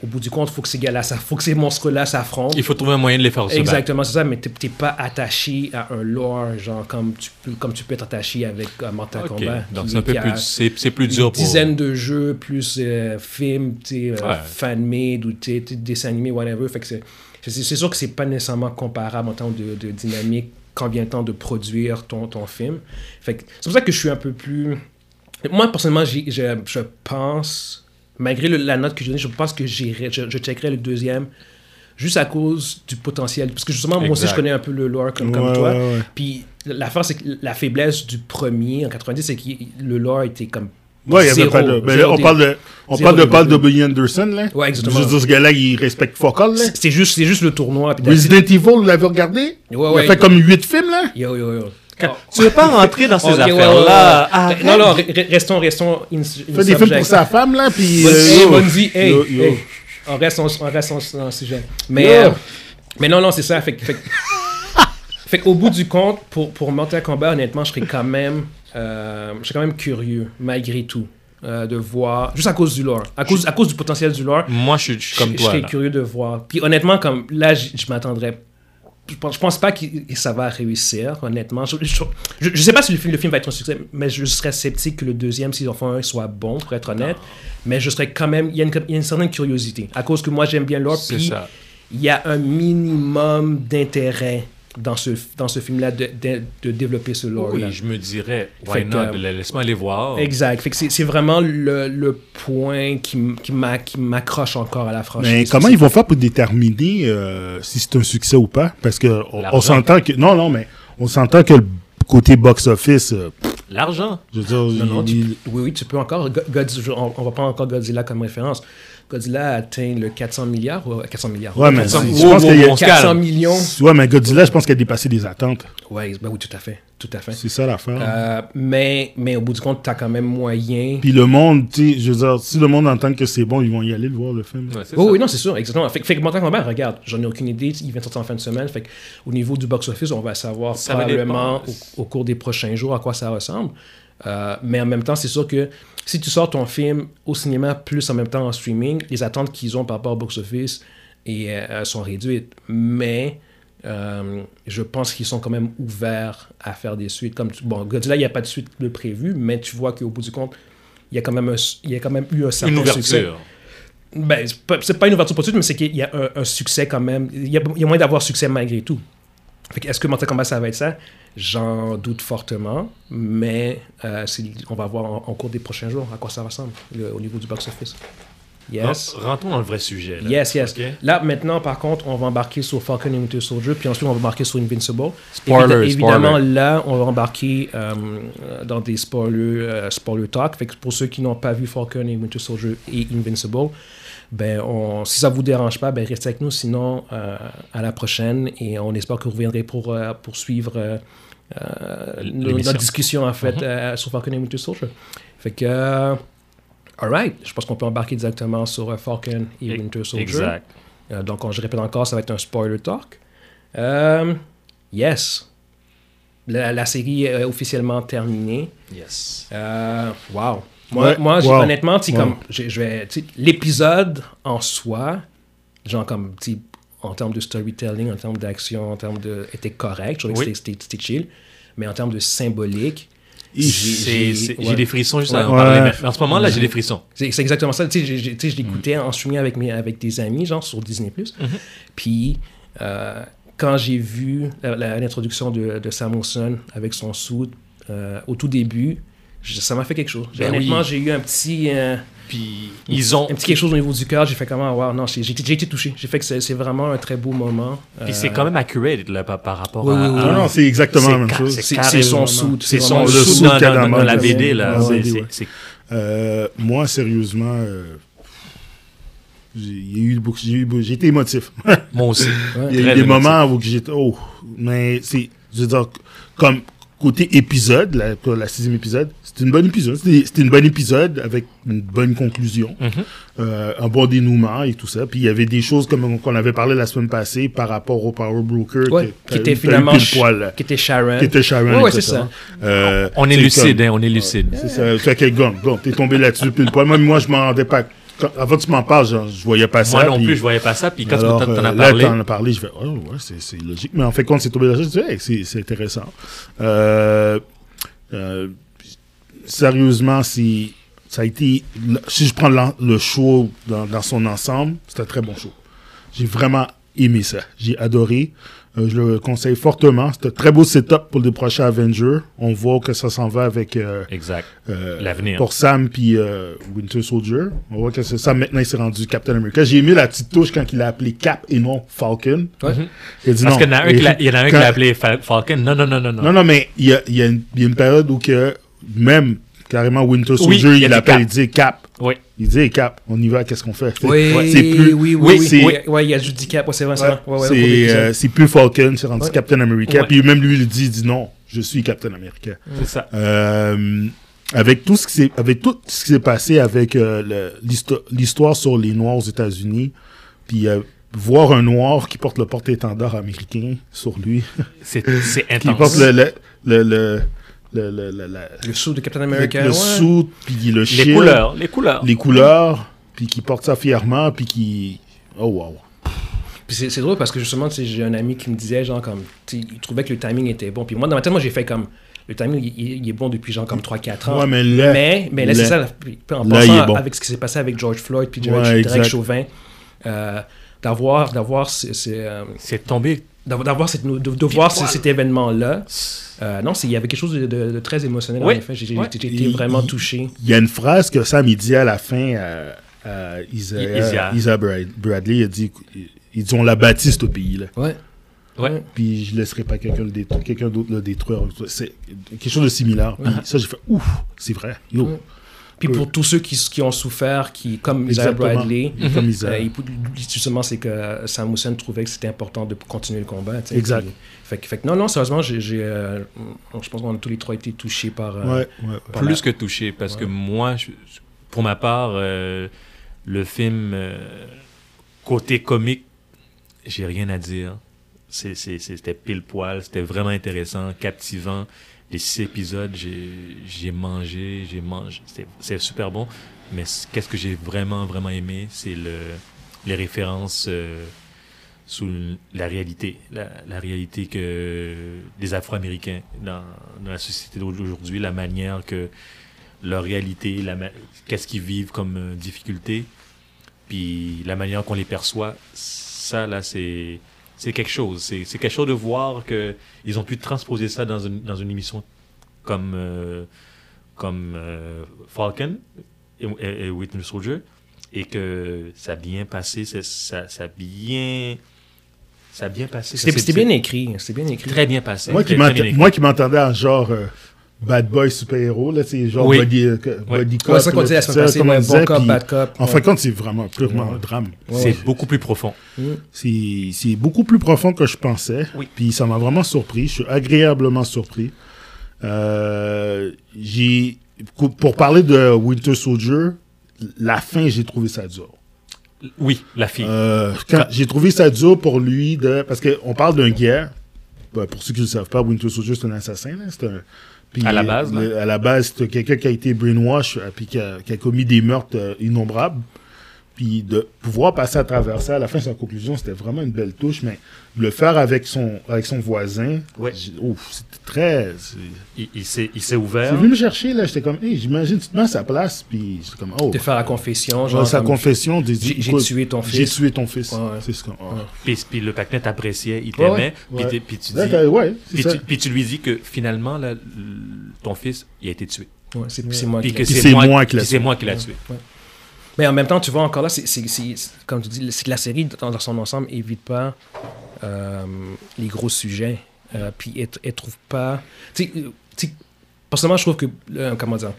Speaker 1: au bout du compte, faut que ces gars-là, ça- faut que ces monstres-là s'affrontent.
Speaker 3: il faut trouver un moyen de les faire se battre.
Speaker 1: Exactement, c'est ça, mais t'es t'es pas attaché à un lore, genre comme tu peux, comme tu peux être attaché avec euh, Mortal
Speaker 3: Ok.
Speaker 1: Kombat.
Speaker 3: Donc
Speaker 1: qui-
Speaker 3: c'est un peu
Speaker 1: qui a-
Speaker 3: plus, c'est, c'est plus
Speaker 1: une
Speaker 3: dur pour.
Speaker 1: dizaine de jeux plus euh, films, tu sais, euh,
Speaker 3: Ouais.
Speaker 1: fan-made ou tu sais, tu sais, dessins animés, whatever. Fait que c'est, c'est, c'est sûr que c'est pas nécessairement comparable en termes de, de dynamique quand vient le temps de produire ton, ton film. Fait que c'est pour ça que je suis un peu plus. Moi, personnellement, j'ai- je, je pense, malgré le- la note que j'ai donnée, je pense que j'irai, je, je checkerai le deuxième juste à cause du potentiel. Parce que justement, moi aussi,
Speaker 3: Exact.
Speaker 1: je connais un peu le lore comme, comme
Speaker 2: Ouais,
Speaker 1: toi.
Speaker 2: ouais, ouais.
Speaker 1: Puis l'affaire, c'est que la faiblesse du premier en 90, c'est que le lore était comme.
Speaker 2: Ouais, il y avait
Speaker 1: zéro,
Speaker 2: pas de. Mais
Speaker 1: zéro
Speaker 2: là, on
Speaker 1: des-
Speaker 2: parle de. On
Speaker 1: zéro
Speaker 2: parle de
Speaker 1: des-
Speaker 2: Paul W. Anderson, là.
Speaker 1: Ouais, exactement.
Speaker 2: Je veux dire, ce gars-là, il respecte fuck all, là.
Speaker 1: C'est c'est juste, c'est juste le tournoi. puis that's it.
Speaker 2: Resident Evil, vous l'avez regardé?
Speaker 1: Ouais,
Speaker 2: Il
Speaker 1: ouais.
Speaker 2: a fait comme 8 films, là.
Speaker 1: Yo, yo, yo. Oh.
Speaker 3: Tu veux pas rentrer dans ces
Speaker 1: Ok, ouais, ouais,
Speaker 3: affaires-là
Speaker 1: ouais. non, non, re- re- restons, restons. in- in
Speaker 2: Il fait des films
Speaker 1: subject.
Speaker 2: pour sa femme, là, puis...
Speaker 1: Bonne-
Speaker 2: euh,
Speaker 1: hey,
Speaker 2: yo.
Speaker 1: Bonzi, hey,
Speaker 2: Yo, yo.
Speaker 1: hey, on reste, en- on reste en- dans le sujet. Mais,
Speaker 2: Yo.
Speaker 1: euh, mais non, non, c'est ça. Fait, que- [laughs] fait, que- fait qu'au bout du compte, pour, pour Mortal Kombat, honnêtement, je serais quand même, euh, je serais quand même curieux, malgré tout, euh, de voir, juste à cause du lore, à cause, à cause du potentiel du lore,
Speaker 3: Moi, je suis- je suis comme
Speaker 1: je,
Speaker 3: toi.
Speaker 1: serais
Speaker 3: là.
Speaker 1: curieux de voir. Puis honnêtement, comme là, j- je m'attendrais. Je pense, je pense pas que ça va réussir, honnêtement. Je, je, je- je sais pas si le film, le film va être un succès, mais je serais sceptique que le deuxième, s'ils en font un, soit bon, pour être honnête. Mais je serais quand même. Il y, a une- il y a une certaine curiosité. À cause que moi, j'aime bien l'or,
Speaker 3: C'est
Speaker 1: puis
Speaker 3: ça.
Speaker 1: il y a un minimum d'intérêt dans ce, dans ce film-là de, de, de développer ce lore-là.
Speaker 3: Oui, je me dirais,
Speaker 1: Oh, Fait
Speaker 3: why
Speaker 1: que,
Speaker 3: not?
Speaker 1: euh,
Speaker 3: la- Laisse-moi aller voir.
Speaker 1: Exact. Fait que c'est c'est vraiment le, le point qui, m- qui m'a- qui m'accroche encore à la franchise.
Speaker 2: Mais comment ils vont faire pour déterminer euh, si c'est un succès ou pas? Parce que on,
Speaker 3: L'argent.
Speaker 2: on s'entend que... Non, non, mais on s'entend que le côté box-office, euh, pff,
Speaker 3: L'argent.
Speaker 2: je veux dire...
Speaker 1: Non, non,
Speaker 2: il-
Speaker 1: tu-
Speaker 2: il-
Speaker 1: oui, oui, tu peux encore. Go- Godz- je- on, on va prendre encore Godzilla comme référence. Godzilla a atteint le 400 milliards ou 400 milliards
Speaker 2: Ouais, mais
Speaker 3: 400
Speaker 2: je
Speaker 3: Wow,
Speaker 2: pense
Speaker 3: wow,
Speaker 2: qu'il y a-
Speaker 3: wow. on se
Speaker 1: 400
Speaker 3: calme.
Speaker 1: millions.
Speaker 2: Ouais, mais Godzilla, je pense qu'il a dépassé des attentes.
Speaker 1: Ouais, ben oui, tout à fait. Tout à fait.
Speaker 2: C'est ça l'affaire.
Speaker 1: Euh, mais, mais au bout du compte, tu as quand même moyen.
Speaker 2: Puis le monde, tu sais, je veux dire, si le monde entend que c'est bon, ils vont y aller le voir, le film.
Speaker 3: Ouais, c'est
Speaker 1: Oh,
Speaker 3: ça.
Speaker 1: oui, non, c'est sûr, exactement. Fait, que- fait que Mortal Kombat, regarde, j'en ai aucune idée. Il vient de sortir en fin de semaine. Fait que au niveau du box-office, on va savoir
Speaker 3: Ça va
Speaker 1: probablement
Speaker 3: dépendre.
Speaker 1: au, au cours des prochains jours à quoi ça ressemble. Euh, mais en même temps, c'est sûr que si tu sors ton film au cinéma plus en même temps en streaming, les attentes qu'ils ont par rapport au box-office et, euh, sont réduites. Mais euh, je pense qu'ils sont quand même ouverts à faire des suites. Comme tu- bon, Godzilla, il n'y a pas de suite de prévu, mais tu vois qu'au bout du compte, il y, a quand même un s- il y a quand même eu un certain
Speaker 3: Une
Speaker 1: succès.
Speaker 3: ouverture.
Speaker 1: Ben, c'est pas, c'est pas une ouverture pour tout de suite, mais c'est qu'il y a un, un succès quand même. Il y a, il y a moyen d'avoir succès malgré tout. Fait que est-ce que Mortal Kombat, ça va être ça J'en doute fortement, mais euh, c'est- on va voir en, en cours des prochains jours à quoi ça ressemble le- au niveau du box-office. Yes.
Speaker 3: Non, Rentrons dans le vrai sujet. là.
Speaker 1: Yes, yes.
Speaker 3: Ah, Ok.
Speaker 1: Là, maintenant, par contre, on va embarquer sur Falcon and Winter Soldier, puis ensuite, on va embarquer sur Invincible.
Speaker 3: Spoiler,
Speaker 1: évidemment,
Speaker 3: spoiler.
Speaker 1: là, on va embarquer euh, dans des spoilers, euh, spoiler talk. Fait que pour ceux qui n'ont pas vu Falcon et Winter Soldier et Invincible, ben, on, si ça vous dérange pas, ben, restez avec nous. Sinon, euh, à la prochaine, et on espère que vous reviendrez pour euh, poursuivre euh, euh, nos-
Speaker 3: L'émission.
Speaker 1: notre discussion, en fait,
Speaker 3: Mhm.
Speaker 1: euh, sur Falcon et Winter Soldier. Fait que... euh, All right, je pense qu'on peut embarquer directement sur euh, Falcon et
Speaker 3: E-
Speaker 1: Winter Soldier.
Speaker 3: Exact.
Speaker 1: Euh, donc, on- je répète encore, ça va être un spoiler talk. Euh, yes. La, la série est euh, officiellement terminée.
Speaker 3: Yes.
Speaker 1: Euh, wow. Moi,
Speaker 2: Ouais,
Speaker 1: moi j'ai-
Speaker 2: wow.
Speaker 1: honnêtement, tu sais,
Speaker 2: Wow.
Speaker 1: comme, j'ai- je vais, tu sais, l'épisode en soi, genre comme, tu sais, en termes de storytelling, en termes d'action, en termes de, était correct. Je trouvais
Speaker 3: Oui.
Speaker 1: que c'était- c'était c'était chill. Mais en termes de symbolique,
Speaker 3: C'est-
Speaker 1: j'ai-
Speaker 3: c'est-
Speaker 1: j'ai-
Speaker 3: J'ai
Speaker 1: ouais.
Speaker 3: des frissons juste à en
Speaker 2: Ouais.
Speaker 3: parler.
Speaker 2: Ouais.
Speaker 3: Mais en ce moment-là, j'ai des frissons.
Speaker 1: C'est c'est exactement ça. Tu sais, j'ai- j'ai- tu sais,
Speaker 3: Mm.
Speaker 1: je l'écoutais en streaming avec, mes, avec des amis, genre sur Disney.
Speaker 3: Mm-hmm.
Speaker 1: Puis, euh, quand j'ai vu la- la- l'introduction de, de Sam Wilson avec son suit euh, au tout début, je- ça m'a fait quelque chose.
Speaker 3: Ben
Speaker 1: Honnêtement,
Speaker 3: oui.
Speaker 1: j'ai eu un petit. euh,
Speaker 3: Puis ils ont.
Speaker 1: Un petit quelque chose au niveau du cœur, j'ai fait comment Waouh, non, j'ai j'ai- j'ai été touché. J'ai fait que c'est c'est vraiment un très beau moment.
Speaker 3: Puis
Speaker 1: Euh,
Speaker 3: c'est quand même accurate là, par, par rapport
Speaker 1: Oui,
Speaker 3: à.
Speaker 1: oui, oui.
Speaker 3: à-
Speaker 2: Non, non, c'est exactement la
Speaker 3: c'est
Speaker 2: même
Speaker 3: ca-
Speaker 2: chose.
Speaker 3: c'est
Speaker 1: C'est-
Speaker 3: carrément-
Speaker 1: c'est son soude,
Speaker 3: C'est
Speaker 1: c'est
Speaker 3: son
Speaker 1: vraiment
Speaker 2: le
Speaker 3: soude
Speaker 2: soude
Speaker 3: dans, dans-
Speaker 2: Kadama,
Speaker 3: dans la
Speaker 2: ouais.
Speaker 3: BD là.
Speaker 2: Ah Ouais,
Speaker 3: C'est-
Speaker 2: ouais,
Speaker 3: c'est-
Speaker 2: ouais.
Speaker 3: c'est-
Speaker 2: Euh, moi, sérieusement, euh, j'ai il y a eu beaucoup- j'ai eu beaucoup- j'ai été émotif. [laughs]
Speaker 3: Moi aussi.
Speaker 1: ouais.
Speaker 2: Il y a
Speaker 3: Très
Speaker 2: eu des
Speaker 3: émotif.
Speaker 2: moments où que j'étais. Oh, mais c'est. Je veux dire, comme côté épisode, la, pour la sixième épisode, c'était une bonne épisode. C'était c'était une bonne épisode avec une bonne conclusion,
Speaker 3: Mhm.
Speaker 2: euh, un bon dénouement et tout ça. Puis il y avait des choses comme on- qu'on avait parlé la semaine passée par rapport au Power Broker
Speaker 1: Ouais,
Speaker 2: que-
Speaker 1: qui
Speaker 2: t'as-
Speaker 1: était
Speaker 2: t'as eu
Speaker 1: finalement
Speaker 2: pile poil, là,
Speaker 1: qui était Sharon.
Speaker 2: qui était Sharon.
Speaker 1: Ouais, ouais, c'est
Speaker 2: exactement.
Speaker 1: ça.
Speaker 2: Euh,
Speaker 3: On est
Speaker 2: c'est
Speaker 3: lucide,
Speaker 2: comme-
Speaker 3: hein, on est lucide.
Speaker 2: C'est ça. Fait que, gomme, gomme, t'es tombé là-dessus pile poil. Même moi, je m'en rendais pas. quand- avant que tu m'en parles, je, je voyais pas ça.
Speaker 3: Moi non
Speaker 2: puis-
Speaker 3: plus, je voyais pas ça. Puis quand tu
Speaker 2: alors,
Speaker 3: t'en t'en
Speaker 2: euh, là,
Speaker 3: as parlé,
Speaker 2: t'en as parlé, je fais, oh, ouais, c'est, c'est logique. Mais en fait, quand c'est tombé là-dessus, je dis, hey, c'est, c'est intéressant. Euh, euh, sérieusement, si ça a été, le- si je prends l'en- le show dans, dans son ensemble, c'est un très bon show. J'ai vraiment aimé ça. J'ai adoré. Euh, je le conseille fortement. C'est un très beau setup pour le prochain Avenger. On voit que ça s'en va avec euh,
Speaker 3: exact.
Speaker 2: euh,
Speaker 3: L'avenir.
Speaker 2: Pour Sam puis euh, Winter Soldier. On voit que c'est- Sam maintenant il s'est rendu Captain America. J'ai aimé la petite touche quand il a appelé Cap et non Falcon.
Speaker 1: Ouais.
Speaker 2: Il a dit
Speaker 3: Parce
Speaker 2: non.
Speaker 3: qu'il y en a un
Speaker 2: Et-
Speaker 3: qui l'a- il y en a un qui
Speaker 2: quand-
Speaker 3: l'a appelé Fa- Falcon. Non, non, non, non,
Speaker 2: Non,
Speaker 3: non.
Speaker 2: non, mais il y a, il y a une, il y a une période où que même carrément Winter Soldier
Speaker 3: il y a
Speaker 2: il
Speaker 3: des
Speaker 2: l'appelle,
Speaker 3: Cap.
Speaker 2: il dit Cap.
Speaker 3: Oui.
Speaker 2: Il dit hey, Cap, on y va, qu'est-ce qu'on fait C'est-
Speaker 1: Oui,
Speaker 2: C'est plus.
Speaker 1: oui, oui,
Speaker 2: oui,
Speaker 1: oui.
Speaker 2: c'est-
Speaker 1: Ouais, ouais, il y a du handicap, ouais, c'est vrai, c'est vrai. Ouais, ouais, ouais,
Speaker 2: c'est, euh, c'est plus Falcon, c'est rendu
Speaker 1: Ouais.
Speaker 2: Captain America.
Speaker 3: Ouais.
Speaker 2: Puis même lui, il dit, il dit non, je suis Captain America.
Speaker 3: C'est ça.
Speaker 2: Euh, avec tout ce qui s'est avec tout ce qui s'est passé avec euh, le- l'histo- l'histoire sur les noirs aux États-Unis puis euh, voir un noir qui porte le porte-étendard américain sur lui
Speaker 3: C'est c'est
Speaker 2: qui porte
Speaker 3: intense.
Speaker 2: le le le le le, le, le- la-
Speaker 1: le sou de Captain
Speaker 2: le-
Speaker 1: America.
Speaker 2: le
Speaker 1: ouais.
Speaker 2: suit, puis le
Speaker 3: Les
Speaker 2: shield,
Speaker 3: couleurs, les couleurs.
Speaker 2: les couleurs puis qui porte ça fièrement puis qui oh wow
Speaker 1: Puis c'est c'est drôle parce que justement, tu sais, j'ai un ami qui me disait, genre, comme, tu sais, il trouvait que le timing était bon. Puis moi, dans ma tête, moi, j'ai fait comme, le timing, il- il, il est bon depuis, genre, comme 3-4 ans.
Speaker 2: ouais mais là
Speaker 1: mais, mais là, c'est
Speaker 2: là-
Speaker 1: ça, la- puis en
Speaker 2: là, il
Speaker 1: pensant
Speaker 2: est bon.
Speaker 1: avec ce qui s'est passé avec George Floyd, puis
Speaker 2: Ouais,
Speaker 1: Derek, Derek
Speaker 2: exact.
Speaker 1: Chauvin, euh, d'avoir, d'avoir, ce- ce, euh,
Speaker 3: C'est tombé.
Speaker 1: d'avoir d'avoir cette- de, de voir ce- cet événement-là.
Speaker 3: C'est
Speaker 1: Euh, non, c'est- il y avait quelque chose de, de- de très émotionnel,
Speaker 3: Oui.
Speaker 1: en effet. J'ai j'ai-
Speaker 3: Ouais.
Speaker 1: j'ai été
Speaker 2: Il-
Speaker 1: vraiment
Speaker 2: il-
Speaker 1: touché.
Speaker 2: Il y a une phrase que Sam il dit à la fin à, à Isa,
Speaker 3: I- Isa.
Speaker 2: Isa Brad- Bradley. Il a dit, ils dit on l'a bâti ce pays là.
Speaker 1: Ouais.
Speaker 3: Ouais.
Speaker 2: Puis je laisserai pas quelqu'un le détruire, quelqu'un d'autre le détruire. C'est quelque chose de similaire. Puis ça j'ai fait ouf, c'est vrai. Yo,
Speaker 1: Ouais. Puis pour tous ceux qui, qui ont souffert, qui, comme Isaiah
Speaker 2: Exactement.
Speaker 1: Bradley,
Speaker 2: Comme Isa.
Speaker 1: Euh, il pou- justement, c'est que Sam Houssen trouvait que c'était important de continuer le combat. tu sais.
Speaker 2: Exact.
Speaker 1: Puis- fait, que- fait que non, non, sérieusement, j'ai, j'ai, euh, je pense qu'on a tous les trois été touchés par. euh,
Speaker 2: Ouais, ouais, ouais.
Speaker 1: par la-
Speaker 3: Plus que touché, parce que moi, je- pour ma part, euh, le film euh, côté comique, j'ai rien à dire. C'est- c'est- C'était pile poil, c'était vraiment intéressant, captivant. Les six épisodes, j'ai j'ai mangé, j'ai mangé, c'était- c'est super bon. Mais c- qu'est-ce que j'ai vraiment, vraiment aimé, c'est le, les références euh, sous l- la réalité, la, la réalité que des Afro-Américains dans, dans la société d'au- d'aujourd'hui, la manière que leur réalité, la ma- qu'est-ce qu'ils vivent comme euh, difficulté, puis la manière qu'on les perçoit, ça là c'est c'est quelque chose, c'est c'est quelque chose de voir que ils ont pu transposer ça dans une dans une émission comme euh, comme euh, Falcon et, et, et Whitney Soldier et que ça a bien passé, c'est- ça ça a bien ça a bien passé,
Speaker 1: C'était,
Speaker 3: ça
Speaker 1: c'était
Speaker 3: s'est-
Speaker 1: bien écrit. C'était bien écrit.
Speaker 3: très bien passé.
Speaker 2: Moi qui
Speaker 3: très, très
Speaker 2: m'atta-
Speaker 3: bien écrit.
Speaker 2: moi qui m'entendais en genre euh, bad boy super héros là, c'est genre
Speaker 3: Oui.
Speaker 2: body, euh, que-
Speaker 3: Ouais.
Speaker 2: body
Speaker 1: Ouais,
Speaker 2: cop.
Speaker 1: c'est ça qu'on
Speaker 2: là,
Speaker 1: disait la
Speaker 2: tout
Speaker 1: semaine passée,
Speaker 2: comme on
Speaker 1: ouais,
Speaker 2: disait,
Speaker 1: bon cop,
Speaker 2: puis
Speaker 1: bad cop, euh,
Speaker 2: En
Speaker 1: ouais.
Speaker 2: fin de compte, c'est vraiment purement un drame.
Speaker 3: C'est beaucoup plus profond.
Speaker 2: C'est c'est beaucoup plus profond que je pensais.
Speaker 3: Oui.
Speaker 2: Puis ça m'a vraiment surpris. Je suis agréablement surpris. Euh, j'ai pour parler de Winter Soldier, la fin, j'ai trouvé ça dur.
Speaker 3: Oui, la fille.
Speaker 2: Euh, quand- j'ai trouvé ça dur pour lui de parce que on parle d'un guerre. Ben, pour ceux qui ne le savent pas, Winter Soldier c'est un assassin. là. C'est un- puis
Speaker 3: À la base, là.
Speaker 2: le- à la base, c'est quelqu'un qui a été brainwash euh, puis qui a, qui a commis des meurtres euh, innombrables. Puis de pouvoir passer à travers ça, à la fin de sa conclusion, c'était vraiment une belle touche. Mais le faire avec son avec son voisin,
Speaker 3: Ouais.
Speaker 2: j'ai- ouf, c'était très. C'est
Speaker 3: il, il s'est, il s'est
Speaker 2: c'est
Speaker 1: hein.
Speaker 3: ouvert.
Speaker 2: venu me chercher là. J'étais comme, hey, j'imagine tu te mets à sa place. Puis j'étais comme, oh,
Speaker 1: De faire la confession.
Speaker 2: genre,
Speaker 1: Genre,
Speaker 2: sa
Speaker 1: comme,
Speaker 2: confession, des
Speaker 1: j'ai, j'ai
Speaker 2: écoute,
Speaker 1: tué ton
Speaker 2: j'ai
Speaker 1: fils.
Speaker 2: tué ton fils.
Speaker 1: Ouais, ouais.
Speaker 2: C'est ce qu'on- oh.
Speaker 3: Puis, puis le Pacnet t'appréciait, il
Speaker 1: Ouais,
Speaker 3: t'aimait.
Speaker 2: ouais.
Speaker 3: puis t'es- Puis, tu dis-
Speaker 2: Ouais, t'as- ouais, c'est
Speaker 3: puis
Speaker 2: ça.
Speaker 3: tu, puis tu lui dis que finalement, là, l- ton fils, il a été tué.
Speaker 1: Ouais, c'est, c'est moi
Speaker 3: Puis
Speaker 1: qui
Speaker 3: que
Speaker 1: l'ai-
Speaker 2: c'est moi qui l'a
Speaker 3: puis
Speaker 2: tué.
Speaker 3: c'est moi qui l'a tué.
Speaker 1: Ouais. Mais en même temps, tu vois, encore là, c'est, c'est- c'est- c'est- comme tu dis, c'est que la série, dans dans son ensemble, évite pas euh, les gros sujets. Euh, puis elle, elle trouve pas. Tu sais, euh, tu sais, personnellement, je trouve que. euh, comment dire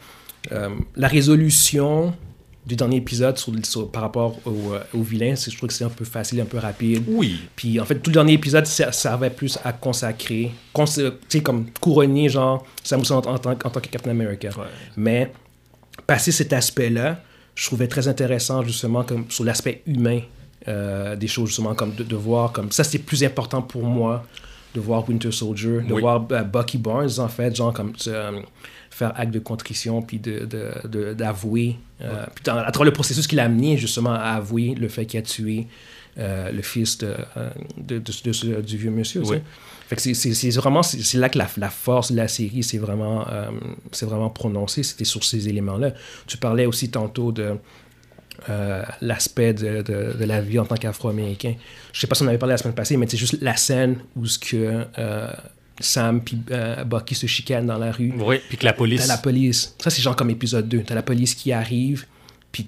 Speaker 1: euh, La résolution du dernier épisode sur, sur- par rapport au, euh, au vilain, c'est- je trouve que c'est un peu facile, un peu rapide.
Speaker 3: Oui.
Speaker 1: Puis en fait, tout le dernier épisode ça servait plus à consacrer, cons- tu sais, comme couronner, genre, Samus en, en tant que- en tant que Captain America. Mais passer cet aspect-là, je trouvais très intéressant, justement, comme sur l'aspect humain euh, des choses, justement, comme de, de voir, comme ça, c'était plus important pour moi de voir Winter Soldier, de
Speaker 3: Oui.
Speaker 1: voir euh, Bucky Barnes, en fait, genre, comme euh, faire acte de contrition, puis de- de- de- d'avouer, de, puis dans- à travers le processus qu'il a amené, justement, à avouer le fait qu'il a tué euh, le fils de, euh, de- de- de ce- du vieux monsieur. tu
Speaker 3: Oui.
Speaker 1: sais. Fait que c'est- c'est c'est vraiment c'est c'est là que la, la force de la série c'est vraiment euh, c'est vraiment prononcé. C'était sur ces éléments-là. Tu parlais aussi tantôt de euh, l'aspect de, de- de la vie en tant qu'Afro-Américain. Je sais pas si on en avait parlé la semaine passée, mais c'est juste la scène où ce que euh, Sam puis euh, Bucky se chicanent dans la rue.
Speaker 3: Oui, puis que la police.
Speaker 1: T'as la police. Ça c'est genre comme épisode 2. T'as la police qui arrive puis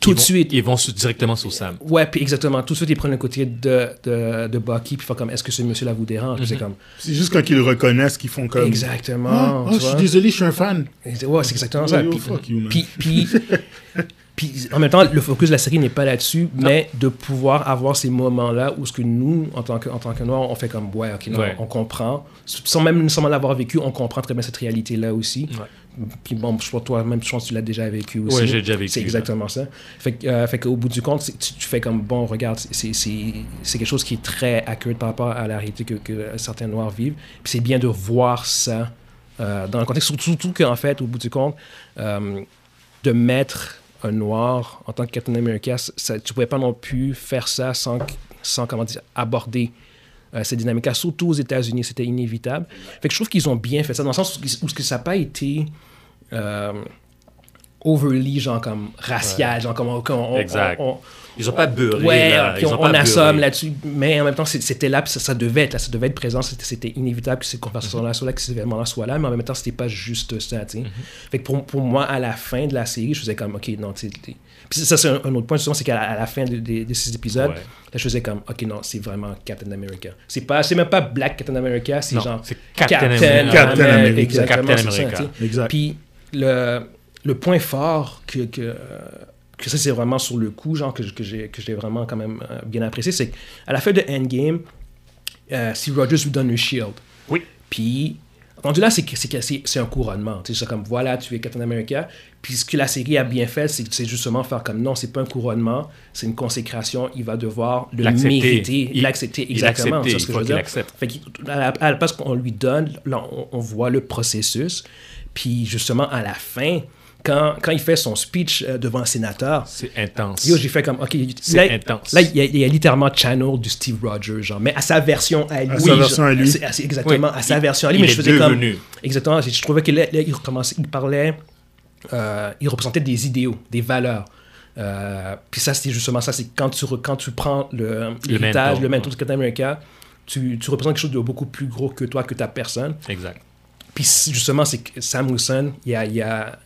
Speaker 1: tout
Speaker 3: ils
Speaker 1: de
Speaker 3: vont-
Speaker 1: suite
Speaker 3: Ils vont sur- directement sur Sam.
Speaker 1: Ouais, puis exactement. Tout de suite, ils prennent le côté de, de, de Bucky, puis font comme, est-ce que ce monsieur-là vous dérange?
Speaker 3: Mhm.
Speaker 1: Puis C'est comme,
Speaker 2: C'est juste quand ils le reconnaissent qu'ils font comme. Ah,
Speaker 1: exactement.
Speaker 2: ah,
Speaker 1: tu
Speaker 2: je suis
Speaker 1: vois?
Speaker 2: désolé, je suis un fan.
Speaker 1: Et c'est- Ouais, c'est exactement ça.
Speaker 2: Yo, yo,
Speaker 1: Puis-
Speaker 2: fuck you, man.
Speaker 1: Puis,
Speaker 2: [laughs]
Speaker 1: puis, puis, en même temps, le focus de la série n'est pas là-dessus, mais de pouvoir avoir ces moments-là où ce que nous, en tant que, en tant que Noirs, on fait comme, ouais, ok, non,
Speaker 3: Ouais.
Speaker 1: on comprend. Sans même seulement l'avoir vécu, on comprend très bien cette réalité-là aussi. Puis bon, je crois que toi-même, je pense que tu l'as déjà vécu aussi.
Speaker 3: Ouais, j'ai déjà vécu,
Speaker 1: C'est exactement ça. Fait, que, euh, fait qu'au bout du compte, c'est- tu, tu fais comme, bon, regarde, c'est- c'est c'est- c'est quelque chose qui est très accurate par rapport à la réalité que, que certains Noirs vivent. Puis c'est bien de voir ça euh, dans le contexte, surtout, surtout qu'en fait, au bout du compte, euh, de mettre un Noir en tant que Captain America, ça- ça- tu pouvais pas non plus faire ça sans, que- sans comment dire, aborder euh, cette dynamique-là, surtout aux États-Unis, c'était inévitable. Fait que je trouve qu'ils ont bien fait ça, dans le sens où, où ce que ça n'a pas été euh, overly, genre comme racial, genre comme on, comme on-
Speaker 3: Exact.
Speaker 1: on-
Speaker 3: Ils ont pas
Speaker 1: on-
Speaker 3: beurré.
Speaker 1: ouais,
Speaker 3: là.
Speaker 1: puis
Speaker 3: Ils
Speaker 1: on,
Speaker 3: ont
Speaker 1: on
Speaker 3: pas
Speaker 1: assomme
Speaker 3: beurré.
Speaker 1: là-dessus, mais en même temps, c'est- c'était là, puis ça, ça devait être là, ça devait être présent, c'était, c'était inévitable que cette conversation-là
Speaker 3: Mhm.
Speaker 1: soit là, que ces événements-là soient là, mais en même temps, c'était pas juste ça, tu sais. Fait que pour, pour moi, à la fin de la série, je faisais comme, ok, non, tu sais, tu sais. Puis ça, c'est un, un autre point, justement, c'est qu'à la, à la fin de, de- de ces épisodes,
Speaker 3: Ouais.
Speaker 1: là, je faisais comme, ok, non, c'est vraiment Captain America. C'est, pas, c'est même pas Black Captain America, c'est
Speaker 3: Non,
Speaker 1: genre
Speaker 3: c'est Captain America.
Speaker 2: Captain America.
Speaker 1: Exactement, c'est
Speaker 3: Captain
Speaker 1: ça,
Speaker 3: America.
Speaker 1: tu sais.
Speaker 2: Exact.
Speaker 1: Puis le, le point fort que, que, euh, que ça, c'est vraiment sur le coup, genre que, j- que j'ai que j'ai vraiment quand même euh, bien apprécié, c'est qu'à la fin de Endgame, euh, si Rogers lui donne le shield,
Speaker 3: Oui.
Speaker 1: puis rendu là, c'est que- c'est que- c'est c'est un couronnement. tu sais, C'est comme voilà, tu es Captain America. Puis ce que la série a bien fait, c'est c'est justement faire comme non, c'est pas un couronnement, c'est une consécration. Il va devoir le
Speaker 3: L'accepter.
Speaker 1: mériter,
Speaker 3: Il-
Speaker 1: l'accepter
Speaker 3: il
Speaker 1: exactement. c'est
Speaker 3: l'accepter,
Speaker 1: ce que je
Speaker 3: il faut
Speaker 1: veux
Speaker 3: qu'il
Speaker 1: dire.
Speaker 3: l'accepte.
Speaker 1: Fait qu'il- à la, à la place qu'on lui donne, là, on, on voit le processus. Puis justement, à la fin, quand, quand il fait son speech euh, devant un sénateur,
Speaker 3: C'est intense.
Speaker 1: yo, j'ai fait comme, OK,
Speaker 3: C'est
Speaker 1: là,
Speaker 3: intense.
Speaker 1: là, il y, a- il y a littéralement Channel du Steve Rogers, genre, mais à sa version à lui.
Speaker 2: sa
Speaker 1: genre,
Speaker 2: version à lui.
Speaker 1: c'est- c'est exactement,
Speaker 3: Oui,
Speaker 1: à sa
Speaker 3: il-
Speaker 1: version à lui,
Speaker 3: il
Speaker 1: mais je
Speaker 3: est
Speaker 1: faisais
Speaker 3: devenu.
Speaker 1: comme... Exactement, je trouvais que là, là, il, recommençait- il parlait, euh, il représentait des idéaux, des valeurs. Euh, puis ça, c'est justement ça, c'est quand tu, re- quand tu prends le- l'héritage,
Speaker 3: mentor,
Speaker 1: le mentor de Captain America, tu, tu représentes quelque chose de beaucoup plus gros que toi, que ta personne.
Speaker 3: Exact.
Speaker 1: Puis c- justement, c'est que Sam Wilson, il a, il a,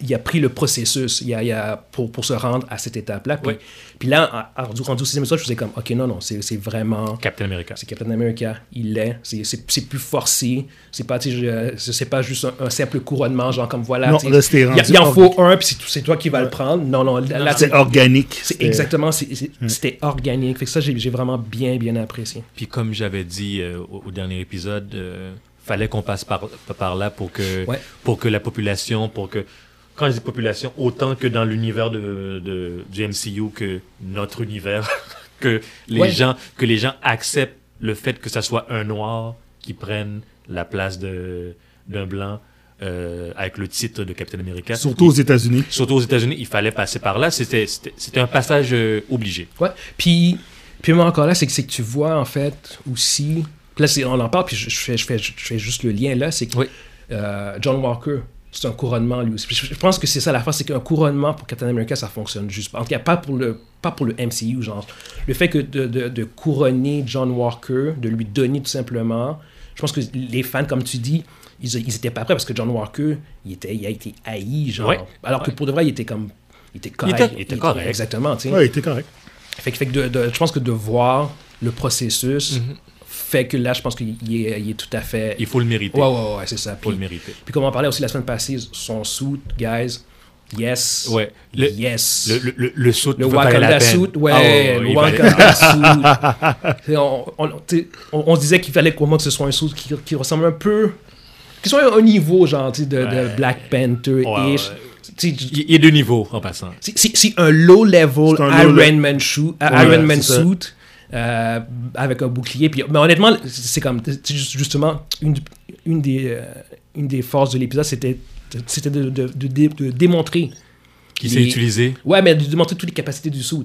Speaker 1: il a pris le processus il a, il a, pour, pour se rendre à cette étape-là. Puis,
Speaker 3: Ouais.
Speaker 1: puis là, en- en- rendu, rendu au sixième épisode, je faisais comme, OK, non, non, c'est c'est vraiment...
Speaker 3: Captain America.
Speaker 1: C'est Captain America, il l'est. C'est- C'est c'est plus forcé. C'est pas, tu sais, je- je- c'est pas juste un, un simple couronnement, genre comme voilà.
Speaker 2: Non,
Speaker 1: tu sais,
Speaker 2: là, c'était rendu
Speaker 1: il y a- Il en
Speaker 2: orgue-
Speaker 1: faut un, puis c'est tout- c'est toi qui vas le prendre. Non, non, là, là,
Speaker 2: C'est organique.
Speaker 1: c'est
Speaker 2: C'était-
Speaker 1: exactement, c'est- c'est- c'était organique. Fait que ça, j'ai j'ai vraiment bien, bien apprécié.
Speaker 3: Puis comme j'avais dit euh, au, au dernier épisode, euh, fallait qu'on passe par, par là pour que,
Speaker 1: Ouais.
Speaker 3: pour que la population, pour que quand je dis population, autant que dans l'univers de, de- du MCU que notre univers, [laughs] que les
Speaker 1: Ouais.
Speaker 3: gens que les gens acceptent le fait que ça soit un noir qui prenne la place de d'un blanc euh, avec le titre de Captain America.
Speaker 2: Surtout aux États-Unis.
Speaker 3: Surtout aux États-Unis, il fallait passer par là. C'était c'était- c'était un passage euh, obligé.
Speaker 1: Ouais. Puis, puis moi encore là, c'est que, c'est que tu vois en fait aussi. puis Là, c'est- on en parle, puis je, je fais, je, fais, je fais juste le lien là. C'est que
Speaker 3: Oui.
Speaker 1: euh, John Walker, c'est un couronnement lui aussi. Puis Je, je pense que c'est ça la phrase, c'est qu'un couronnement pour Captain America, ça fonctionne juste pas. En tout cas, pas pour le, pas pour le MCU, genre. Le fait que de, de, de couronner John Walker, de lui donner tout simplement. Je pense que les fans, comme tu dis, ils, ils étaient pas prêts parce que John Walker, il, était, il a été haï, genre.
Speaker 3: Ouais.
Speaker 1: Alors que pour de vrai, il était comme Il était correct.
Speaker 3: Il était correct.
Speaker 1: Exactement, tu sais.
Speaker 2: Ouais, il était correct.
Speaker 1: Fait, que- fait que de- de- je pense que de voir le processus fait que là, je pense qu'il il est, il est tout à fait.
Speaker 3: Mhm. Il faut le mériter.
Speaker 1: Ouais, ouais, ouais, c'est ça.
Speaker 3: Il faut
Speaker 1: Puis,
Speaker 3: le mériter.
Speaker 1: puis comme on parlait aussi la semaine passée, son suit, guys, yes.
Speaker 3: Ouais. Le,
Speaker 1: yes.
Speaker 3: le, le, le, le saut
Speaker 1: Le
Speaker 3: va
Speaker 1: Wakanda
Speaker 3: la peine.
Speaker 1: suit, ouais,
Speaker 3: Ah ouais,
Speaker 1: le
Speaker 3: il valait-
Speaker 1: Wakanda
Speaker 3: [laughs]
Speaker 1: suit. Et On, on, tu sais, on- on se disait qu'il fallait qu'on montre que ce soit un suit qui, qui ressemble un peu, qui soit au niveau genre tu sais, de, de
Speaker 3: Ouais.
Speaker 1: Black Panther ish.
Speaker 3: Ouais, ouais.
Speaker 1: Tu sais,
Speaker 3: Il il est de niveau en passant.
Speaker 1: c'est- C'est c'est un low level
Speaker 2: C'est un
Speaker 1: Iron,
Speaker 2: low level.
Speaker 1: Man shoe- euh,
Speaker 2: Ouais,
Speaker 1: Iron Man
Speaker 2: c'est ça.
Speaker 1: suit euh, avec un bouclier. Puis, mais honnêtement, c'est- c'est comme c'est ju- justement une, une, des, euh, une des forces de l'épisode, c'était c'était de, de- de- de- de démontrer.
Speaker 3: Qui
Speaker 1: les-
Speaker 3: s'est utilisé.
Speaker 1: Ouais, mais de démontrer toutes les capacités du suit.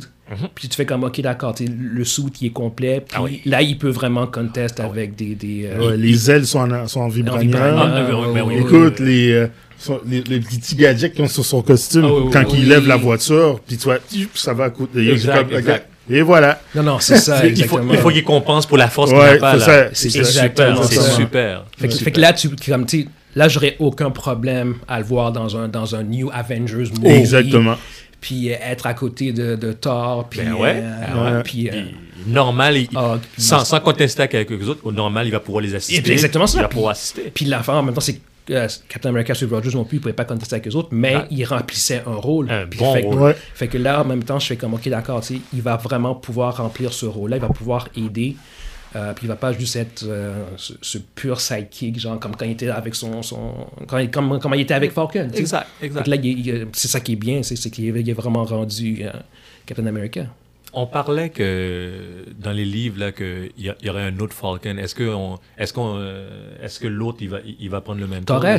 Speaker 1: Puis tu fais comme, ok, d'accord, tu sais, le suit il est complet. Puis
Speaker 3: Ah oui.
Speaker 1: là, il peut vraiment contest avec des. des euh,
Speaker 2: Ouais, les ailes sont en, sont en
Speaker 1: vibranium.
Speaker 2: vibranium.
Speaker 3: Ah, ouais, ouais, ouais, ouais.
Speaker 2: Écoute, les, euh, son- les, les petits gadgets qu'ils ont sur son costume,
Speaker 3: Ah, ouais, ouais,
Speaker 2: quand
Speaker 3: ouais.
Speaker 2: il lève la voiture, puis tu vois, tchou, ça va à coup de-
Speaker 3: Exact,
Speaker 2: comme-
Speaker 3: exact.
Speaker 2: Et voilà.
Speaker 1: Non, non, c'est ça,
Speaker 3: [laughs] Il faut,
Speaker 1: exactement.
Speaker 3: il faut qu'il compense pour la force
Speaker 2: Ouais,
Speaker 3: qu'il n'a
Speaker 2: c'est
Speaker 3: pas là.
Speaker 2: ça.
Speaker 1: C'est
Speaker 2: C'est
Speaker 1: exact.
Speaker 3: Super,
Speaker 1: Exactement
Speaker 3: c'est
Speaker 1: ça.
Speaker 3: super.
Speaker 1: Fait que,
Speaker 3: Super.
Speaker 1: fait que là, tu, comme, tu sais, là, j'aurais aucun problème à le voir dans un, dans un New Avengers movie.
Speaker 2: Exactement.
Speaker 1: Puis euh, être à côté de, de Thor. Puis,
Speaker 3: Ben ouais,
Speaker 1: euh,
Speaker 3: ah
Speaker 2: ouais.
Speaker 1: puis, euh, Ah.
Speaker 3: Il- Normal, il-
Speaker 1: Hulk, puis
Speaker 3: sans,
Speaker 1: Master-
Speaker 3: sans contester avec quelques autres, au normal, il va pouvoir les assister.
Speaker 1: Et puis exactement ça.
Speaker 3: Il va
Speaker 1: Puis-
Speaker 3: pouvoir assister.
Speaker 1: puis l'affaire, en même temps, c'est que euh, Captain America, Steve Rogers non plus, il pouvait pas contester avec les autres, mais
Speaker 3: Ah.
Speaker 1: il remplissait un rôle.
Speaker 3: Un
Speaker 1: Puis
Speaker 3: bon
Speaker 1: fait, que-
Speaker 3: rôle.
Speaker 2: Ouais.
Speaker 1: fait que là, en même temps, je fais comme, OK, d'accord, tu sais, il va vraiment pouvoir remplir ce rôle-là, il va pouvoir aider. euh, puis il va pas juste être euh, ce, ce pur sidekick, genre comme quand il était avec son. son quand, il- comme, comment il était avec Falcon. tu sais.
Speaker 3: Exact,
Speaker 1: Fait que
Speaker 3: exact.
Speaker 1: là, il- il- c'est ça qui est bien, c'est c'est qu'il est, il est vraiment rendu euh, Captain America.
Speaker 3: On parlait que dans les livres là qu'il y, a- il y aurait un autre Falcon. Est-ce que on, est-ce qu'on, euh, est-ce que l'autre il va, il il va prendre le même tour,
Speaker 1: Torres.
Speaker 3: là?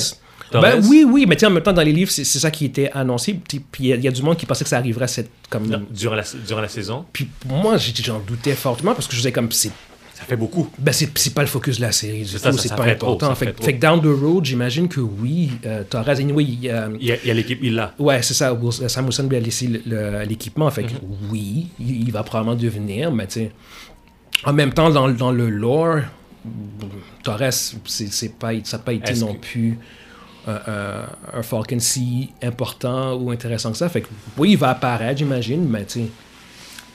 Speaker 3: Torres.
Speaker 1: Ben oui, oui, mais tiens, en même temps, dans les livres, c'est c'est ça qui était annoncé. Puis puis il y, a- il y a du monde qui pensait que ça arriverait cette, comme.
Speaker 3: Non, durant la durant la saison,
Speaker 1: Puis pour moi, j'ai- j'en doutais fortement parce que je disais comme c'est
Speaker 3: ça fait beaucoup.
Speaker 1: ben c'est c'est pas le focus de la série du
Speaker 3: C'est ça,
Speaker 1: tout,
Speaker 3: ça-
Speaker 1: c'est
Speaker 3: ça
Speaker 1: pas
Speaker 3: ferait trop,
Speaker 1: important.
Speaker 3: ça
Speaker 1: fait,
Speaker 3: ferait
Speaker 1: que-
Speaker 3: trop.
Speaker 1: fait que down the road, j'imagine que oui, euh, Torres, anyway, il, euh,
Speaker 3: Il y a, il y a l'équipe, il l'a.
Speaker 1: ouais, c'est ça, Wilson- euh, Sam Wilson lui a laissé le- le- l'équipement, fait que
Speaker 3: Mhm.
Speaker 1: oui, il, il va probablement devenir, mais tu sais, en même temps, dans, le- dans le lore, Torres, c'est c'est pas, ça n'a pas été
Speaker 3: Est-ce
Speaker 1: non
Speaker 3: que-
Speaker 1: plus un, un- un Falcon si important ou intéressant que ça. Fait que oui, il va apparaître, j'imagine, mais tu sais,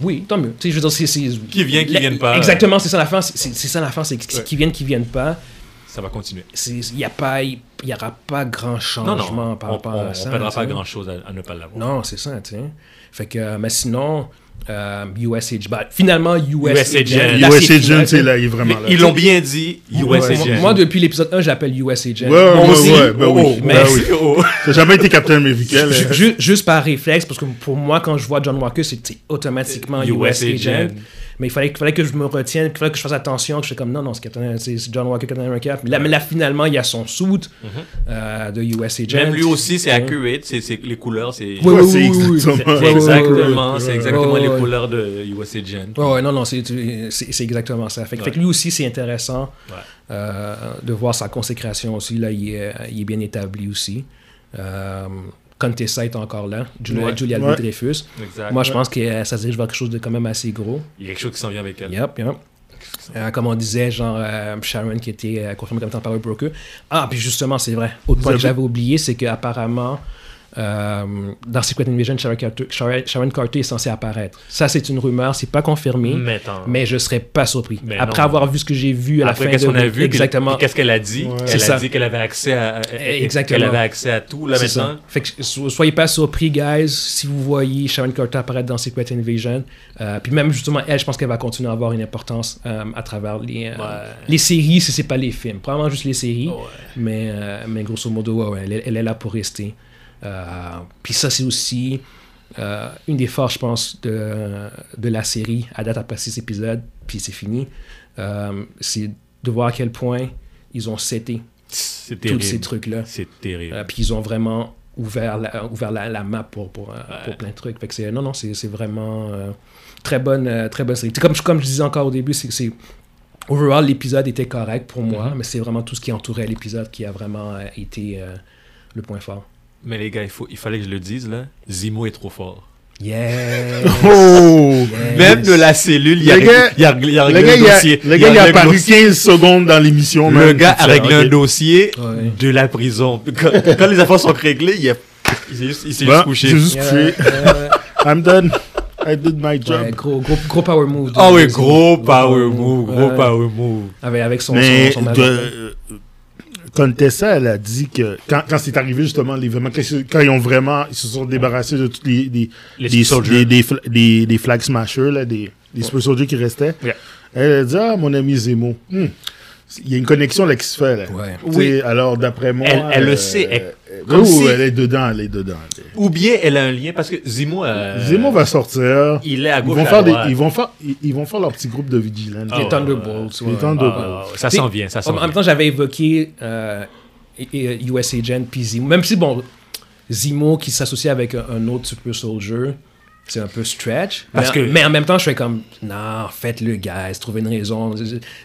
Speaker 1: oui, tant mieux. Tu sais, je veux dire, c'est. c'est-
Speaker 3: Qui vient, qui
Speaker 1: la-
Speaker 3: vienne pas.
Speaker 1: Exactement, c'est ça la fin. C'est c'est ça la fin, c'est
Speaker 3: Ouais.
Speaker 1: qui viennent, qui viennent pas.
Speaker 3: Ça va continuer.
Speaker 1: Il n'y a pas, il y aura pas grand changement
Speaker 3: Non non.
Speaker 1: par
Speaker 3: On,
Speaker 1: rapport
Speaker 3: on,
Speaker 1: à ça.
Speaker 3: on perdra
Speaker 1: tu
Speaker 3: pas
Speaker 1: sais.
Speaker 3: grand chose à, à ne pas l'avoir.
Speaker 1: Non, c'est ça, tu sais. Fait que, euh, mais sinon, euh, US Agent. bah, finalement, US,
Speaker 3: US Agent.
Speaker 1: Là,
Speaker 2: US
Speaker 1: final.
Speaker 2: Agent, c'est là, il est vraiment là.
Speaker 3: Mais ils l'ont bien dit. US
Speaker 1: Moi-
Speaker 3: Agent.
Speaker 1: Moi, depuis l'épisode 1, je l'appelle US Agent.
Speaker 2: Ouais, ouais,
Speaker 3: Moi aussi.
Speaker 2: ouais, ben
Speaker 3: Oh,
Speaker 2: oui.
Speaker 3: oh,
Speaker 2: Ben
Speaker 1: mais-
Speaker 2: oui.
Speaker 3: oh.
Speaker 2: T'as jamais été Captain America. là.
Speaker 1: Ju- ju- juste par réflexe, parce que pour moi, quand je vois John Walker, c'est c'est automatiquement
Speaker 3: Euh,
Speaker 1: US,
Speaker 3: US
Speaker 1: Agent.
Speaker 3: Agent.
Speaker 1: Mais il fallait, fallait que je me retienne, il fallait que je fasse attention, que je suis comme non, non, c'est Captain- c'est c'est John Walker, Captain America. Mais là, mais là, finalement, il y a son suit euh, de US Agent.
Speaker 3: Même lui aussi, c'est
Speaker 1: Ouais.
Speaker 3: accurate. C'est c'est- les couleurs, c'est.
Speaker 1: Oui,
Speaker 2: Ouais,
Speaker 1: oui,
Speaker 2: c'est hein?
Speaker 1: oui, oui, oui. C'est-
Speaker 2: exactement-
Speaker 3: C'est
Speaker 1: ouais,
Speaker 3: exactement,
Speaker 2: ouais,
Speaker 3: c'est
Speaker 2: ouais.
Speaker 3: exactement
Speaker 1: Ouais, ouais.
Speaker 3: les couleurs de USA Gen.
Speaker 1: Ouais, ouais, non, non, c'est c'est- c'est exactement ça. Fait, que- fait que
Speaker 3: Ouais.
Speaker 1: lui aussi, c'est intéressant
Speaker 3: Ouais.
Speaker 1: euh, de voir sa consécration aussi. Là, il est, il est bien établi aussi. Euh, Contessa est encore là. Julia,
Speaker 3: Ouais.
Speaker 1: Julia
Speaker 2: Ouais.
Speaker 1: Louis-Dreyfus.
Speaker 3: Exact.
Speaker 1: Moi, je pense que euh, ça se dirige vers quelque chose de quand même assez gros.
Speaker 3: Il y a quelque chose qui s'en vient avec elle.
Speaker 1: Yep, yep. Euh, comme on disait, genre euh, Sharon qui était euh, confirmée comme temps par le broker. Ah, puis justement, c'est vrai. Autre point que
Speaker 2: avez-
Speaker 1: j'avais oublié, c'est qu'apparemment, euh, dans Secret Invasion, Sharon Carter, Sharon- Sharon Carter est censée apparaître. Ça, c'est une rumeur, c'est pas confirmé,
Speaker 3: Mais attends.
Speaker 1: mais je serais pas surpris.
Speaker 3: Ah. Mais
Speaker 1: Après
Speaker 3: non.
Speaker 1: avoir vu ce que j'ai vu à la
Speaker 3: Après,
Speaker 1: fin
Speaker 3: qu'est-ce
Speaker 1: de-
Speaker 3: qu'on a vu? puis-
Speaker 1: Exactement.
Speaker 3: puis Qu'est-ce qu'elle a dit?
Speaker 2: Ouais.
Speaker 1: C'est
Speaker 3: Elle
Speaker 1: ça. Eh,
Speaker 3: a dit qu'elle avait accès à.
Speaker 1: Exactement.
Speaker 3: Qu'elle avait accès à tout, là,
Speaker 1: C'est ça.
Speaker 3: maintenant.
Speaker 1: Fait que so- soyez pas surpris, guys, si vous voyez Sharon Carter apparaître dans Secret Invasion. Euh, puis même justement, elle, je pense qu'elle va continuer à avoir une importance euh, à travers les, euh,
Speaker 3: Ouais.
Speaker 1: les séries, si c'est pas les films. Probablement juste les séries.
Speaker 3: Ouais.
Speaker 1: Mais, euh, mais grosso modo, ouais, ouais, elle, est- elle est là pour rester. Euh, puis ça, c'est aussi euh, une des forces, je pense, de, de la série. À date, après six épisodes, puis c'est fini. Euh, c'est de voir à quel point ils ont seté
Speaker 3: C'est
Speaker 1: tous ces
Speaker 3: terrible.
Speaker 1: trucs-là.
Speaker 3: C'est terrible.
Speaker 1: Euh, puis ils ont vraiment ouvert la, ouvert la, la map pour, pour, euh, pour plein de trucs. Fait que c'est, non, non, c'est, c'est vraiment euh, très, bonne, euh, très bonne série. C'est Comme, je- comme je disais encore au début, c'est, que c'est overall, l'épisode était correct pour moi,
Speaker 3: Mm-hmm.
Speaker 1: mais c'est vraiment tout ce qui entourait l'épisode qui a vraiment euh, été euh, le point fort.
Speaker 3: Mais les gars, il, faut, il fallait que je le dise, là. Zimo est trop fort.
Speaker 1: Yeah! [laughs]
Speaker 2: Oh!
Speaker 3: Même de la cellule, il y a,
Speaker 2: Le gars-
Speaker 3: il y a, il y a
Speaker 2: Le
Speaker 3: réglé
Speaker 2: gars,
Speaker 3: un
Speaker 2: il a,
Speaker 3: dossier.
Speaker 2: le gars, il a
Speaker 3: réglé un
Speaker 2: apparu
Speaker 3: dossier.
Speaker 2: 15 secondes dans l'émission.
Speaker 3: Le
Speaker 2: man.
Speaker 3: gars a
Speaker 2: Tu fais,
Speaker 3: réglé un
Speaker 2: ok.
Speaker 3: dossier
Speaker 1: Ouais.
Speaker 3: de la prison. Quand, quand les affaires sont réglées, il y a. Il s'est juste, il s'est
Speaker 2: Bah,
Speaker 1: Ben,
Speaker 3: juste couché.
Speaker 2: j'ai juste
Speaker 1: Yeah,
Speaker 2: couché.
Speaker 3: [laughs]
Speaker 1: yeah.
Speaker 2: I'm done. I did my job.
Speaker 1: Ouais, gros, gros, gros power move. hein,
Speaker 3: Ah
Speaker 1: de-
Speaker 3: oui,
Speaker 1: de-
Speaker 3: gros power move, gros
Speaker 1: Ouais.
Speaker 3: power move.
Speaker 1: Avec, avec son,
Speaker 2: Mais
Speaker 1: son, son
Speaker 2: de- euh, Contessa, elle a dit que quand, quand c'est arrivé justement l'événement, quand, ils- quand ils ont vraiment, ils se sont débarrassés de toutes les, les,
Speaker 3: Les
Speaker 2: des-
Speaker 3: soldiers.
Speaker 2: des- des fl- des- des flag smashers, là, des, des super soldiers qui restaient.
Speaker 3: Yeah.
Speaker 2: Elle a dit ah mon ami Zemo, hmm, il y a une connexion là qui se fait là.
Speaker 1: Ouais.
Speaker 2: Tu sais,
Speaker 3: Oui.
Speaker 2: Alors d'après moi,
Speaker 3: Elle- elle le sait, elle-
Speaker 2: euh,
Speaker 3: comme
Speaker 2: oui,
Speaker 3: si- Euh,
Speaker 2: oui, elle est dedans, elle est dedans. elle est-
Speaker 3: Ou bien elle a un lien parce que Zemo. euh,
Speaker 2: Zemo va sortir.
Speaker 3: Il est à
Speaker 2: Ils
Speaker 3: gauche.
Speaker 2: vont,
Speaker 3: à
Speaker 2: faire des-
Speaker 3: droite.
Speaker 2: ils, vont faire, ils, ils vont faire leur petit groupe de vigilance.
Speaker 3: Ah
Speaker 1: les
Speaker 3: ouais.
Speaker 1: Thunderbolts.
Speaker 2: Les
Speaker 1: ouais.
Speaker 2: Thunderbolts.
Speaker 3: Ah, ça
Speaker 1: T'sais,
Speaker 3: s'en vient, ça
Speaker 1: En
Speaker 3: s'en
Speaker 1: en
Speaker 3: vient.
Speaker 1: même temps, j'avais évoqué euh, et- et US Agent puis Zemo. Même si, bon, Zemo qui s'associe avec un, un autre Super Soldier, c'est un peu stretch. mais,
Speaker 3: Parce que-
Speaker 1: mais en même temps, je fais comme, non, faites-le, guys, trouvez une raison.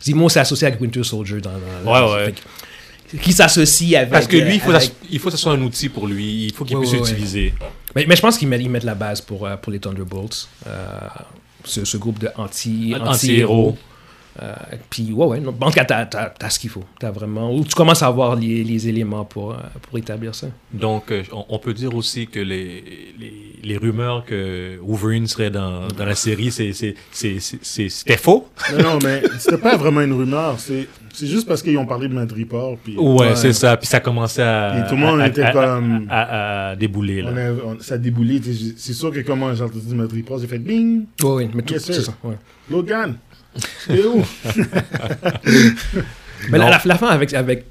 Speaker 1: Zemo s'est associé avec Winter Soldier dans. dans-
Speaker 3: Ouais,
Speaker 1: dans-
Speaker 3: ouais.
Speaker 1: fait que- qui s'associe avec.
Speaker 3: Parce que lui, il faut,
Speaker 1: euh, avec-
Speaker 3: ça- il faut que ce soit un outil pour lui. Il faut qu'il
Speaker 1: Ouais,
Speaker 3: puisse
Speaker 1: ouais, ouais.
Speaker 3: l'utiliser.
Speaker 1: Mais, mais je pense qu'ils mettent, ils mettent la base pour, euh, pour les Thunderbolts. euh, ce, ce groupe de anti-
Speaker 3: Anti-héros.
Speaker 1: anti-héros. Euh, puis, ouais, ouais. non, En tout cas, t'as, t'as- t'as ce qu'il faut. T'as vraiment... Ou tu commences à avoir les, les éléments pour, euh, pour établir ça.
Speaker 3: Donc, euh, on, on peut dire aussi que les, les, les rumeurs que Wolverine serait dans, dans la série, c'est- c'est- c'est- c'est- c'est- c'était faux.
Speaker 2: Non, non, mais c'était pas vraiment une rumeur. C'est c'est juste parce qu'ils ont parlé de Madripoor. Puis
Speaker 3: Ouais,
Speaker 1: Ouais.
Speaker 3: euh, c'est ça. Puis ça commençait à.
Speaker 2: Et tout le monde
Speaker 3: à-
Speaker 2: était
Speaker 3: à-
Speaker 2: comme-
Speaker 3: À, à- à débouler, là.
Speaker 2: on a- on- ça a déboulé. tu sais, C'est sûr que comment j'ai entendu Madripoor, j'ai fait bing,
Speaker 1: Ouais, ouais, mais tout,
Speaker 2: Yes, sir.
Speaker 1: c'est ça. ouais.
Speaker 2: Logan. Et
Speaker 3: [laughs]
Speaker 2: où
Speaker 1: Mais
Speaker 3: Non.
Speaker 1: la, la- la fin avec, avec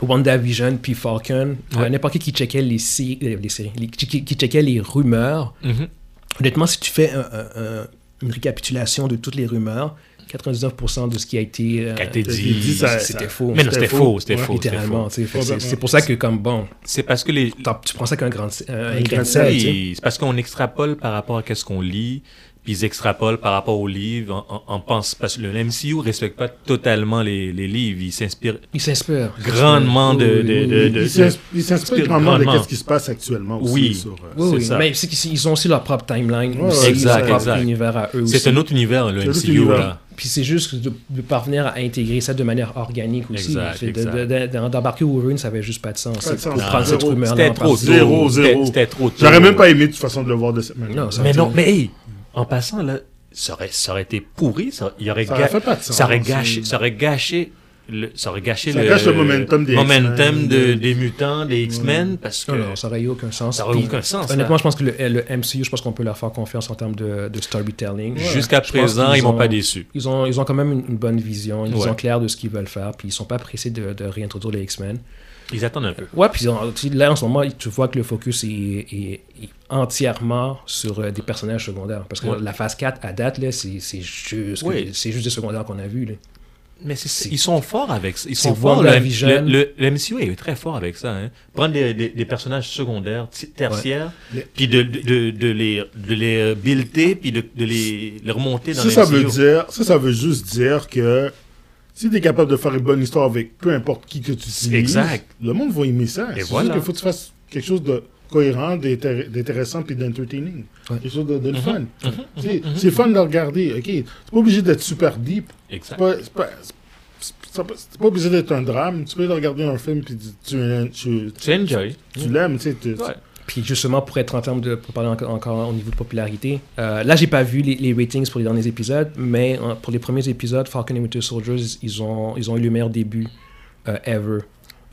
Speaker 1: WandaVision puis Falcon, euh,
Speaker 3: Ouais.
Speaker 1: n'importe qui qui checkait les, sé- euh, les séries, les- qui, qui- qui checkait les rumeurs,
Speaker 3: Mhm.
Speaker 1: honnêtement, si tu fais un- un- un- une récapitulation de toutes les rumeurs, 99% de ce qui a été, euh,
Speaker 3: Qui a été
Speaker 1: de-
Speaker 3: dit,
Speaker 2: ça-
Speaker 1: c'était
Speaker 2: ça-
Speaker 1: faux.
Speaker 3: Mais non, c'était
Speaker 2: C'était
Speaker 3: faux,
Speaker 2: faux.
Speaker 3: c'était
Speaker 2: Ouais.
Speaker 3: faux. c'était
Speaker 1: littéralement.
Speaker 3: faux.
Speaker 1: tu sais, fait que C'est
Speaker 2: Complètement.
Speaker 1: c'est pour ça que, comme bon,
Speaker 3: C'est parce que les,
Speaker 1: t'en- tu prends ça qu'un grand, un,
Speaker 2: Un
Speaker 1: un grain de
Speaker 2: grain de
Speaker 1: sel, tu sais.
Speaker 3: Oui, c'est parce qu'on extrapole par rapport à ce qu'on lit, puis ils extrapolent par rapport aux livres, on, on- on pense, parce que le MCU respecte pas totalement les, les livres, il s'inspire
Speaker 1: Il s'inspire.
Speaker 3: grandement de...
Speaker 1: Oui,
Speaker 3: de,
Speaker 1: oui,
Speaker 3: de,
Speaker 1: oui.
Speaker 3: de-
Speaker 2: Ils s'ins- ils s'inspirent grandement de ce qui se passe actuellement aussi.
Speaker 3: Oui.
Speaker 2: Sur, euh,
Speaker 1: Oui,
Speaker 3: c'est
Speaker 1: oui,
Speaker 3: ça.
Speaker 1: mais c'est qu'ils ils ont aussi leur propre timeline,
Speaker 2: Ouais,
Speaker 1: aussi,
Speaker 2: ouais,
Speaker 1: leur
Speaker 2: exact,
Speaker 1: propre
Speaker 3: exact.
Speaker 1: univers à eux aussi.
Speaker 3: C'est un autre univers, le
Speaker 2: C'est un autre
Speaker 3: MCU,
Speaker 2: univers.
Speaker 3: là.
Speaker 1: Puis c'est juste de, de parvenir à intégrer ça de manière organique aussi.
Speaker 3: Exact,
Speaker 1: C'est de-
Speaker 3: exact.
Speaker 1: de- de- d'en- D'embarquer Wolverine, ça avait juste pas de sens.
Speaker 2: Pas de
Speaker 1: C'est
Speaker 2: sens.
Speaker 1: Pour
Speaker 2: Non.
Speaker 1: prendre cette
Speaker 2: Zéro.
Speaker 1: rumeur-là. en
Speaker 3: C'était trop tôt.
Speaker 1: partie.
Speaker 2: Zéro,
Speaker 3: C'était
Speaker 2: zéro.
Speaker 3: c'était trop tôt.
Speaker 2: J'aurais même pas aimé de toute façon de le voir de cette manière.
Speaker 1: Non, ça-
Speaker 3: Mais non,
Speaker 1: Sorti.
Speaker 3: mais hey, en passant, là, ça aurait, ça aurait été pourri, ça, il aurait,
Speaker 2: Ça aurait
Speaker 3: ga-
Speaker 2: fait pas de sens.
Speaker 3: ça aurait gâché, ça aurait gâché le, ça aurait gâché
Speaker 2: Ça
Speaker 3: le,
Speaker 2: gâche le momentum des
Speaker 3: momentum
Speaker 2: X-Men,
Speaker 3: de-
Speaker 2: de-
Speaker 3: des mutants, des X-Men, parce que
Speaker 1: Non, non, ça aurait eu aucun sens.
Speaker 3: ça aurait
Speaker 1: Puis,
Speaker 3: aucun sens. hein. là.
Speaker 1: Honnêtement, je pense que le, le MCU, je pense qu'on peut leur faire confiance en termes de, de storytelling.
Speaker 3: Jusqu'à
Speaker 1: Je pense
Speaker 3: présent,
Speaker 1: qu'ils
Speaker 3: ils m'ont
Speaker 1: ont-
Speaker 3: pas déçu.
Speaker 1: Ils ont, ils ont quand même une, une bonne vision, ils
Speaker 3: Ouais.
Speaker 1: sont clairs de ce qu'ils veulent faire, puis ils sont pas pressés de, de réintroduire les X-Men.
Speaker 3: Ils attendent un peu.
Speaker 1: Ouais, puis on- tu- là, en ce moment, tu vois que le focus est, est- est entièrement sur euh, des personnages secondaires. Parce que
Speaker 3: Ouais.
Speaker 1: la phase 4, à date, là, c'est c'est juste, que-
Speaker 3: Oui.
Speaker 1: c'est juste des secondaires qu'on a vus. là.
Speaker 3: Mais c'est-
Speaker 1: C'est-
Speaker 3: ils sont forts avec ça. Ils sont
Speaker 1: c'est
Speaker 3: forts. Le,
Speaker 1: WandaVision.
Speaker 3: le, le- le MCU est très fort avec ça. Hein. Prendre des, des- des personnages secondaires, ti- tertiaires,
Speaker 2: Ouais.
Speaker 3: puis de, de, de, de les, de les euh, builder, puis de, de les, les remonter dans
Speaker 2: Ça,
Speaker 3: le
Speaker 2: ça
Speaker 3: MCU.
Speaker 2: veut dire, ça, ça veut juste dire que si tu es capable de faire une bonne histoire avec peu importe qui que tu utilises,
Speaker 3: Exact.
Speaker 2: le monde va aimer ça.
Speaker 3: Et
Speaker 2: C'est
Speaker 3: voilà.
Speaker 2: juste qu'il faut que tu fasses quelque chose de cohérent, d'intér- d'intéressant puis d'entertaining.
Speaker 1: Ouais.
Speaker 2: Quelque chose de, de le
Speaker 3: Mm-hmm.
Speaker 2: fun. Tu sais, C'est fun de le regarder. ok C'est pas obligé d'être super deep. C'est
Speaker 3: Exact.
Speaker 2: pas, c'est pas, c'est- c'est pas- c'est pas obligé d'être un drame. Tu peux le regarder un film puis tu, tu, tu-
Speaker 3: C'est enjoy.
Speaker 2: tu l'aimes. tu sais, tu-
Speaker 3: Ouais.
Speaker 1: Puis justement, pour être en termes de. pour parler encore, encore au niveau de popularité, euh, là, j'ai pas vu les, les ratings pour les derniers épisodes, mais euh, pour les premiers épisodes, Falcon et Winter Soldiers, ils ont, ils ont eu le meilleur début euh, ever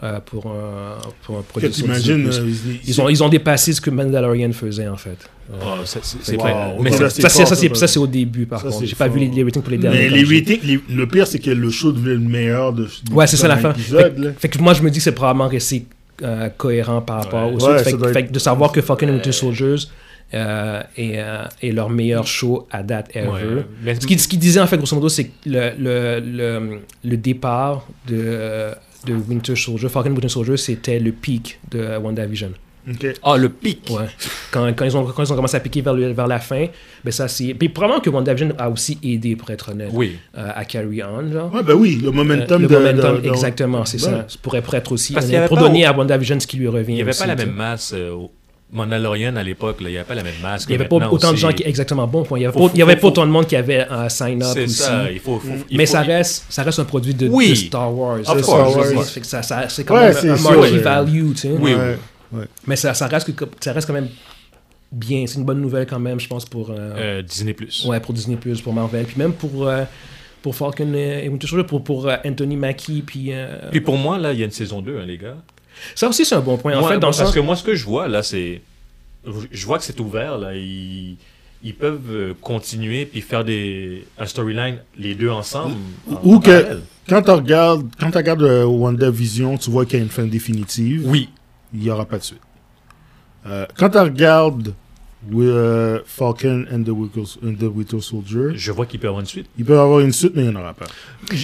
Speaker 1: euh, pour, un, pour un
Speaker 2: Que
Speaker 1: produit.
Speaker 2: tu imagines. euh,
Speaker 1: sur- Ils ont, ils ont dépassé ce que Mandalorian faisait, en fait.
Speaker 3: Oh, ça, c'est c'est
Speaker 2: Wow.
Speaker 3: vrai. Mais
Speaker 2: Ouais.
Speaker 3: ça-
Speaker 2: Là,
Speaker 1: Ça, c'est- ça,
Speaker 2: fort,
Speaker 1: c'est
Speaker 2: ça.
Speaker 1: ça, c'est au début, par
Speaker 2: Ça,
Speaker 1: contre.
Speaker 2: c'est
Speaker 1: J'ai pas vu les,
Speaker 2: fort.
Speaker 1: les ratings pour les derniers.
Speaker 2: Mais
Speaker 1: comme
Speaker 2: les
Speaker 1: j'ai-
Speaker 2: ratings, les- le pire, c'est que le show devient le meilleur de. de-
Speaker 1: Ouais, c'est ça la
Speaker 2: d'un
Speaker 1: fin.
Speaker 2: épisode, là.
Speaker 1: Fait que moi, je me dis que c'est probablement resté euh, cohérent par rapport
Speaker 3: Ouais.
Speaker 1: au
Speaker 2: Ouais,
Speaker 1: fait,
Speaker 2: ça
Speaker 1: que-
Speaker 2: doit
Speaker 1: fait
Speaker 2: être-
Speaker 1: que de savoir que Falcon and Winter Soldiers euh, est, euh, est leur meilleur show à date ever.
Speaker 3: ouais. Mais-
Speaker 1: Ce qu'il ce qu'il disait, en fait, grosso modo, c'est que le, le, le, le départ de, euh, de Winter Soldier, Falcon and Winter Soldier, c'était le pic de euh, WandaVision.
Speaker 2: Ok.
Speaker 3: Ah, le pic.
Speaker 1: Ouais. Quand, quand, ils ont, quand ils ont commencé à piquer vers, le- vers la fin, ben ça, c'est... Puis probablement que WandaVision a aussi aidé, pour être honnête,
Speaker 3: Oui.
Speaker 1: euh, à carry on, genre. Euh,
Speaker 2: Ouais, ben oui, le momentum
Speaker 1: le
Speaker 2: de.
Speaker 1: momentum,
Speaker 2: de- de-
Speaker 1: exactement, c'est
Speaker 2: Ouais.
Speaker 1: ça. Ça pourrait être aussi
Speaker 3: Parce
Speaker 1: honnête,
Speaker 3: qu'il y avait
Speaker 1: pour
Speaker 3: pas
Speaker 1: donner à WandaVision ce qui lui revient.
Speaker 3: Il n'y avait pas
Speaker 1: aussi,
Speaker 3: la
Speaker 1: tu sais.
Speaker 3: même masse. euh, au Mandalorian, à l'époque, là, il n'y avait pas la même masse.
Speaker 1: Il n'y
Speaker 3: que
Speaker 1: avait pas
Speaker 3: maintenant,
Speaker 1: autant de
Speaker 3: c'est-
Speaker 1: gens qui. Exactement, bon point. Il n'y avait,
Speaker 3: Faut-
Speaker 1: pas- il y avait
Speaker 3: faut-
Speaker 1: pas
Speaker 3: faut-
Speaker 1: autant de monde qui avait un sign-up
Speaker 3: C'est
Speaker 1: aussi.
Speaker 3: ça. Il faut, faut- il
Speaker 1: mais
Speaker 3: faut-
Speaker 1: ça
Speaker 3: il-
Speaker 1: reste, ça reste un produit de,
Speaker 3: Oui.
Speaker 1: de Star Wars.
Speaker 3: Of
Speaker 1: là,
Speaker 3: course,
Speaker 1: ça, je veux
Speaker 2: of
Speaker 1: dire,
Speaker 2: course.
Speaker 1: fait que ça- ça- c'est quand
Speaker 2: Ouais,
Speaker 1: même
Speaker 2: c'est
Speaker 1: un
Speaker 2: sûr,
Speaker 1: marquee
Speaker 2: ouais.
Speaker 1: value, tu sais.
Speaker 3: Oui,
Speaker 2: Ouais.
Speaker 3: oui.
Speaker 2: Ouais.
Speaker 1: Mais ça, ça, reste, que- ça reste quand même bien. C'est une bonne nouvelle quand même, je pense, pour, euh,
Speaker 3: Euh, Disney Plus.
Speaker 1: ouais, pour Disney+, pour Marvel, puis même pour, euh, pour Falcon euh, et Winter Soldier, pour, pour euh, Anthony Mackie, puis... euh,
Speaker 3: Puis pour moi, là, il y a une saison 2, hein, les gars.
Speaker 1: Ça aussi, c'est un bon point. En
Speaker 3: Moi,
Speaker 1: fait, dans le
Speaker 3: parce
Speaker 1: sens...
Speaker 3: que moi, ce que je vois, là, c'est. Je vois que c'est ouvert, là. Ils, ils peuvent euh, continuer puis faire des, un storyline, les deux ensemble. en-
Speaker 2: Ou
Speaker 3: en
Speaker 2: que-
Speaker 3: parallèle.
Speaker 2: Quand tu regardes, quand tu regardes euh, WandaVision, tu vois qu'il y a une fin définitive.
Speaker 3: Oui.
Speaker 2: il n'y aura pas de suite. Euh, quand on regarde euh, Falcon and the, Winter, and the Winter Soldier,
Speaker 3: Je vois qu'il peut y avoir une suite.
Speaker 2: il peut y avoir une suite, mais il n'y en aura pas.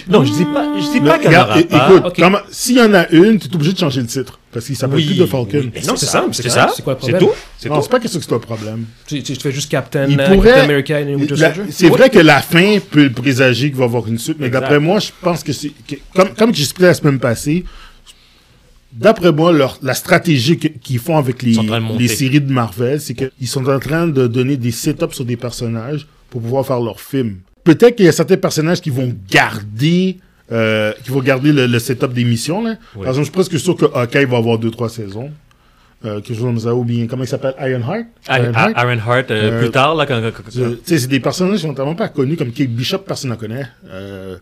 Speaker 3: Non, je dis pas, je dis pas
Speaker 2: Mais
Speaker 3: qu'il y en
Speaker 2: regarde,
Speaker 3: aura
Speaker 2: é-
Speaker 3: pas.
Speaker 2: Écoute,
Speaker 1: Ok.
Speaker 2: comment- s'il y en a une, tu es obligé de changer le titre. Parce qu'il s'appelle
Speaker 3: Oui,
Speaker 2: plus de Falcon.
Speaker 3: oui. Mais
Speaker 1: Non, c'est simple,
Speaker 3: c'est
Speaker 1: c'est
Speaker 3: ça.
Speaker 1: correct, c'est quoi le
Speaker 3: C'est
Speaker 1: problème?
Speaker 3: tout. C'est
Speaker 2: Non,
Speaker 3: tout.
Speaker 2: c'est pas question que c'est un problème.
Speaker 1: Tu, tu- tu fais juste Captain,
Speaker 2: Il
Speaker 1: euh,
Speaker 2: pourrait-
Speaker 1: Captain America et Winter
Speaker 2: La-
Speaker 1: Soldier.
Speaker 2: C'est vrai que la fin peut présager qu'il va y avoir une suite, mais
Speaker 3: Exact.
Speaker 2: d'après moi, je pense que c'est. que- Comme, comme j'expliquais la semaine passée, d'après moi, leur, la stratégie que- qu'ils font avec les,
Speaker 3: sont en train de monter.
Speaker 2: les séries de Marvel, c'est qu'ils sont en train de donner des setups sur des personnages pour pouvoir faire leur film. Peut-être qu'il y a certains personnages qui vont garder. euh, qui vont garder le, le setup des missions. Là.
Speaker 3: Oui.
Speaker 2: Par exemple, je suis presque sûr que Hawkeye va avoir 2-3 saisons. Euh, quelque chose comme ça, ou bien, comment il s'appelle Ironheart
Speaker 3: Iron Ironheart, euh,
Speaker 2: Euh,
Speaker 3: plus tard, là, quand. quand- quand-
Speaker 2: euh, tu sais, c'est des personnages qui sont tellement pas connus comme Kate Bishop, personne ne la connaît. Euh,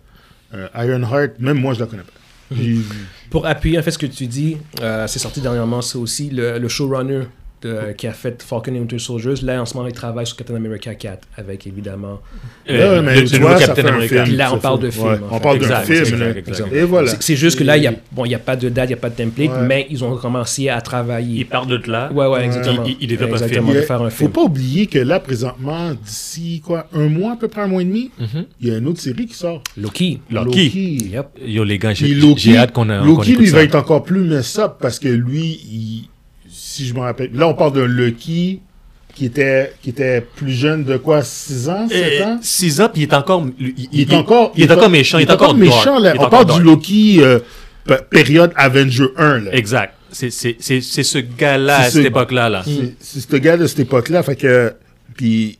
Speaker 2: euh, Ironheart, même moi, je la connais pas. Puis,
Speaker 1: Pour appuyer en fait ce que tu dis, euh, c'est sorti dernièrement, c'est aussi le, le showrunner de- qui a fait Falcon et Winter Soldier. Là, en ce moment, il travaille sur Captain America 4 avec évidemment.
Speaker 3: euh,
Speaker 2: là, mais
Speaker 3: le-
Speaker 2: tu
Speaker 3: le
Speaker 2: vois,
Speaker 3: nouveau
Speaker 2: ça
Speaker 3: Captain
Speaker 2: fait un
Speaker 3: America.
Speaker 1: film. Là, on
Speaker 2: ça
Speaker 1: parle
Speaker 2: fait-
Speaker 1: de film,
Speaker 2: ouais,
Speaker 1: en
Speaker 2: on
Speaker 1: fait.
Speaker 2: parle d'un
Speaker 3: Exact,
Speaker 2: film.
Speaker 3: exact,
Speaker 2: là.
Speaker 3: exact, exact.
Speaker 2: Et voilà.
Speaker 1: C'est- C'est juste que là, il n'y a, bon, il y a pas de date, il n'y a pas de template,
Speaker 2: Ouais.
Speaker 1: mais ils ont commencé à
Speaker 3: Il
Speaker 1: travailler.
Speaker 3: part de là.
Speaker 1: Ouais, ouais, exactement.
Speaker 3: Il- il- il développe un film.
Speaker 1: exactement,
Speaker 2: Il y
Speaker 1: de
Speaker 2: a-
Speaker 1: faire un
Speaker 2: Faut
Speaker 1: film.
Speaker 2: pas oublier que là, présentement, d'ici quoi, un mois, à peu près un mois et demi,
Speaker 3: Mhm.
Speaker 2: il y a une autre série qui sort.
Speaker 1: Loki.
Speaker 3: Loki.
Speaker 2: Loki.
Speaker 1: Yep.
Speaker 3: Yo, les gars,
Speaker 2: Puis
Speaker 3: j'ai
Speaker 2: Loki,
Speaker 3: j'ai hâte qu'on a. qu'on
Speaker 2: Loki,
Speaker 3: écoute
Speaker 2: lui,
Speaker 3: ça.
Speaker 2: va être encore plus mess up parce que lui, il- si je me rappelle, là, on parle d'un Loki qui était, qui était plus jeune de quoi, 6 ans, 7 ans
Speaker 3: 6 ans, puis il est encore. Il, il-
Speaker 2: il est encore,
Speaker 3: Il est encore méchant. Il est encore
Speaker 2: méchant.
Speaker 3: dark,
Speaker 2: là.
Speaker 3: il est
Speaker 2: On
Speaker 3: encore
Speaker 2: parle
Speaker 3: dark.
Speaker 2: du Loki euh, p- période Avenger 1. là.
Speaker 3: Exact. C'est c'est- c'est- c'est ce gars-là, à
Speaker 2: C'est
Speaker 3: cette
Speaker 2: ce-
Speaker 3: époque-là. Là.
Speaker 2: C'est c'est ce gars de cette époque-là. Fait que puis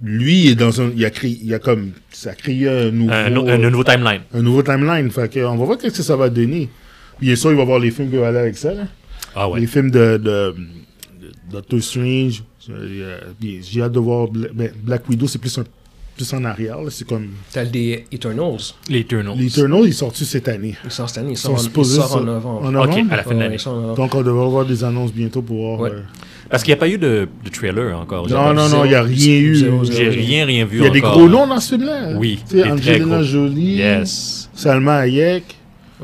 Speaker 2: lui il est dans un, il a créé, il a comme ça a créé un nouveau,
Speaker 3: Un, un nouveau timeline.
Speaker 2: un nouveau timeline. Fait que on va voir qu'est-ce que ça va donner. Bien sûr, il va voir les films qui vont aller avec ça. là.
Speaker 3: Ah ouais.
Speaker 2: Les films de, de, de Doctor Strange. Euh, puis J'ai hâte de voir Bla- ben, Black Widow. C'est plus un- plus en arrière. là. C'est comme
Speaker 1: T'as des Eternals.
Speaker 3: Les Eternals.
Speaker 2: les Eternals, ils sont sortis cette année.
Speaker 1: Ils sortent cette année. Ils
Speaker 2: Ils sont
Speaker 1: sortent en, ils
Speaker 2: supposés
Speaker 1: sortent en
Speaker 2: sor-
Speaker 1: novembre.
Speaker 2: en
Speaker 1: Ouais,
Speaker 3: Ok,
Speaker 2: novembre?
Speaker 3: à la fin de
Speaker 1: ouais,
Speaker 3: l'année.
Speaker 1: ils sortent en novembre.
Speaker 2: Donc, on devrait avoir des annonces bientôt pour voir.
Speaker 1: Ouais.
Speaker 2: euh,
Speaker 3: Parce qu'il n'y a pas eu de, de trailer encore.
Speaker 2: Non, non, non,
Speaker 1: zéro,
Speaker 2: il n'y a rien eu.
Speaker 1: zéro, zéro.
Speaker 3: J'ai rien, rien vu
Speaker 2: Il y a des
Speaker 3: encore.
Speaker 2: gros noms dans ce film-là. hein.
Speaker 3: Oui,
Speaker 2: Tu sais,
Speaker 3: des très
Speaker 2: Angelina
Speaker 3: gros.
Speaker 2: Jolie,
Speaker 3: Yes.
Speaker 2: Salma Hayek,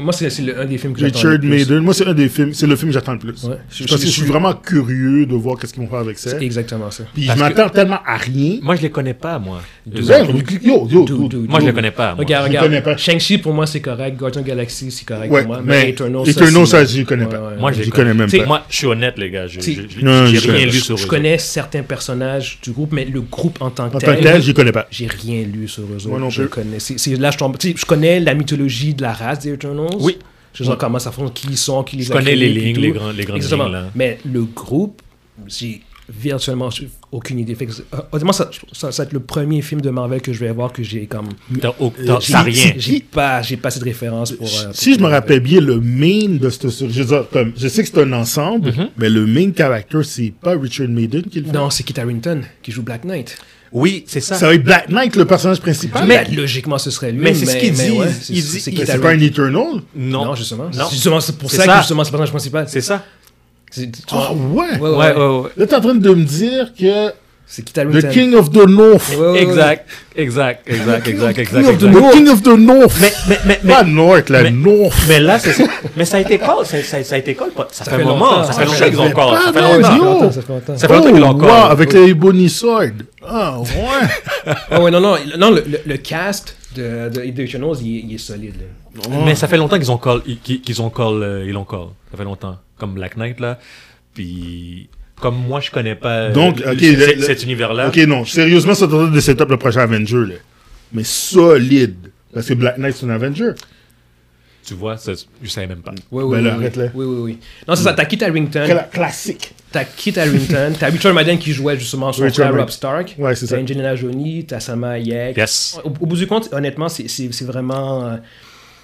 Speaker 1: Moi, c'est c'est le- un des films que j'attends.
Speaker 2: Richard
Speaker 1: le plus.
Speaker 2: Madden. Moi, c'est un des films, c'est le film que j'attends le plus.
Speaker 1: Ouais.
Speaker 2: Je- Parce que je suis vraiment curieux de voir qu'est-ce qu'ils vont faire avec ça.
Speaker 1: C'est exactement ça.
Speaker 2: Puis je
Speaker 3: Parce que-
Speaker 2: m'attends tellement à rien.
Speaker 3: Moi, je les connais pas, moi.
Speaker 1: Dude.
Speaker 3: Eux autres.
Speaker 2: Ouais, Yo,
Speaker 1: Dude,
Speaker 2: yo, dude.
Speaker 1: dude,
Speaker 3: Moi, je les
Speaker 1: dude.
Speaker 3: connais pas. moi.
Speaker 1: Regarde,
Speaker 2: Je connais pas.
Speaker 1: regarde. Shang-Chi, pour moi, c'est correct. Guardian Galaxy, c'est correct
Speaker 2: Ouais,
Speaker 1: pour moi.
Speaker 2: mais
Speaker 1: Mais
Speaker 2: Eternal,
Speaker 1: Eternals,
Speaker 2: ça,
Speaker 1: c'est-
Speaker 2: je ne connais
Speaker 1: Ouais,
Speaker 2: pas.
Speaker 1: ouais,
Speaker 3: Moi,
Speaker 1: ouais.
Speaker 3: je les
Speaker 2: Je connais même
Speaker 1: T'sais,
Speaker 2: pas.
Speaker 3: Moi, je suis honnête, les gars. Je
Speaker 1: Si.
Speaker 3: je- je-
Speaker 2: Non,
Speaker 3: j'ai
Speaker 2: je-
Speaker 3: rien
Speaker 2: je-
Speaker 3: lu sur
Speaker 1: Je
Speaker 3: eux.
Speaker 1: connais certains personnages du groupe, mais le groupe en tant que
Speaker 2: En tant que tel,
Speaker 1: tel,
Speaker 2: je ne connais pas.
Speaker 1: j'ai rien lu sur eux autres.
Speaker 2: Moi non
Speaker 1: je
Speaker 2: plus.
Speaker 1: connais. c'est- c'est là, je, tombe, tu sais, je connais la mythologie de la race des Eternals.
Speaker 3: Oui.
Speaker 1: Je sais comment ça fonctionne, qui ils sont, qui les
Speaker 3: Je
Speaker 1: a
Speaker 3: connais
Speaker 1: créés,
Speaker 3: les
Speaker 1: puis
Speaker 3: lignes,
Speaker 1: tout.
Speaker 3: les grandes, les grandes
Speaker 1: Exactement.
Speaker 3: lignes. Là.
Speaker 1: Mais le groupe, j'ai virtuellement j'ai aucune idée. Fait que, euh, honnêtement, ça, ça, ça va être le premier film de Marvel que je vais voir que j'ai comme.
Speaker 3: T'as au- t'as-
Speaker 1: Euh, j'ai-
Speaker 3: t'as rien.
Speaker 1: J'ai pas, j'ai pas assez de référence pour. euh, pour-
Speaker 2: Si je me rappelle bien, le main de ce. Je, veux dire, comme, je sais que c'est un ensemble, mais le main character, c'est pas Richard Maiden qui le fait.
Speaker 1: Non, c'est Kit Harington qui joue Black Knight.
Speaker 3: Oui, c'est ça.
Speaker 2: Ça va être Black Knight, le personnage principal.
Speaker 1: Mais logiquement, ce serait lui.
Speaker 3: Ah, Mais c'est ce qu'il dit.
Speaker 1: ouais,
Speaker 3: Il
Speaker 1: c'est-
Speaker 3: dit-
Speaker 1: c'est
Speaker 3: il
Speaker 1: Kit
Speaker 2: Mais c'est
Speaker 1: Harington.
Speaker 2: pas un Eternal.
Speaker 3: Non.
Speaker 1: Non, justement.
Speaker 3: Non.
Speaker 1: C'est justement c'est pour
Speaker 3: C'est
Speaker 1: ça,
Speaker 3: ça.
Speaker 1: que justement c'est le personnage principal.
Speaker 3: C'est Oh, ça.
Speaker 1: C'est tu
Speaker 2: Ah
Speaker 1: vois,
Speaker 2: ouais.
Speaker 1: ouais, ouais,
Speaker 3: Ouais,
Speaker 1: ouais.
Speaker 3: ouais, ouais.
Speaker 2: Là, t'es en train de me dire que
Speaker 1: C'est Kit Harington.
Speaker 2: le King of the North.
Speaker 1: Ouais, ouais, ouais.
Speaker 3: Exact, exact, exact, exact, exact.
Speaker 1: of the
Speaker 3: exact.
Speaker 2: Le King of the North.
Speaker 3: Mais, mais, mais, mais,
Speaker 2: pas North, la
Speaker 3: mais-
Speaker 2: North.
Speaker 3: mais là, c'est ça. Mais ça a été cool, ça, ça, ça a été cool. Ça, fait un
Speaker 1: fait
Speaker 3: moment,
Speaker 1: longtemps.
Speaker 3: ça fait
Speaker 1: Ah,
Speaker 3: longtemps
Speaker 1: je
Speaker 3: qu'ils ont
Speaker 2: savais
Speaker 3: encore.
Speaker 2: pas,
Speaker 3: Ça fait
Speaker 1: Ça
Speaker 2: man.
Speaker 1: fait
Speaker 3: longtemps.
Speaker 2: Yo.
Speaker 1: longtemps, ça fait longtemps.
Speaker 3: Ça fait
Speaker 2: Oh,
Speaker 3: longtemps qu'ils l'ont
Speaker 2: wow,
Speaker 3: encore.
Speaker 2: avec la Ebony Sword. Ah, ouais.
Speaker 1: Ah ouais, non, non, le- non le, le- le cast de, de, de Eternals, il, est- il est solide. là.
Speaker 3: [laughs] Mais ça fait longtemps qu'ils ont call, qu'ils qu'ils ont call, euh, ils l'ont call. Ça fait longtemps. Comme Black Knight, là. Puis, comme moi, je connais pas euh,
Speaker 2: Donc,
Speaker 3: le-
Speaker 2: ok,
Speaker 3: c-
Speaker 2: le- le-
Speaker 3: cet univers-là.
Speaker 2: Ok, non, sérieusement, ça train de setup le prochain Avenger, là. Mais solide. Parce que Black Knight, c'est un Avenger.
Speaker 3: Tu vois, ça, je savais même pas.
Speaker 1: Oui,
Speaker 2: Ben
Speaker 1: oui, oui,
Speaker 2: là, arrête-le.
Speaker 1: oui, oui, oui, oui. Non, c'est ça, t'as Kit Harington,
Speaker 2: Cla- classique.
Speaker 1: t'as Kit Harington, t'as Richard Madden qui jouait justement son
Speaker 2: Richard
Speaker 1: frère Rob
Speaker 2: Madden.
Speaker 1: Stark,
Speaker 2: Ouais, c'est
Speaker 1: t'as
Speaker 2: ça.
Speaker 1: Angelina Jolie, t'as Salma Hayek.
Speaker 3: Yes.
Speaker 1: Au, au bout du compte, honnêtement, c'est- c'est c'est vraiment... euh,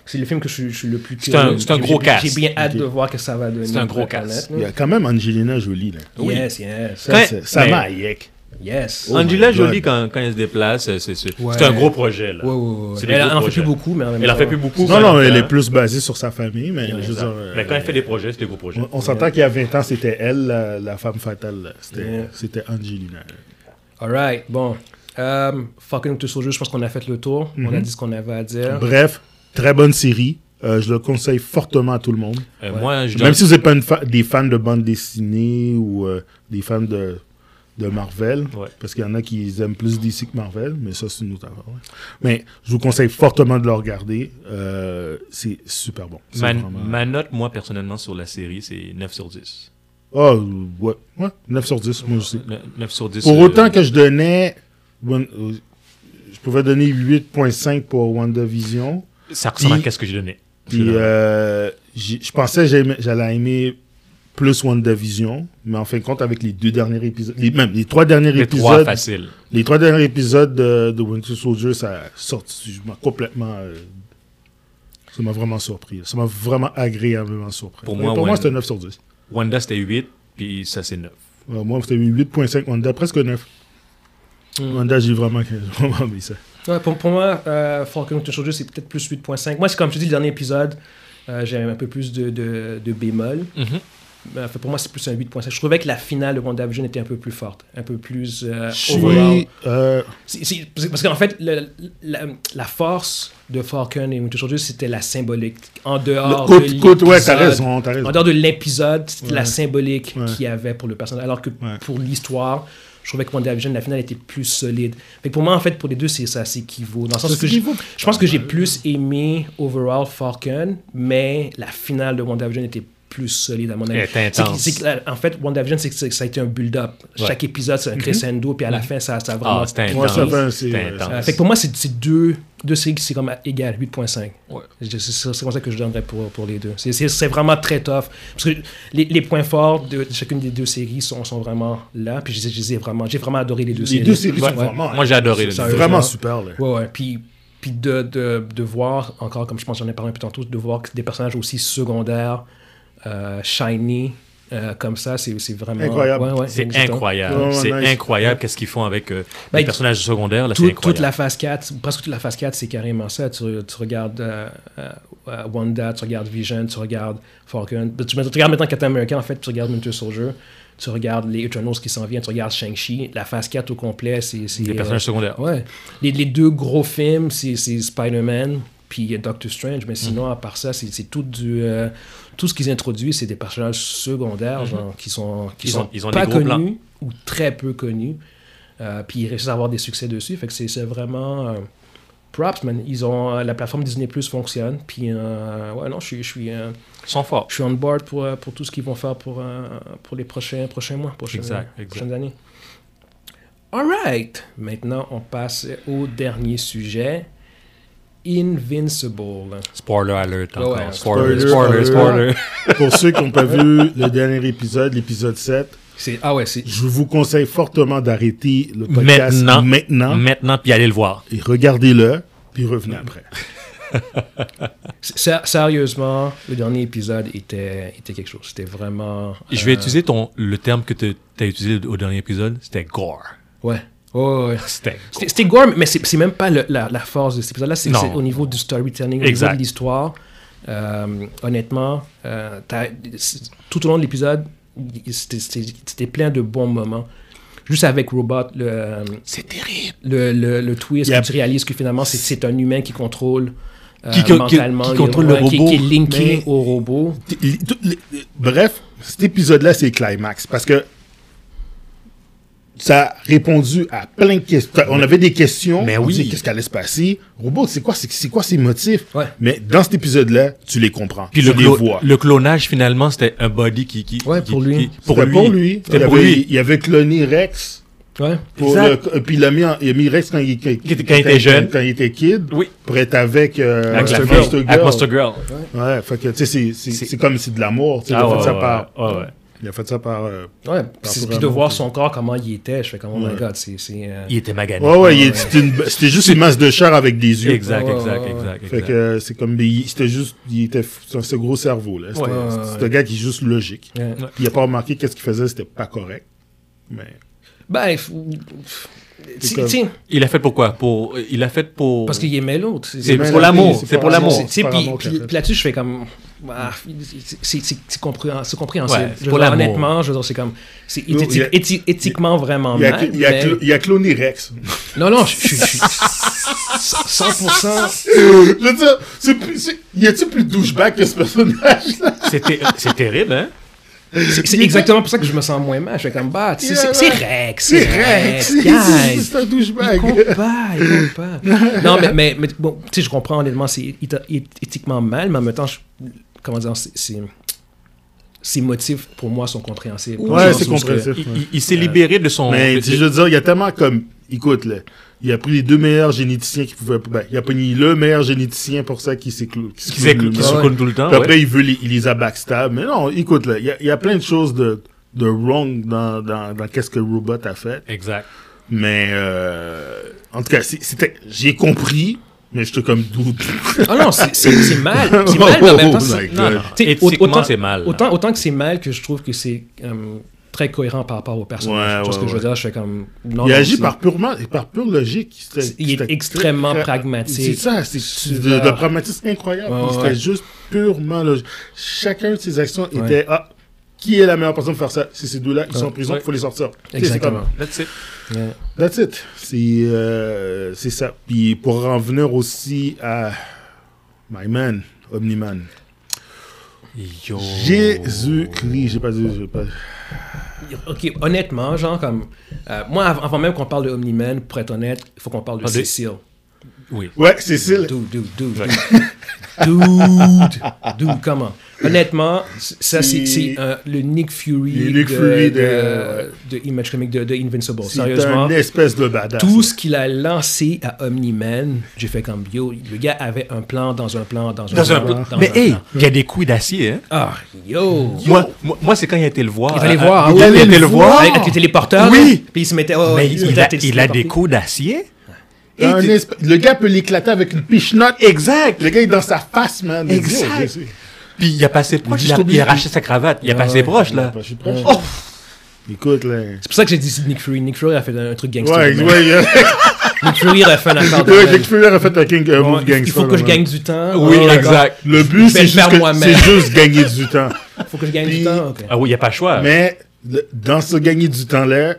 Speaker 1: C'est le film que je, je suis le plus
Speaker 3: C'est un-
Speaker 1: curieux.
Speaker 3: c'est un
Speaker 1: J'ai-
Speaker 3: gros
Speaker 1: j'ai-
Speaker 3: cast.
Speaker 1: J'ai bien hâte
Speaker 2: Ok.
Speaker 1: de voir que ça va donner.
Speaker 3: C'est un
Speaker 1: pour
Speaker 3: gros
Speaker 1: la planète,
Speaker 3: cast.
Speaker 2: Il y
Speaker 1: là.
Speaker 2: a quand même Angelina Jolie, là.
Speaker 3: Oui.
Speaker 1: Yes, yes,
Speaker 2: Ça,
Speaker 3: Ouais,
Speaker 2: c'est- ça
Speaker 3: mais-
Speaker 2: m'a Hayek.
Speaker 1: yes.
Speaker 2: Oh
Speaker 3: Angela
Speaker 2: my God.
Speaker 3: Jolie, quand, quand elle se déplace, euh, c'est c'est-
Speaker 1: Ouais.
Speaker 3: c'est un gros projet. Là.
Speaker 1: Ouais, ouais, ouais.
Speaker 3: C'est des
Speaker 1: Elle
Speaker 3: gros
Speaker 1: en fait
Speaker 3: projets.
Speaker 1: plus beaucoup, mais en même
Speaker 3: Elle en
Speaker 1: temps-
Speaker 3: fait plus beaucoup.
Speaker 2: Non,
Speaker 3: mais en
Speaker 2: non,
Speaker 3: même
Speaker 2: elle
Speaker 3: temps,
Speaker 2: est plus basée sur sa famille, mais je veux dire, euh,
Speaker 3: hein. Mais quand elle fait des projets, c'est des gros projets.
Speaker 2: on, on s'entend qu'il y a 20 ans, c'était elle, la, la femme fatale. là. C'était
Speaker 1: Yeah.
Speaker 2: c'était Angelina.
Speaker 1: Alright, bon. Um, fucking tout Soldier, je pense qu'on a fait le tour.
Speaker 2: Mhm.
Speaker 1: On a dit ce qu'on avait à dire.
Speaker 2: Bref, très bonne série. Euh, je le conseille fortement à tout le monde.
Speaker 3: Euh, Moi, je
Speaker 2: Même si vous n'êtes pas une fa- des fans de bande dessinée ou euh, des fans de, de Marvel,
Speaker 3: Ouais.
Speaker 2: parce qu'il y en a qui aiment plus DC que Marvel, mais ça, c'est une autre affaire. ouais. Mais je vous conseille fortement de le regarder. Euh, c'est super bon. C'est
Speaker 3: ma,
Speaker 2: vraiment-
Speaker 3: ma note, moi, personnellement, sur la série, c'est 9 sur 10.
Speaker 2: Ah, ouais, ouais, 9 sur 10, moi aussi.
Speaker 3: Ne- 9 sur 10.
Speaker 2: Pour
Speaker 3: euh,
Speaker 2: autant que je donnais. bon, euh, je pouvais donner 8,5 pour WandaVision.
Speaker 3: Ça ressemble à
Speaker 2: Puis-
Speaker 3: qu'est-ce que j'ai donné.
Speaker 2: Puis euh, j'ai- je pensais que j'aimais- j'allais aimer plus WandaVision, mais en fin de compte, avec les deux derniers épisodes, les, même les trois derniers
Speaker 3: les
Speaker 2: épisodes,
Speaker 3: trois faciles.
Speaker 2: les trois derniers épisodes de, de Winter Soldier, ça a sorti, je m'en complètement, euh, ça m'a vraiment surpris. Ça m'a vraiment agréablement surpris.
Speaker 3: Pour
Speaker 2: Mais
Speaker 3: moi,
Speaker 2: pour moi
Speaker 3: Wanda-
Speaker 2: c'était 9 sur 10.
Speaker 3: Wanda, c'était 8, puis ça, c'est 9.
Speaker 2: Euh, moi, c'était 8.5, Wanda presque 9.
Speaker 1: Mm.
Speaker 2: Wanda, j'ai vraiment, [laughs] j'ai vraiment aimé ça.
Speaker 1: Ouais, pour, pour moi, euh, Falcon Winter Soldier, c'est peut-être plus 8.5. Moi, c'est comme je te dis, le dernier épisode, euh, j'avais un peu plus de, de, de bémol. Euh, fait, pour moi, c'est plus un 8.5. Je trouvais que la finale de WandaVision était un peu plus forte, un peu plus euh,
Speaker 2: Je
Speaker 1: overall.
Speaker 2: suis, euh,
Speaker 1: C'est- c'est- parce- parce qu'en fait, le- la, la force de Falcon et Winter Soldier, c'était la symbolique. En dehors de
Speaker 2: Côte, côte, ouais, t'as
Speaker 1: l'épisode,
Speaker 2: raison, t'as raison.
Speaker 1: En dehors de l'épisode, c'était la symbolique
Speaker 2: Ouais.
Speaker 1: qu'il y avait pour le personnage. Alors que
Speaker 2: Ouais.
Speaker 1: pour l'histoire, je trouvais que WandaVision, la finale était plus solide. Fait que pour moi, en fait, pour les deux, c'est ça, c'est équivaut. Dans le sens
Speaker 2: C'est
Speaker 1: que je,
Speaker 2: équivaut.
Speaker 1: je pense que j'ai plus aimé overall Falcon, mais la finale de WandaVision était plus solide à mon avis.
Speaker 3: Elle était
Speaker 1: C'est que-
Speaker 3: intense.
Speaker 1: c'est que la- en fait, WandaVision, c'est que c'est que ça a été un build-up.
Speaker 3: Ouais. Mhm.
Speaker 1: Chaque épisode, c'est un crescendo, puis à la fin, ça, ça a vraiment.
Speaker 3: Ah, c'était
Speaker 2: Ouais,
Speaker 3: intense.
Speaker 2: ça fait- c'est-
Speaker 3: C'était
Speaker 2: ouais, ça-
Speaker 1: Euh,
Speaker 3: intense.
Speaker 1: fait que pour moi, c'est c'est deux, deux séries qui c'est comme à égal, 8.5.
Speaker 3: Ouais.
Speaker 1: Je- C'est c'est- c'est comme ça que je donnerais pour, pour les deux. C'est- C'est c'est vraiment très tough. Parce que les, les points forts de chacune des deux séries sont, sont vraiment là. Puis je les ai- je les ai vraiment- j'ai vraiment adoré les deux
Speaker 2: Les
Speaker 1: séries.
Speaker 2: deux séries sont
Speaker 1: Ouais.
Speaker 2: vraiment,
Speaker 3: Moi, j'ai adoré.
Speaker 1: Ça-
Speaker 3: le-
Speaker 1: sérieusement.
Speaker 2: vraiment super, là.
Speaker 1: Ouais, ouais. Puis, puis de, de, de voir, encore comme je pense, j'en ai parlé un peu tantôt, de voir que des personnages aussi secondaires, euh, shiny, euh, comme ça, c'est c'est vraiment.
Speaker 2: Incroyable.
Speaker 1: Ouais, ouais,
Speaker 3: C'est
Speaker 1: exactement.
Speaker 3: incroyable.
Speaker 2: Vraiment
Speaker 3: C'est
Speaker 2: nice.
Speaker 3: incroyable qu'est-ce qu'ils font avec euh,
Speaker 1: Ben,
Speaker 3: les personnages secondaires. Là, c'est
Speaker 1: Tout- toute
Speaker 3: incroyable.
Speaker 1: la phase 4, presque toute la phase 4, c'est carrément ça. Tu, tu regardes euh, euh, euh, Wanda, tu regardes Vision, tu regardes Falcon. Tu, tu regardes maintenant Captain America, en fait, tu regardes Winter Soldier, tu regardes les Eternals qui s'en viennent, tu regardes Shang-Chi. La phase 4 au complet, c'est. c'est,
Speaker 3: Les
Speaker 1: euh,
Speaker 3: personnages secondaires.
Speaker 1: ouais. Les, les deux gros films, c'est, c'est Spider-Man puis euh, Doctor Strange, mais
Speaker 3: Mm.
Speaker 1: sinon, à part ça, c'est, c'est tout du. euh, tout ce qu'ils introduisent, c'est des personnages secondaires, genre, qui sont, qui
Speaker 3: Mm-hmm. Ils
Speaker 1: sont
Speaker 3: ont- ils ont
Speaker 1: pas
Speaker 3: des gros
Speaker 1: connus
Speaker 3: plans.
Speaker 1: ou très peu connus. Euh, puis ils réussissent à avoir des succès dessus. Fait que c'est c'est vraiment euh, props, man. Ils ont, euh, la plateforme Disney Plus fonctionne. Puis euh, ouais, non, je suis, je suis, euh,
Speaker 3: Ils sont forts.
Speaker 1: je suis on board pour, euh, pour tout ce qu'ils vont faire pour, euh, pour les prochains, prochains mois, prochaines,
Speaker 3: Exact, exact.
Speaker 1: prochaines années. All right. Maintenant, on passe au dernier sujet. Invincible.
Speaker 3: Spoiler alert encore.
Speaker 1: Ouais, ouais.
Speaker 3: Spoiler,
Speaker 2: Spoiler,
Speaker 3: spoiler, spoiler.
Speaker 2: Pour ceux qui n'ont pas vu le dernier épisode, l'épisode 7,
Speaker 1: C'est, ah ouais, c'est
Speaker 2: je vous conseille fortement d'arrêter le podcast
Speaker 3: Maintenant.
Speaker 2: maintenant,
Speaker 1: Hein?
Speaker 3: Maintenant, puis allez le voir.
Speaker 2: et regardez-le, puis revenez après.
Speaker 1: sé- sérieusement, le dernier épisode était, était quelque chose. C'était vraiment.
Speaker 3: Je vais
Speaker 1: euh,
Speaker 3: utiliser ton, le terme que tu as utilisé au dernier épisode. C'était gore.
Speaker 1: Ouais. Ouais, ouais.
Speaker 3: C'était
Speaker 1: C'était c'était gore, mais c'est c'est même pas le- la, la force de cet épisode-là. C'est
Speaker 3: Non.
Speaker 1: c'est au niveau du storytelling, au
Speaker 3: Exact.
Speaker 1: niveau de l'histoire. Euh, honnêtement, euh, t'as- c'est- tout au long de l'épisode, il- c'était- c'était c'était plein de bons moments. Juste avec Robot, le,
Speaker 3: C'est terrible.
Speaker 1: le, le, le twist,
Speaker 2: Yep.
Speaker 1: que tu réalises que finalement, c'est- c'est un humain qui contrôle euh,
Speaker 3: Qui- qui- qui-
Speaker 1: mentalement
Speaker 3: qui
Speaker 1: les
Speaker 3: contrôle le
Speaker 1: robots, qui-
Speaker 3: robot,
Speaker 1: qui est linké
Speaker 2: mais-
Speaker 1: au robot.
Speaker 2: T- les- toutes les- euh, Bref, cet épisode-là, c'est le climax parce que ça a répondu à plein de questions. On avait des questions.
Speaker 3: Mais
Speaker 2: on
Speaker 3: oui.
Speaker 2: disait, Qu'est-ce qui allait se passer? Robot, c'est quoi, c'est- c'est quoi ses motifs?
Speaker 1: Ouais.
Speaker 2: Mais dans cet épisode-là, tu les comprends.
Speaker 3: Puis
Speaker 2: tu
Speaker 3: le,
Speaker 2: les
Speaker 3: clo-
Speaker 2: vois.
Speaker 3: le clonage, finalement, c'était un body qui. qui
Speaker 1: Ouais,
Speaker 3: qui-
Speaker 1: pour lui.
Speaker 3: qui-
Speaker 2: C'était pour lui.
Speaker 3: C'était
Speaker 2: il,
Speaker 3: pour
Speaker 2: avait,
Speaker 3: lui.
Speaker 2: il avait cloné Rex.
Speaker 1: Ouais.
Speaker 2: Pour
Speaker 3: Exact.
Speaker 2: le- euh, puis il a mis, en- il a mis Rex quand il,
Speaker 3: Quand il était jeune.
Speaker 2: Quand il était kid.
Speaker 3: Oui.
Speaker 2: Pour être avec, euh,
Speaker 3: Avec
Speaker 2: Monster
Speaker 3: la fille,
Speaker 2: Girl.
Speaker 3: avec Monster Girl.
Speaker 2: Ouais, fait que, tu sais, c'est- c'est-
Speaker 3: C'est-
Speaker 2: c'est comme c'est de l'amour. tu sais,
Speaker 3: Ah
Speaker 2: ils ont fait
Speaker 3: ouais,
Speaker 2: ça
Speaker 3: ouais,
Speaker 2: par-
Speaker 3: ouais, ouais.
Speaker 2: Il a fait ça par. euh,
Speaker 1: Ouais, puis c'est- puis de
Speaker 2: vraiment,
Speaker 1: voir
Speaker 2: puis-
Speaker 1: son corps, comment il était, je fais comme, oh my
Speaker 2: Ouais.
Speaker 1: god, c'est. c'est, euh,
Speaker 3: Il était magané.
Speaker 2: Ouais, ouais, il est- c'était une- c'était juste une masse de chair avec des yeux.
Speaker 3: Exact,
Speaker 1: Ouais, ouais,
Speaker 3: exact,
Speaker 1: ouais,
Speaker 3: exact.
Speaker 2: Fait
Speaker 3: exact.
Speaker 2: que euh, c'est comme. des- il- C'était juste. Il était. fou- C'est un- c'est un gros cerveau, là. C'était
Speaker 1: Ouais, ouais,
Speaker 2: c'est
Speaker 1: ouais.
Speaker 2: un gars qui est juste logique.
Speaker 1: euh,
Speaker 3: Ouais.
Speaker 2: Il a pas remarqué qu'est-ce qu'il faisait, c'était pas correct. Mais.
Speaker 1: Ben, il faut-
Speaker 2: C'est
Speaker 1: tu-
Speaker 2: comme-
Speaker 1: tu-
Speaker 3: Il l'a fait pourquoi pour, Il l'a fait pour.
Speaker 1: parce qu'il aimait l'autre.
Speaker 3: C'est
Speaker 2: Mais
Speaker 3: pour
Speaker 2: la-
Speaker 3: l'amour,
Speaker 2: c'est
Speaker 3: c'est
Speaker 2: pas
Speaker 3: pour
Speaker 2: l'amour.
Speaker 3: l'amour.
Speaker 1: C'est- tu sais,
Speaker 2: par
Speaker 1: Puis
Speaker 2: amour
Speaker 1: puis-
Speaker 2: qu'elle fait.
Speaker 1: puis là-dessus, je fais comme. ah, c'est- c'est c'est compréhen- c'est compréhensible.
Speaker 3: Ouais,
Speaker 1: Je veux
Speaker 3: pour
Speaker 1: dire,
Speaker 3: l'amour.
Speaker 1: honnêtement, je veux dire, c'est comme. C'est
Speaker 2: Il y a-
Speaker 1: éthi- éthi- éthiquement vraiment
Speaker 2: Il y a,
Speaker 1: mal.
Speaker 2: il y a
Speaker 1: mais-
Speaker 2: clo- il y a cloné
Speaker 3: [laughs]
Speaker 2: Rex.
Speaker 1: Non, non, je suis. 100%.
Speaker 2: Je veux dire, c'est plus, c'est- y a-t-il plus de douchebag que ce
Speaker 3: [laughs]
Speaker 2: personnage-là?
Speaker 3: C'était- C'est terrible, hein
Speaker 1: c'est- C'est exactement pour ça que je me sens moins mal. Je fais comme, bah, tu sais, c'est c'est Rex.
Speaker 2: C'est Rex! c'est- C'est
Speaker 1: guys.
Speaker 2: [laughs] c'est un
Speaker 1: Il
Speaker 2: douchebag!
Speaker 1: compte pas, il compte
Speaker 2: [laughs]
Speaker 1: pas. Non, mais, mais, mais bon, tu sais, je comprends honnêtement, c'est éthi- éth- éthiquement mal, mais en même temps, je- comment dire, c'est- c'est- ces motifs pour moi sont compréhensibles.
Speaker 3: Ouais,
Speaker 1: Dans le
Speaker 2: Ouais,
Speaker 1: sens
Speaker 2: c'est
Speaker 1: où ce que-
Speaker 2: compréhensible.
Speaker 3: Il,
Speaker 2: ouais.
Speaker 3: il- il s'est libéré de son.
Speaker 2: Mais
Speaker 3: de-
Speaker 2: tu sais, je veux dire, il y a tellement comme. Écoute, là, il a pris les deux meilleurs généticiens qui pouvaient. Ben, il a pris le meilleur généticien pour ça qui s'est clou- qui se
Speaker 3: qui s'est-
Speaker 2: clou-
Speaker 3: qui
Speaker 2: lui-même.
Speaker 3: se
Speaker 1: ouais.
Speaker 3: coule tout le temps.
Speaker 2: Puis
Speaker 3: ouais.
Speaker 2: après, il veut les, il les a backstab. Mais non, écoute, là, il y a, il y a plein de choses de, de wrong dans, dans, dans qu'est-ce que Robot a fait.
Speaker 3: Exact.
Speaker 2: Mais, euh, en tout cas, c'est- c'était, j'ai compris, mais j'étais comme doute. [laughs]
Speaker 1: Ah non, c'est- c'est c'est mal. C'est mal, mais en même temps,
Speaker 2: Oh
Speaker 1: c'est-
Speaker 2: my
Speaker 3: Non,
Speaker 2: God.
Speaker 3: non.
Speaker 1: T'sais,
Speaker 3: Éthiquement,
Speaker 1: autant-
Speaker 3: c'est mal. hein. là.
Speaker 1: autant, autant que c'est mal que je trouve que c'est euh, très cohérent par rapport au personnage.
Speaker 2: Ouais,
Speaker 1: Parce
Speaker 2: ouais,
Speaker 1: que je veux
Speaker 2: ouais.
Speaker 1: dire, je fais comme. non, non,
Speaker 2: Il agit
Speaker 1: c'est-
Speaker 2: par purement et par pure logique. C'était-
Speaker 1: C'est- il est
Speaker 2: c'était
Speaker 1: extrêmement
Speaker 2: très-
Speaker 1: pragmatique.
Speaker 2: C'est ça, c'est
Speaker 1: Tu
Speaker 2: de,
Speaker 1: vas-
Speaker 2: de pragmatisme incroyable.
Speaker 1: Ouais,
Speaker 2: Puis
Speaker 1: ouais.
Speaker 2: C'était juste purement logique. Chacun de ses actions
Speaker 1: Ouais.
Speaker 2: était ah, qui est la meilleure personne pour faire ça C'est ces deux-là, ils sont en prison, il
Speaker 3: Ouais.
Speaker 2: faut les sortir. Tu sais,
Speaker 1: Exactement.
Speaker 3: That's it.
Speaker 1: Ouais.
Speaker 2: C'est comme, that's it. C'est euh, c'est ça. Puis pour en venir aussi à My Man, Omniman.
Speaker 3: Yo.
Speaker 2: Jésus-Christ, j'ai pas dit. j'ai Pas...
Speaker 1: Ok, honnêtement, genre comme. euh, moi, av- avant même qu'on parle de Omni-Man, pour être honnête, il faut qu'on parle de
Speaker 3: Parle Ah, de-
Speaker 1: Cécile.
Speaker 3: Oui.
Speaker 2: Ouais, Cécile.
Speaker 1: Dude, dude, dude. Dude, dude, comment Honnêtement, c- ça, c'est
Speaker 2: C'est-
Speaker 1: c'est, euh, le Nick Fury,
Speaker 2: Le Nick
Speaker 1: de,
Speaker 2: Fury
Speaker 1: de,
Speaker 2: de- ouais.
Speaker 1: de Image Comics, de, de Invincible.
Speaker 2: C'est
Speaker 1: Sérieusement.
Speaker 2: un espèce de badass.
Speaker 1: tout ce qu'il a lancé à Omni-Man, j'ai fait comme bio. Le gars avait un plan dans un plan dans un
Speaker 3: Dans un
Speaker 1: plan. dans
Speaker 3: Mais
Speaker 1: un
Speaker 3: hey,
Speaker 1: plan.
Speaker 3: il y a des couilles d'acier, hein.
Speaker 1: Ah, yo!
Speaker 3: Moi, moi, moi, c'est quand il a été le voir.
Speaker 1: Il va les
Speaker 3: hein,
Speaker 1: voir,
Speaker 3: Il
Speaker 1: ah
Speaker 3: a
Speaker 1: oui.
Speaker 3: été le voir.
Speaker 1: Avec, avec les téléporteurs,
Speaker 3: Oui.
Speaker 1: là, puis il se mettait. oh,
Speaker 3: Mais
Speaker 1: il,
Speaker 3: il,
Speaker 1: se mettait
Speaker 3: a,
Speaker 1: à télé-
Speaker 3: il a des
Speaker 1: téléporter.
Speaker 3: coups d'acier. Et
Speaker 2: Un
Speaker 3: tu-
Speaker 2: esp- Le gars peut l'éclater avec une piche-note.
Speaker 3: Exact.
Speaker 2: Le gars est dans sa face, man.
Speaker 3: Exact.
Speaker 2: Il dit, oh,
Speaker 3: Puis il a passé proche.
Speaker 2: Oui,
Speaker 3: Il a,
Speaker 2: je t'oublie.
Speaker 3: il a racheté sa cravate. Il a
Speaker 1: Ouais,
Speaker 3: passé
Speaker 1: ouais.
Speaker 3: proche,
Speaker 2: je sais.
Speaker 3: là.
Speaker 2: Je suis proche.
Speaker 3: Oh.
Speaker 2: Écoute, là.
Speaker 1: C'est pour ça que j'ai dit Nick Fury. Nick Fury a fait un truc gangster.
Speaker 2: Ouais,
Speaker 1: man.
Speaker 2: ouais, ouais.
Speaker 1: Nick Fury a
Speaker 3: [laughs]
Speaker 1: fait un accord. de
Speaker 2: Ouais,
Speaker 1: même.
Speaker 2: Nick Fury a fait un King euh,
Speaker 1: Bon,
Speaker 2: Move Gangster.
Speaker 1: il faut que je
Speaker 2: là,
Speaker 1: gagne
Speaker 2: man.
Speaker 1: du temps.
Speaker 3: Oui,
Speaker 1: Ah, d'accord.
Speaker 3: exact.
Speaker 2: Le but,
Speaker 1: Je vais
Speaker 2: c'est
Speaker 1: le
Speaker 2: juste,
Speaker 1: faire
Speaker 2: que-
Speaker 1: moi-même.
Speaker 2: c'est juste gagner du
Speaker 1: [laughs]
Speaker 2: temps.
Speaker 1: faut que je gagne
Speaker 2: Puis-
Speaker 1: du temps. ok.
Speaker 3: Ah oui, il n'y a pas le choix.
Speaker 2: Mais le- dans ce gagner du temps-là,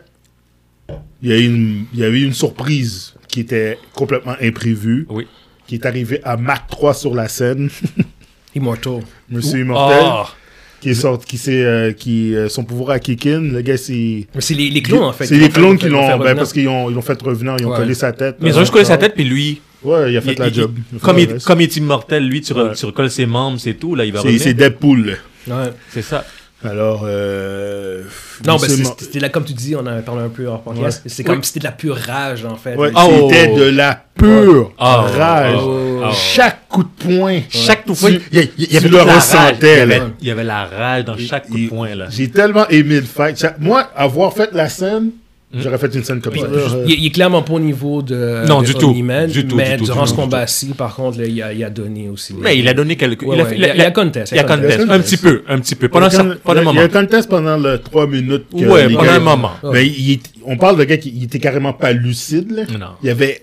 Speaker 2: il y, a eu une- il y a eu une surprise qui était complètement imprévue,
Speaker 3: Oui.
Speaker 2: qui est arrivée à Mac 3 sur la scène, [laughs]
Speaker 1: Immortal.
Speaker 2: Monsieur Immortel,
Speaker 3: Ah.
Speaker 2: qui est sorti, qui, s'est, euh, qui euh, son pouvoir à kick in. Le gars, c'est.
Speaker 1: Mais c'est les, les clones, en fait.
Speaker 2: C'est les clones qui
Speaker 1: fait- fait
Speaker 2: l'ont. Ben,
Speaker 1: revenir.
Speaker 2: parce qu'ils ont, ils l'ont fait revenir, ils ont
Speaker 1: Ouais.
Speaker 2: collé sa tête.
Speaker 3: Mais ils
Speaker 2: euh,
Speaker 3: ont juste collé sa
Speaker 2: encore.
Speaker 3: tête, puis lui.
Speaker 2: Ouais, il a fait
Speaker 3: il-
Speaker 2: la
Speaker 3: il-
Speaker 2: job.
Speaker 3: il- comme, il,
Speaker 2: Ouais.
Speaker 3: comme il est immortel, lui, tu, re-
Speaker 2: Ouais.
Speaker 3: tu recolles ses membres, c'est tout, là, il va
Speaker 2: C'est- C'est
Speaker 3: revenir.
Speaker 2: Deadpool.
Speaker 1: Ouais.
Speaker 3: C'est ça.
Speaker 2: Alors, euh,
Speaker 3: bah,
Speaker 1: Non, mais
Speaker 2: c'est-
Speaker 1: c'est- c'était là, comme tu dis, on en avait parlé un peu hors podcast. C'est comme c'était de la pure rage, en fait.
Speaker 2: ouais, Ah
Speaker 3: Oh.
Speaker 2: c'était de la pure
Speaker 3: Oh.
Speaker 2: rage.
Speaker 3: Oh. Oh.
Speaker 2: Chaque coup de poing,
Speaker 3: Chaque coup de poing,
Speaker 2: Tu-
Speaker 3: il y a- il y
Speaker 2: tu
Speaker 3: avait
Speaker 2: le
Speaker 3: de la
Speaker 2: ressentais,
Speaker 3: rage. Il y
Speaker 2: là.
Speaker 3: avait- Il y avait la rage dans chaque coup
Speaker 2: Et-
Speaker 3: de poing, là.
Speaker 2: J'ai tellement aimé le fight. Chaque- Moi, avoir fait la scène,
Speaker 3: Hmm.
Speaker 2: j'aurais fait une scène comme
Speaker 1: Puis,
Speaker 2: ça.
Speaker 1: juste- il, il est clairement pas au niveau de.
Speaker 3: Non,
Speaker 1: de
Speaker 3: du tout.
Speaker 1: Omni-Man,
Speaker 3: Du tout,
Speaker 1: Mais
Speaker 3: du tout,
Speaker 1: durant
Speaker 3: du
Speaker 1: ce
Speaker 3: tout, du
Speaker 1: combat-ci, par contre, là, il, a, il a donné aussi. là.
Speaker 3: Mais il a donné quelques.
Speaker 1: Ouais,
Speaker 3: il, a,
Speaker 1: ouais,
Speaker 3: il a-
Speaker 1: il a contest,
Speaker 3: Il a
Speaker 1: il a
Speaker 3: contest.
Speaker 2: contest.
Speaker 3: Un petit peu, un petit peu.
Speaker 2: Il y a
Speaker 3: Pendant, ça,
Speaker 2: quand-
Speaker 3: pendant un
Speaker 2: Il y
Speaker 3: moment.
Speaker 2: a eu un contest pendant le 3 minutes. que
Speaker 3: Ouais,
Speaker 2: les
Speaker 3: pendant
Speaker 2: gars-
Speaker 3: un moment.
Speaker 2: Mais il est- on parle de gars qui il était carrément pas lucide. là.
Speaker 3: Non.
Speaker 2: Il y avait.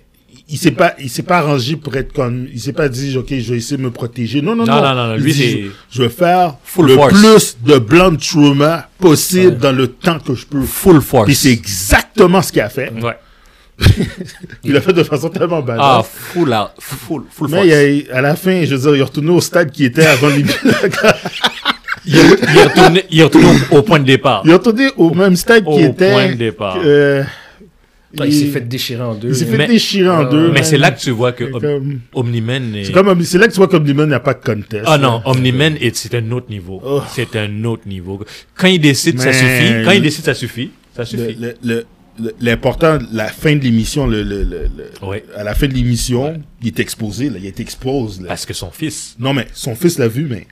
Speaker 2: Il s'est pas, il s'est pas arrangé pour être comme, il s'est pas dit, ok, je vais essayer de me protéger. Non, non,
Speaker 3: Non,
Speaker 2: non.
Speaker 3: non, non, non,
Speaker 2: Il
Speaker 3: lui,
Speaker 2: dit,
Speaker 3: c'est-
Speaker 2: je, je vais faire
Speaker 3: Full
Speaker 2: le
Speaker 3: force.
Speaker 2: plus de blanc de trauma possible
Speaker 1: Ouais.
Speaker 2: dans le temps que je peux.
Speaker 3: Full force.
Speaker 2: Puis c'est exactement ce qu'il a fait.
Speaker 3: Ouais.
Speaker 2: Il l'a fait de façon tellement
Speaker 3: Ah,
Speaker 2: badass.
Speaker 3: full, out, full, full
Speaker 2: Mais
Speaker 3: force.
Speaker 2: il a- à la fin, je veux dire, il est retourné au stade qui était avant les
Speaker 3: Il est, il est retourné, il est retourné au, au point de départ.
Speaker 2: [laughs] Il est retourné au même stade
Speaker 3: Au
Speaker 2: qui était.
Speaker 3: point de départ.
Speaker 2: euh,
Speaker 1: Attends, il s'est fait déchirer en deux.
Speaker 2: il s'est fait
Speaker 3: Mais-
Speaker 2: déchirer en
Speaker 1: Euh,
Speaker 2: deux.
Speaker 3: Mais
Speaker 2: man.
Speaker 3: c'est là que tu vois que
Speaker 2: C'est
Speaker 3: Om-
Speaker 2: comme-
Speaker 3: Omniman est.
Speaker 2: C'est comme- c'est là que tu vois qu'Omniman n'a pas de contest.
Speaker 3: Ah non, Omniman, est- c'est un autre niveau.
Speaker 2: Oh.
Speaker 3: C'est un autre niveau. Quand il décide, ça
Speaker 2: Mais-
Speaker 3: suffit. Quand il décide, ça suffit. Ça
Speaker 2: Le-
Speaker 3: suffit.
Speaker 2: le- le- le- L'important, la fin de l'émission, le, le- le- le-
Speaker 3: Ouais.
Speaker 2: à la fin de l'émission, il est exposé, là, il est exposé. là.
Speaker 3: Parce que son fils.
Speaker 2: Non, mais son fils l'a vu, mais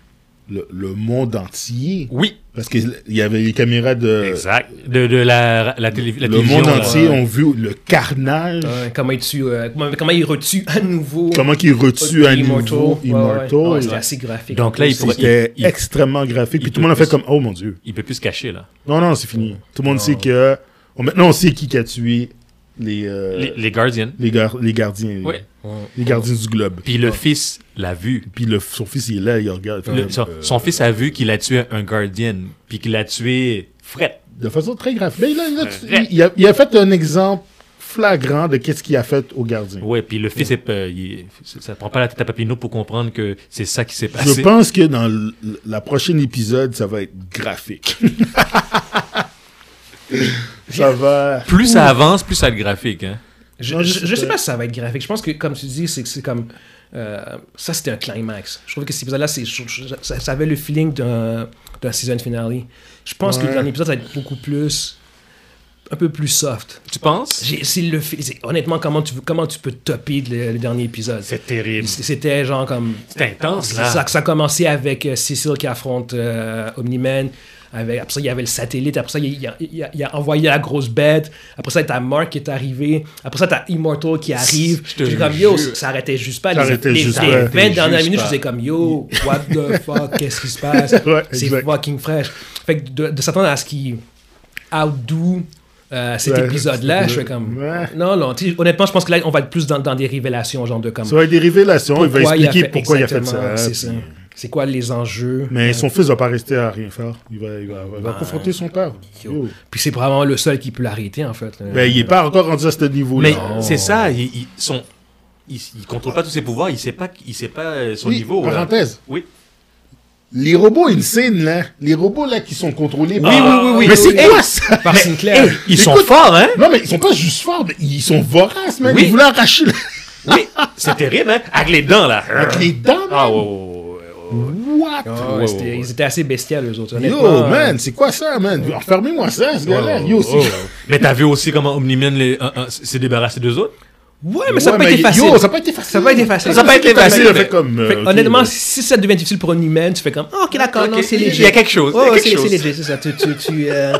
Speaker 2: le, le monde entier.
Speaker 3: Oui,
Speaker 2: Parce qu'il y avait les caméras de.
Speaker 3: exact. De, de la, la, télé- la
Speaker 2: Euh, Le
Speaker 3: télévision.
Speaker 2: monde
Speaker 3: là.
Speaker 2: entier ont vu le carnage.
Speaker 1: Euh, comment, il tue, euh, comment, comment il retue à nouveau
Speaker 2: Comment qu'ils retuent à
Speaker 1: Immortal.
Speaker 2: nouveau
Speaker 1: Ouais, ouais,
Speaker 2: Immortal.
Speaker 1: ouais, c'est assez graphique.
Speaker 3: Donc Ah, là, il
Speaker 1: C'est-
Speaker 3: pourrait-
Speaker 2: C'était
Speaker 3: il- il-
Speaker 2: extrêmement graphique. Puis
Speaker 3: il
Speaker 2: tout le monde a
Speaker 3: peut
Speaker 2: fait comme Oh mon Dieu.
Speaker 3: Il peut plus se cacher, là.
Speaker 2: Non, non, c'est fini. Tout le
Speaker 3: Ah.
Speaker 2: monde sait que. oh, maintenant, on sait qui qui a tué les, euh,
Speaker 3: Les,
Speaker 2: les...
Speaker 3: les Guardians.
Speaker 2: gar- les gardiens. les-
Speaker 3: Oui.
Speaker 2: Les gardiens du globe. Ah.
Speaker 3: Puis le fils l'a vu.
Speaker 2: Puis le- son fils, il est là, il regarde. il fait
Speaker 3: Le-
Speaker 2: comme,
Speaker 3: son,
Speaker 2: euh,
Speaker 3: son fils a vu qu'il a tué un Guardian, puis qu'il a tué Fred.
Speaker 2: De façon très grave. Mais là, là, tu- il, il a, il a fait un exemple flagrant de qu'est-ce qu'il a fait aux gardiens.
Speaker 3: Ouais, puis le fils, est, euh, il- ça prend pas la tête à Papineau pour comprendre que c'est ça qui s'est
Speaker 2: Je
Speaker 3: passé.
Speaker 2: pense que dans le, la prochaine épisode, ça va être graphique. [laughs] ça va.
Speaker 3: Plus ça avance, plus ça le graphique. Hein.
Speaker 1: Je,
Speaker 2: Non,
Speaker 1: je-
Speaker 2: je-
Speaker 1: je sais pas si ça va être graphique. Je pense que, comme tu dis, c'est c'est comme. euh, ça, c'était un climax. Je trouve que cet épisode-là, c'est- je- je- ça, ça avait le feeling d'un d'un season finale. Je pense que
Speaker 2: Ouais.
Speaker 1: le dernier épisode, ça va être beaucoup plus. un peu plus soft.
Speaker 3: Tu penses?
Speaker 1: J'ai- c'est le fi- c'est- Honnêtement, comment tu, veux- comment tu peux topper le, le dernier épisode
Speaker 3: C'est terrible.
Speaker 1: C- C'était genre comme.
Speaker 3: C'est intense,
Speaker 1: Ça,
Speaker 3: là.
Speaker 1: ça a commencé avec euh, Cécile qui affronte euh, Omniman. Avec, après ça, il y avait le satellite. Après ça, il, il a- il a- il a envoyé la grosse bête. Après ça, t'as Mark qui est arrivé. Après ça, t'as Immortal qui arrive.
Speaker 3: Je te
Speaker 1: J'ai comme yo,
Speaker 3: jure.
Speaker 1: ça arrêtait juste pas.
Speaker 2: Ça
Speaker 1: Les,
Speaker 2: arrêtait
Speaker 1: les-
Speaker 2: juste
Speaker 1: les
Speaker 2: pas.
Speaker 1: 20 dernières
Speaker 3: Juste
Speaker 1: minutes,
Speaker 3: pas.
Speaker 1: je faisais comme yo, what
Speaker 2: [laughs]
Speaker 1: the fuck, qu'est-ce qui se passe?
Speaker 2: Ouais,
Speaker 1: C'est
Speaker 2: exact.
Speaker 1: fucking fresh. Fait que de, de s'attendre à ce qu'il outdo euh, cet
Speaker 2: Ouais,
Speaker 1: épisode-là,
Speaker 2: c'est-
Speaker 1: je fais comme.
Speaker 2: Ouais.
Speaker 1: Non, non, tu sais, honnêtement, je pense que là, on va être plus dans, dans des révélations, genre de comme.
Speaker 2: Ça va être des révélations. il va
Speaker 1: Pourquoi
Speaker 2: expliquer
Speaker 1: a fait-
Speaker 2: pourquoi il a fait
Speaker 1: exactement,
Speaker 2: ça.
Speaker 1: C'est
Speaker 2: puis-
Speaker 1: ça. C'est quoi les enjeux?
Speaker 2: Mais son fils va pas rester à rien faire. Il va, il va, il va
Speaker 3: Ah.
Speaker 2: confronter son père.
Speaker 1: Yo.
Speaker 2: Yo.
Speaker 1: Puis c'est probablement le seul qui peut l'arrêter, en fait.
Speaker 2: Ben, il est pas encore rendu à ce niveau-là.
Speaker 3: Mais c'est ça, il, il, son- il, il contrôle pas tous ses pouvoirs, il sait pas, il sait pas euh, son
Speaker 2: Oui,
Speaker 3: niveau. là.
Speaker 2: Parenthèse.
Speaker 3: Oui.
Speaker 2: Les robots insane, là. Les robots, là, qui sont contrôlés par...
Speaker 3: oui, oui, oui,
Speaker 2: Mais
Speaker 3: oui,
Speaker 2: c'est
Speaker 3: oui.
Speaker 2: quoi, ça?
Speaker 1: Par Sinclair.
Speaker 3: Hey, Eh, ils sont
Speaker 2: Écoute-
Speaker 3: forts, hein?
Speaker 2: Non, mais ils sont pas juste forts, mais ils sont voraces, man.
Speaker 3: Oui.
Speaker 2: Ils voulaient arracher le-
Speaker 3: Oui, c'est terrible, hein? Avec les dents, là.
Speaker 2: avec les dents,
Speaker 3: Ah,
Speaker 2: man.
Speaker 3: ouais, ouais, ouais, ouais, ouais.
Speaker 2: What?
Speaker 1: Ah,
Speaker 3: Ouais,
Speaker 1: c'était-
Speaker 3: ouais, ouais.
Speaker 1: Ils étaient assez bestiaux, eux autres.
Speaker 2: Yo,
Speaker 1: honnêtement. euh,
Speaker 2: man, c'est quoi ça, man? Enfermez-moi ça, ce gars-là.
Speaker 3: Oh,
Speaker 2: Yo, aussi.
Speaker 3: oh. Mais t'as vu aussi comment Omniman les- un- un- s'est débarrassé d'eux autres?
Speaker 1: Ouais, mais ça n'a
Speaker 2: Ouais,
Speaker 1: pas été
Speaker 2: yo,
Speaker 1: facile.
Speaker 2: ça a pas été facile.
Speaker 1: Ça a pas été facile.
Speaker 3: Ça a pas été facile,
Speaker 2: Il a
Speaker 3: mais-
Speaker 2: fait comme... euh,
Speaker 1: Fait que,
Speaker 2: ok,
Speaker 1: honnêtement,
Speaker 2: euh,
Speaker 1: si ça devient difficile pour un humain, tu fais comme, Ah, ok, d'accord, non,
Speaker 3: Ok,
Speaker 1: c'est
Speaker 3: il y a
Speaker 1: léger.
Speaker 3: quelque chose, il y a
Speaker 1: Oh,
Speaker 3: quelque
Speaker 1: c'est
Speaker 3: chose.
Speaker 1: c'est léger, c'est ça. Tu, tu, tu, euh,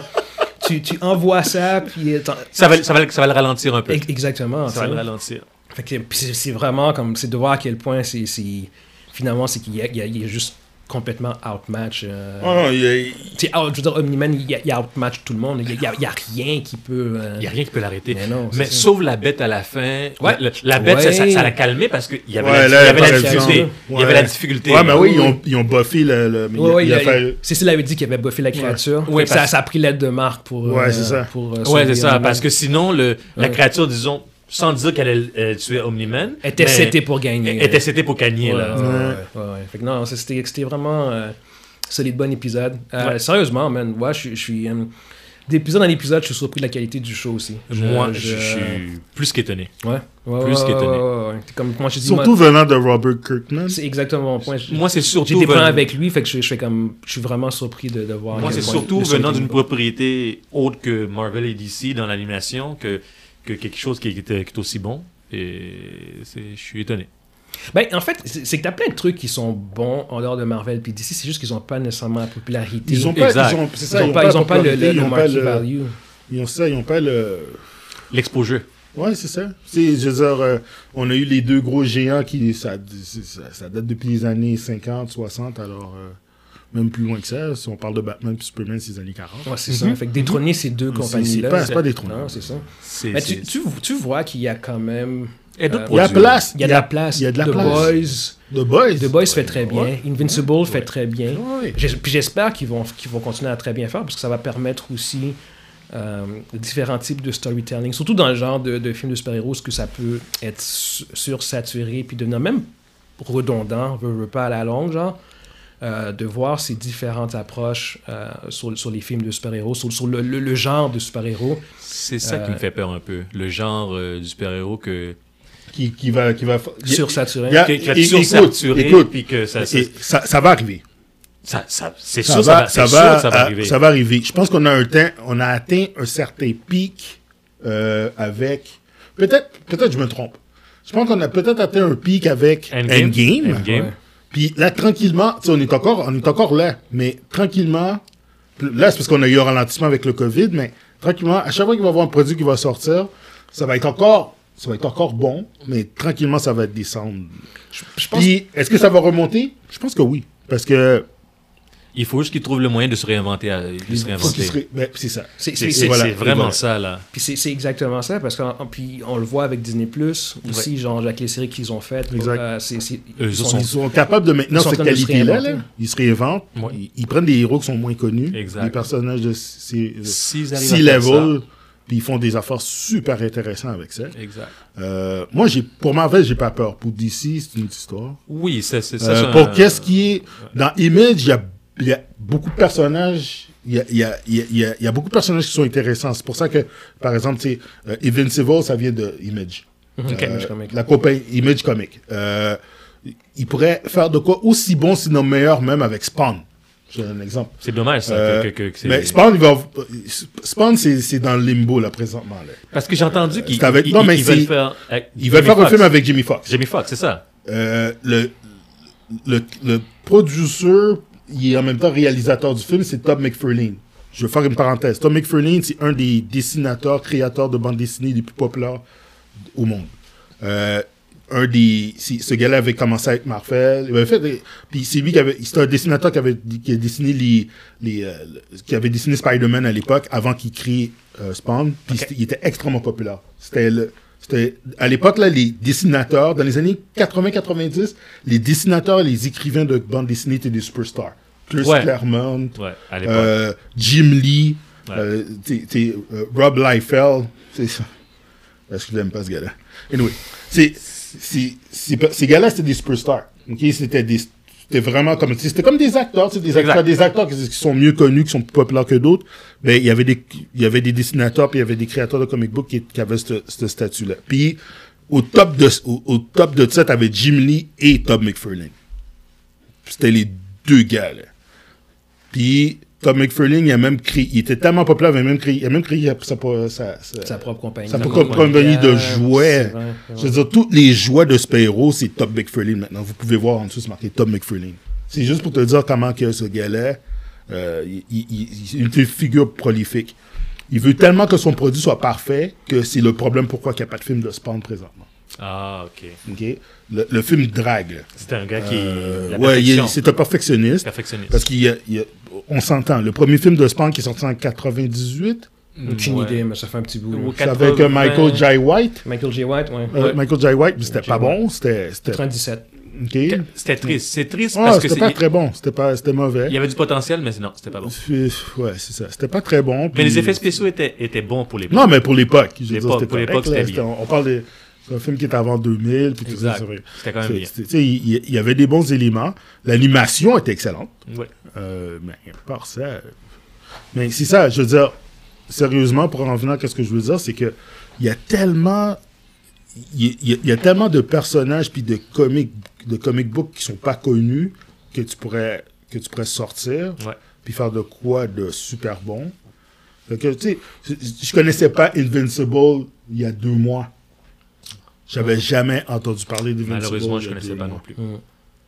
Speaker 1: tu, tu envoies ça, puis. euh, t'en-
Speaker 3: Ça va, ça, va, ça va le ralentir un peu.
Speaker 1: E- Exactement.
Speaker 3: Ça
Speaker 1: ça.
Speaker 3: va le ralentir.
Speaker 1: Fait que puis c'est c'est vraiment comme c'est de voir à quel point c'est c'est- finalement c'est qu'il y a- il y a- il est juste complètement outmatch.
Speaker 3: Ah,
Speaker 1: euh,
Speaker 2: oh, non, il a-
Speaker 1: tu sais, out- je veux dire, Omniman, il, y a- il outmatch tout le monde. Il n'y a, il y a rien qui peut. euh,
Speaker 3: Il n'y a rien qui peut l'arrêter.
Speaker 1: Mais non, c'est
Speaker 3: Mais
Speaker 1: ça.
Speaker 3: sauve la bête à la fin.
Speaker 1: Ouais.
Speaker 3: La, la bête, ça- ça
Speaker 1: Ouais.
Speaker 3: ça l'a calmé parce qu'il y avait
Speaker 2: Ouais,
Speaker 3: la- il y
Speaker 2: là,
Speaker 3: avait la
Speaker 2: par
Speaker 3: difficulté.
Speaker 2: exemple.
Speaker 3: Il y avait
Speaker 2: Ouais.
Speaker 3: la difficulté.
Speaker 2: Ouais, mais oui, ils ont, ils ont buffé le... le- mais il
Speaker 1: Ouais,
Speaker 2: a-
Speaker 1: ouais,
Speaker 2: il a fait-
Speaker 1: Cécile avait dit qu'il avait buffé la créature.
Speaker 3: Ouais,
Speaker 1: Fait que ça,
Speaker 3: parce-
Speaker 1: ça a pris l'aide de Marc pour. euh,
Speaker 2: Ouais, c'est ça.
Speaker 1: Pour, euh,
Speaker 3: Ouais,
Speaker 1: sauver
Speaker 3: c'est ça.
Speaker 1: Omniman.
Speaker 3: Parce que sinon, le, la
Speaker 1: Ouais.
Speaker 3: créature, disons, sans dire qu'elle allait euh, tuer Omniman,
Speaker 1: Était
Speaker 3: mais-
Speaker 1: setée pour gagner.
Speaker 3: était setée pour gagner.
Speaker 1: Ouais,
Speaker 3: là.
Speaker 1: ouais, ouais, ouais, ouais. Fait que non, ça, c'était c'était vraiment euh, solide, bon épisode. Euh,
Speaker 3: Ouais.
Speaker 1: Sérieusement, man, ouais, je suis- je suis. euh, D'épisode en épisode, je suis surpris de la qualité du show aussi. Je-
Speaker 3: Moi, je je suis plus qu'étonné.
Speaker 1: Ouais, ouais,
Speaker 3: plus
Speaker 1: ouais, ouais,
Speaker 3: qu'étonné.
Speaker 1: ouais, ouais. C'est Comme moi, je dis, moi,
Speaker 2: Surtout venant de Robert Kirkman.
Speaker 1: c'est exactement mon point. Je-
Speaker 3: Moi, c'est surtout.
Speaker 1: J'étais pas
Speaker 3: venu-
Speaker 1: avec lui, fait que je, je fais comme, je suis vraiment surpris de, de voir. à
Speaker 3: Moi,
Speaker 1: quel
Speaker 3: c'est
Speaker 1: point
Speaker 3: surtout
Speaker 1: le show
Speaker 3: venant
Speaker 1: était
Speaker 3: d'une
Speaker 1: bon.
Speaker 3: propriété autre que Marvel et DC dans l'animation que, que quelque chose qui est, qui est aussi bon. Et c'est- je suis étonné.
Speaker 1: Ben, en fait, c'est c'est que t'as plein de trucs qui sont bons en dehors de Marvel puis d'ici, c'est juste qu'ils ont pas nécessairement la popularité.
Speaker 2: Ils ont
Speaker 3: pas-
Speaker 2: pas,
Speaker 3: Exact.
Speaker 2: ils
Speaker 3: ils
Speaker 2: ont,
Speaker 1: Ils ont pas, ils ont pas le, le,
Speaker 2: ils
Speaker 1: le
Speaker 2: ont pas
Speaker 1: market
Speaker 2: le,
Speaker 1: value.
Speaker 2: ils ont ça, ils ont pas le,
Speaker 3: L'expo-jeu.
Speaker 2: ouais, c'est ça. C'est, je veux dire, euh, on a eu les deux gros géants qui, ça, c'est- ça, ça date depuis les années 50, 60, alors, euh, même plus loin que ça, si on parle de Batman puis Superman, c'est les années 40.
Speaker 1: Ouais, c'est ça. Fait que détrôner ces deux
Speaker 2: C'est-
Speaker 1: compagnies-là.
Speaker 2: c'est pas- c'est pas détrôner.
Speaker 1: Non, c'est ça.
Speaker 3: C'est-
Speaker 1: Mais
Speaker 3: c'est-
Speaker 1: Ben, tu, tu, tu vois qu'il y a quand même.
Speaker 3: Et d'autres
Speaker 1: euh,
Speaker 2: Il y a
Speaker 3: produits.
Speaker 2: place,
Speaker 1: Il y a de la place.
Speaker 2: il y a de la
Speaker 1: The
Speaker 2: place.
Speaker 1: Boys.
Speaker 2: The Boys.
Speaker 1: The Boys fait très bien.
Speaker 2: Ouais.
Speaker 1: Invincible fait très bien.
Speaker 2: Ouais.
Speaker 1: J'es- Puis j'espère qu'ils vont, qu'ils vont continuer à très bien faire parce que ça va permettre aussi euh, différents types de storytelling, surtout dans le genre de, de films de super-héros, ce que ça peut être su- sursaturé puis devenir même redondant, veut, veut pas à la longue, genre. euh, de voir ces différentes approches euh, sur, sur les films de super-héros, sur, sur le, le- le genre de super-héros.
Speaker 3: C'est ça qui
Speaker 1: Euh,
Speaker 3: me fait peur un peu. Le genre euh, du super-héros que,
Speaker 2: Qui, qui va, qui va,
Speaker 1: Sursaturé.
Speaker 2: il y a-
Speaker 3: que- qui va
Speaker 2: et-
Speaker 3: être sursaturé,
Speaker 2: Ah, écoute,
Speaker 3: puis que ça, ça,
Speaker 2: Et ça, ça va arriver.
Speaker 3: ça- ça- c'est
Speaker 2: Ça
Speaker 3: sûr,
Speaker 2: va,
Speaker 3: ça
Speaker 2: ça
Speaker 3: va, c'est sûr
Speaker 2: va,
Speaker 3: que ça va
Speaker 2: ah,
Speaker 3: arriver.
Speaker 2: ça va arriver. Je pense qu'on a un teint- on a atteint un certain pic euh, avec. Peut-être, peut-être je me trompe. Je pense qu'on a peut-être atteint un pic avec Endgame.
Speaker 3: Endgame.
Speaker 1: Ouais.
Speaker 2: Puis là, tranquillement, tu sais, on est encore, on est encore là, mais tranquillement, là, c'est parce qu'on a eu un ralentissement avec le COVID, mais tranquillement, à chaque fois qu'il va y avoir un produit qui va sortir, ça va être encore, ça va être encore bon, mais tranquillement, ça va descendre.
Speaker 1: Je pense
Speaker 2: Puis, est-ce que ça va remonter? Je pense que oui, parce que
Speaker 3: Il faut juste qu'ils trouvent le moyen de se réinventer. à- de se
Speaker 2: faut qu'il
Speaker 3: réinventer.
Speaker 2: se ré- Ah, ben, c'est ça.
Speaker 1: c'est
Speaker 3: C'est-
Speaker 1: c'est-
Speaker 3: C'est
Speaker 2: voilà,
Speaker 3: c'est
Speaker 2: et
Speaker 3: vraiment
Speaker 2: voilà.
Speaker 3: ça, là.
Speaker 1: Puis c'est c'est exactement ça, parce qu'on puis on le voit avec Disney Plus aussi, genre avec les séries qu'ils ont faites.
Speaker 2: Exact.
Speaker 1: euh, c'est- c'est-
Speaker 3: Eux
Speaker 1: ils
Speaker 3: autres
Speaker 1: sont-
Speaker 2: Ils sont capables de maintenir
Speaker 1: Ils sont en
Speaker 2: cette
Speaker 1: train de se
Speaker 2: qualité-là.
Speaker 1: réinventer.
Speaker 2: là. Ils se réinventent.
Speaker 3: Ouais.
Speaker 2: Ils, ils prennent des héros qui sont moins connus.
Speaker 3: Exact.
Speaker 2: Des personnages de ces-
Speaker 3: S'ils arrivent à faire
Speaker 2: C-level. Puis ils font des affaires super intéressantes avec ça.
Speaker 3: ça- Exact.
Speaker 2: Euh, moi, j'ai, pour Marvel, j'ai pas peur. Pour DC, c'est une autre histoire.
Speaker 3: Oui, c'est ça.
Speaker 2: Euh,
Speaker 3: c'est un-
Speaker 2: pour qu'est-ce qui est. Dans Image, il y a, il y a beaucoup de personnages. Il y a, il y a- il y a- il y a- il y a beaucoup de personnages qui sont intéressants. C'est pour ça que, par exemple, tu sais, euh, Invincible, ça vient de Image.
Speaker 1: Ok.
Speaker 3: [laughs]
Speaker 2: Euh,
Speaker 1: Image Comics.
Speaker 2: La compagnie Image Comic. Euh, il pourrait faire de quoi aussi bon, sinon meilleur, même avec Spawn. J'ai un exemple.
Speaker 3: C'est dommage, ça.
Speaker 2: Euh,
Speaker 3: que- que- que c'est-
Speaker 2: mais Spawn, il va- Spawn, c'est, c'est dans le limbo, là, présentement. là.
Speaker 3: Parce que j'ai entendu qu'ils
Speaker 2: c'est avec-
Speaker 3: ils-
Speaker 2: non,
Speaker 3: ils-
Speaker 2: mais
Speaker 3: ils veulent
Speaker 2: c'est-
Speaker 3: faire.
Speaker 2: Il va faire un film avec Jimmy Fox.
Speaker 3: Jamie Foxx, c'est ça.
Speaker 2: Euh, le, le, le producteur, il est en même temps réalisateur du film, c'est Tom McFarlane. Je vais faire une parenthèse. Tom McFarlane, c'est un des dessinateurs, créateurs de bandes dessinées les plus populaires au monde. Euh, un des, si- ce gars-là avait commencé avec Marvel. Il avait fait des- puis c'est lui qui avait, c'est un dessinateur qui avait, qui a dessiné les, les, euh, le- qui avait dessiné Spider-Man à l'époque avant qu'il crée euh, Spawn. Puis c'était- il était extrêmement populaire. C'était le, c'était, à l'époque, là, les dessinateurs, dans les années 80-90, les dessinateurs et les écrivains de bandes dessinées étaient des superstars. Chris
Speaker 3: Ouais.
Speaker 2: Claremont,
Speaker 3: Ouais, à l'époque.
Speaker 2: euh, Jim Lee,
Speaker 3: Ouais.
Speaker 2: euh, t'es- t'es, euh, Rob Liefeld. C'est ça. Parce que je l'aime pas ce gars-là. Anyway, c'est, c'est, c'est pas- ces gars-là, c'était des superstars. ok C'était des. C'était vraiment comme. C'était comme des acteurs, tu sais, des
Speaker 3: Exact.
Speaker 2: acteurs, des acteurs qui, qui sont mieux connus, qui sont plus populaires que d'autres. Mais il y avait des, il y avait des dessinateurs, puis il y avait des créateurs de comic book qui, qui avaient ce, ce statut-là. Puis au top de, au, au top de ça, t'avais Jim Lee et Tom McFarlane. C'était les deux gars, là. Puis Tom McFarlane, il a même créé, il était tellement populaire, il a même créé, il a même créé sa, sa, sa-
Speaker 1: Sa propre compagnie.
Speaker 2: sa
Speaker 1: sa
Speaker 2: propre
Speaker 1: propre
Speaker 2: compagnie de
Speaker 1: gamme, c'est
Speaker 2: jouets.
Speaker 1: vrai, c'est
Speaker 2: Je veux dire, tous les jouets de Spyro, c'est Tom McFarlane maintenant. Vous pouvez voir en dessous, c'est marqué Tom McFarlane. C'est juste pour te dire comment que ce gars-là, euh, il, il- il- il est une figure prolifique. Il veut tellement que son produit soit parfait que c'est le problème pourquoi il n'y a pas de film de Spawn présentement.
Speaker 3: Ah, ok.
Speaker 2: OK? Le, le film drague. là.
Speaker 3: C'était un gars qui.
Speaker 2: Euh,
Speaker 3: la
Speaker 2: ouais, il est-
Speaker 3: perfection.
Speaker 2: c'est un perfectionniste.
Speaker 3: perfectionniste.
Speaker 2: Parce qu'on s'entend. Le premier film de Spawn qui est sorti en 98,
Speaker 1: vrai. Aucune
Speaker 3: Mm, Ouais.
Speaker 1: idée, mais ça fait un petit bout.
Speaker 3: Ou
Speaker 1: là.
Speaker 2: c'est avec euh, Michael Jai White.
Speaker 1: Michael J. White, ouais.
Speaker 2: Euh,
Speaker 3: Ouais.
Speaker 2: Michael Jai White, mais c'était
Speaker 1: Jai
Speaker 2: pas
Speaker 1: White.
Speaker 2: bon, c'était. c'était-
Speaker 1: 37.
Speaker 2: ok.
Speaker 3: C'était triste. C'est triste
Speaker 2: Ah,
Speaker 3: parce que
Speaker 2: c'était
Speaker 3: c'est-
Speaker 2: pas très bon, c'était pas, c'était mauvais.
Speaker 3: il y avait du potentiel, mais non, c'était pas bon.
Speaker 2: Euh, Ouais, c'est ça. C'était pas très bon.
Speaker 3: Mais
Speaker 2: puis-
Speaker 3: les effets spéciaux étaient, étaient bons pour les
Speaker 2: Non, mais pour l'époque, je veux
Speaker 3: L'époque,
Speaker 2: dire, c'était
Speaker 3: pour
Speaker 2: correct,
Speaker 3: l'époque,
Speaker 2: là,
Speaker 3: c'était
Speaker 2: c'était- On parle de. C'est un film qui est avant 2000, puis tout ça.
Speaker 3: Exact.
Speaker 2: c'est vrai.
Speaker 3: C'était quand même
Speaker 2: C'est-
Speaker 3: bien.
Speaker 2: c'était- tu sais, Il il y avait des bons éléments. L'animation était excellente.
Speaker 3: Ouais.
Speaker 2: Euh, mais à part ça. euh, Mais c'est ça, je veux dire, sérieusement, pour en venir à ce que je veux dire, c'est que il y a tellement. Il y- il y, a- il y a tellement de personnages puis de comic, de comic books qui sont pas connus que tu pourrais, que tu pourrais sortir
Speaker 3: Ouais.
Speaker 2: puis faire de quoi de super bon. Fait que, tu sais, je- je je connaissais pas Invincible il y a deux mois. J'avais jamais entendu parler d'Invincible.
Speaker 3: Malheureusement,
Speaker 2: il
Speaker 3: je
Speaker 2: y a
Speaker 3: connaissais
Speaker 2: deux
Speaker 3: pas
Speaker 2: mois.
Speaker 3: non plus.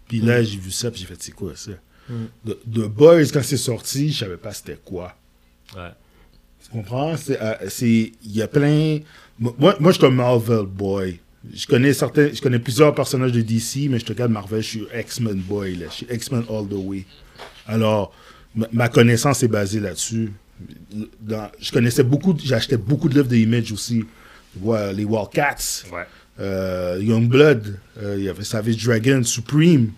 Speaker 2: Puis là, j'ai vu ça, puis j'ai fait, c'est quoi ça?
Speaker 1: Mm.
Speaker 2: The, The Boys, quand c'est sorti, je savais pas c'était quoi.
Speaker 3: Ouais.
Speaker 2: Tu comprends? C'est, euh, c'est- il y a plein. Moi, moi, je suis un Marvel boy. Je connais certains, je connais plusieurs personnages de DC, mais je te regarde Marvel, je suis X-Men boy, là. Je suis X-Men all the way. Alors, ma- ma connaissance est basée là-dessus. Dans- je connaissais beaucoup, de- j'achetais beaucoup de livres de Image aussi. Tu vois, les Wildcats
Speaker 3: Ouais.
Speaker 2: euh, Youngblood, euh, il y avait Savage Dragon, Supreme.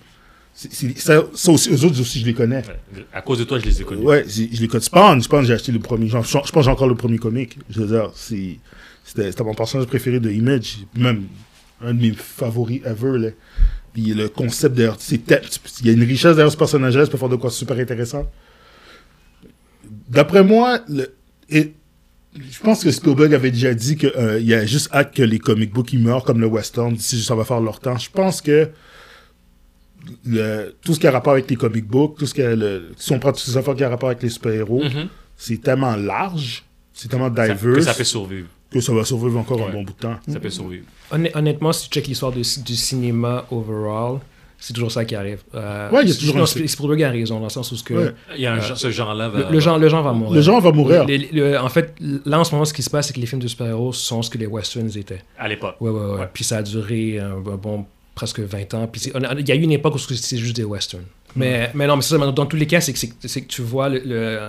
Speaker 2: C'est- c'est- ça, ça aussi, eux autres aussi, je les connais.
Speaker 3: Ouais. À cause de toi, je les ai connus.
Speaker 2: Ouais, j'ai- je les connais. Spawn, Spawn, j'ai acheté le premier. Genre, je je pense que j'ai encore le premier comic. Je veux dire, c'est- c'était c'était mon personnage préféré de Image. Même un de mes favoris ever. Là. Puis le concept d'ailleurs, c'est tel- il y a une richesse derrière ce personnage-là, ça peut faire de quoi super intéressant. D'après moi, le, et, je pense que Spielberg avait déjà dit qu'il y a juste hâte que les comic books ils meurent comme le western, d'ici ça va faire leur temps. Je pense que le- tout ce qui a rapport avec les comic books, tout ce qui a le- si on prend toutes ces affaires qui a rapport avec les super-héros,
Speaker 3: Mhm.
Speaker 2: c'est tellement large, c'est tellement
Speaker 3: Ça- que
Speaker 2: diverse
Speaker 3: ça peut survivre.
Speaker 2: que ça va survivre encore un
Speaker 3: Ouais.
Speaker 2: bon bout de temps.
Speaker 3: Ça peut survivre.
Speaker 1: Honn- Honnêtement, si tu check l'histoire du, du cinéma overall, C'est toujours ça qui arrive. Euh,
Speaker 2: Ouais, il y a
Speaker 1: c'est-
Speaker 2: toujours
Speaker 1: non,
Speaker 2: un-
Speaker 1: Sp- Spielberg a raison, dans le sens où ce que,
Speaker 2: Ouais.
Speaker 3: Il y a un genre- ce genre-là. va-
Speaker 1: le, le genre, le genre va mourir.
Speaker 2: Le genre va mourir.
Speaker 1: Les- les- le- en fait, là, en ce moment, ce qui se passe, c'est que les films de super-héros sont ce que les westerns étaient.
Speaker 3: À l'époque.
Speaker 1: Ouais, ouais, ouais.
Speaker 3: Ouais.
Speaker 1: Puis ça a duré un, un bon presque 20 ans. Puis c'est- on a- il y a eu une époque où c'est juste des westerns. Mais, mais non, mais c'est ça, mais dans tous les cas, c'est que, c'est que- c'est que tu vois le, le,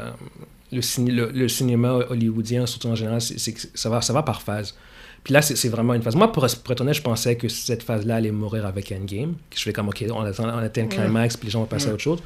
Speaker 1: le ciné- le- le cinéma hollywoodien, surtout en général, c'est c'est que ça va, ça va par phase. Puis là, c'est c'est vraiment une phase. Moi, pour, pour être honnête, je pensais que cette phase-là allait mourir avec Endgame. Que je fais comme, OK, on atteint, on atteint le climax, puis les gens vont passer à autre chose.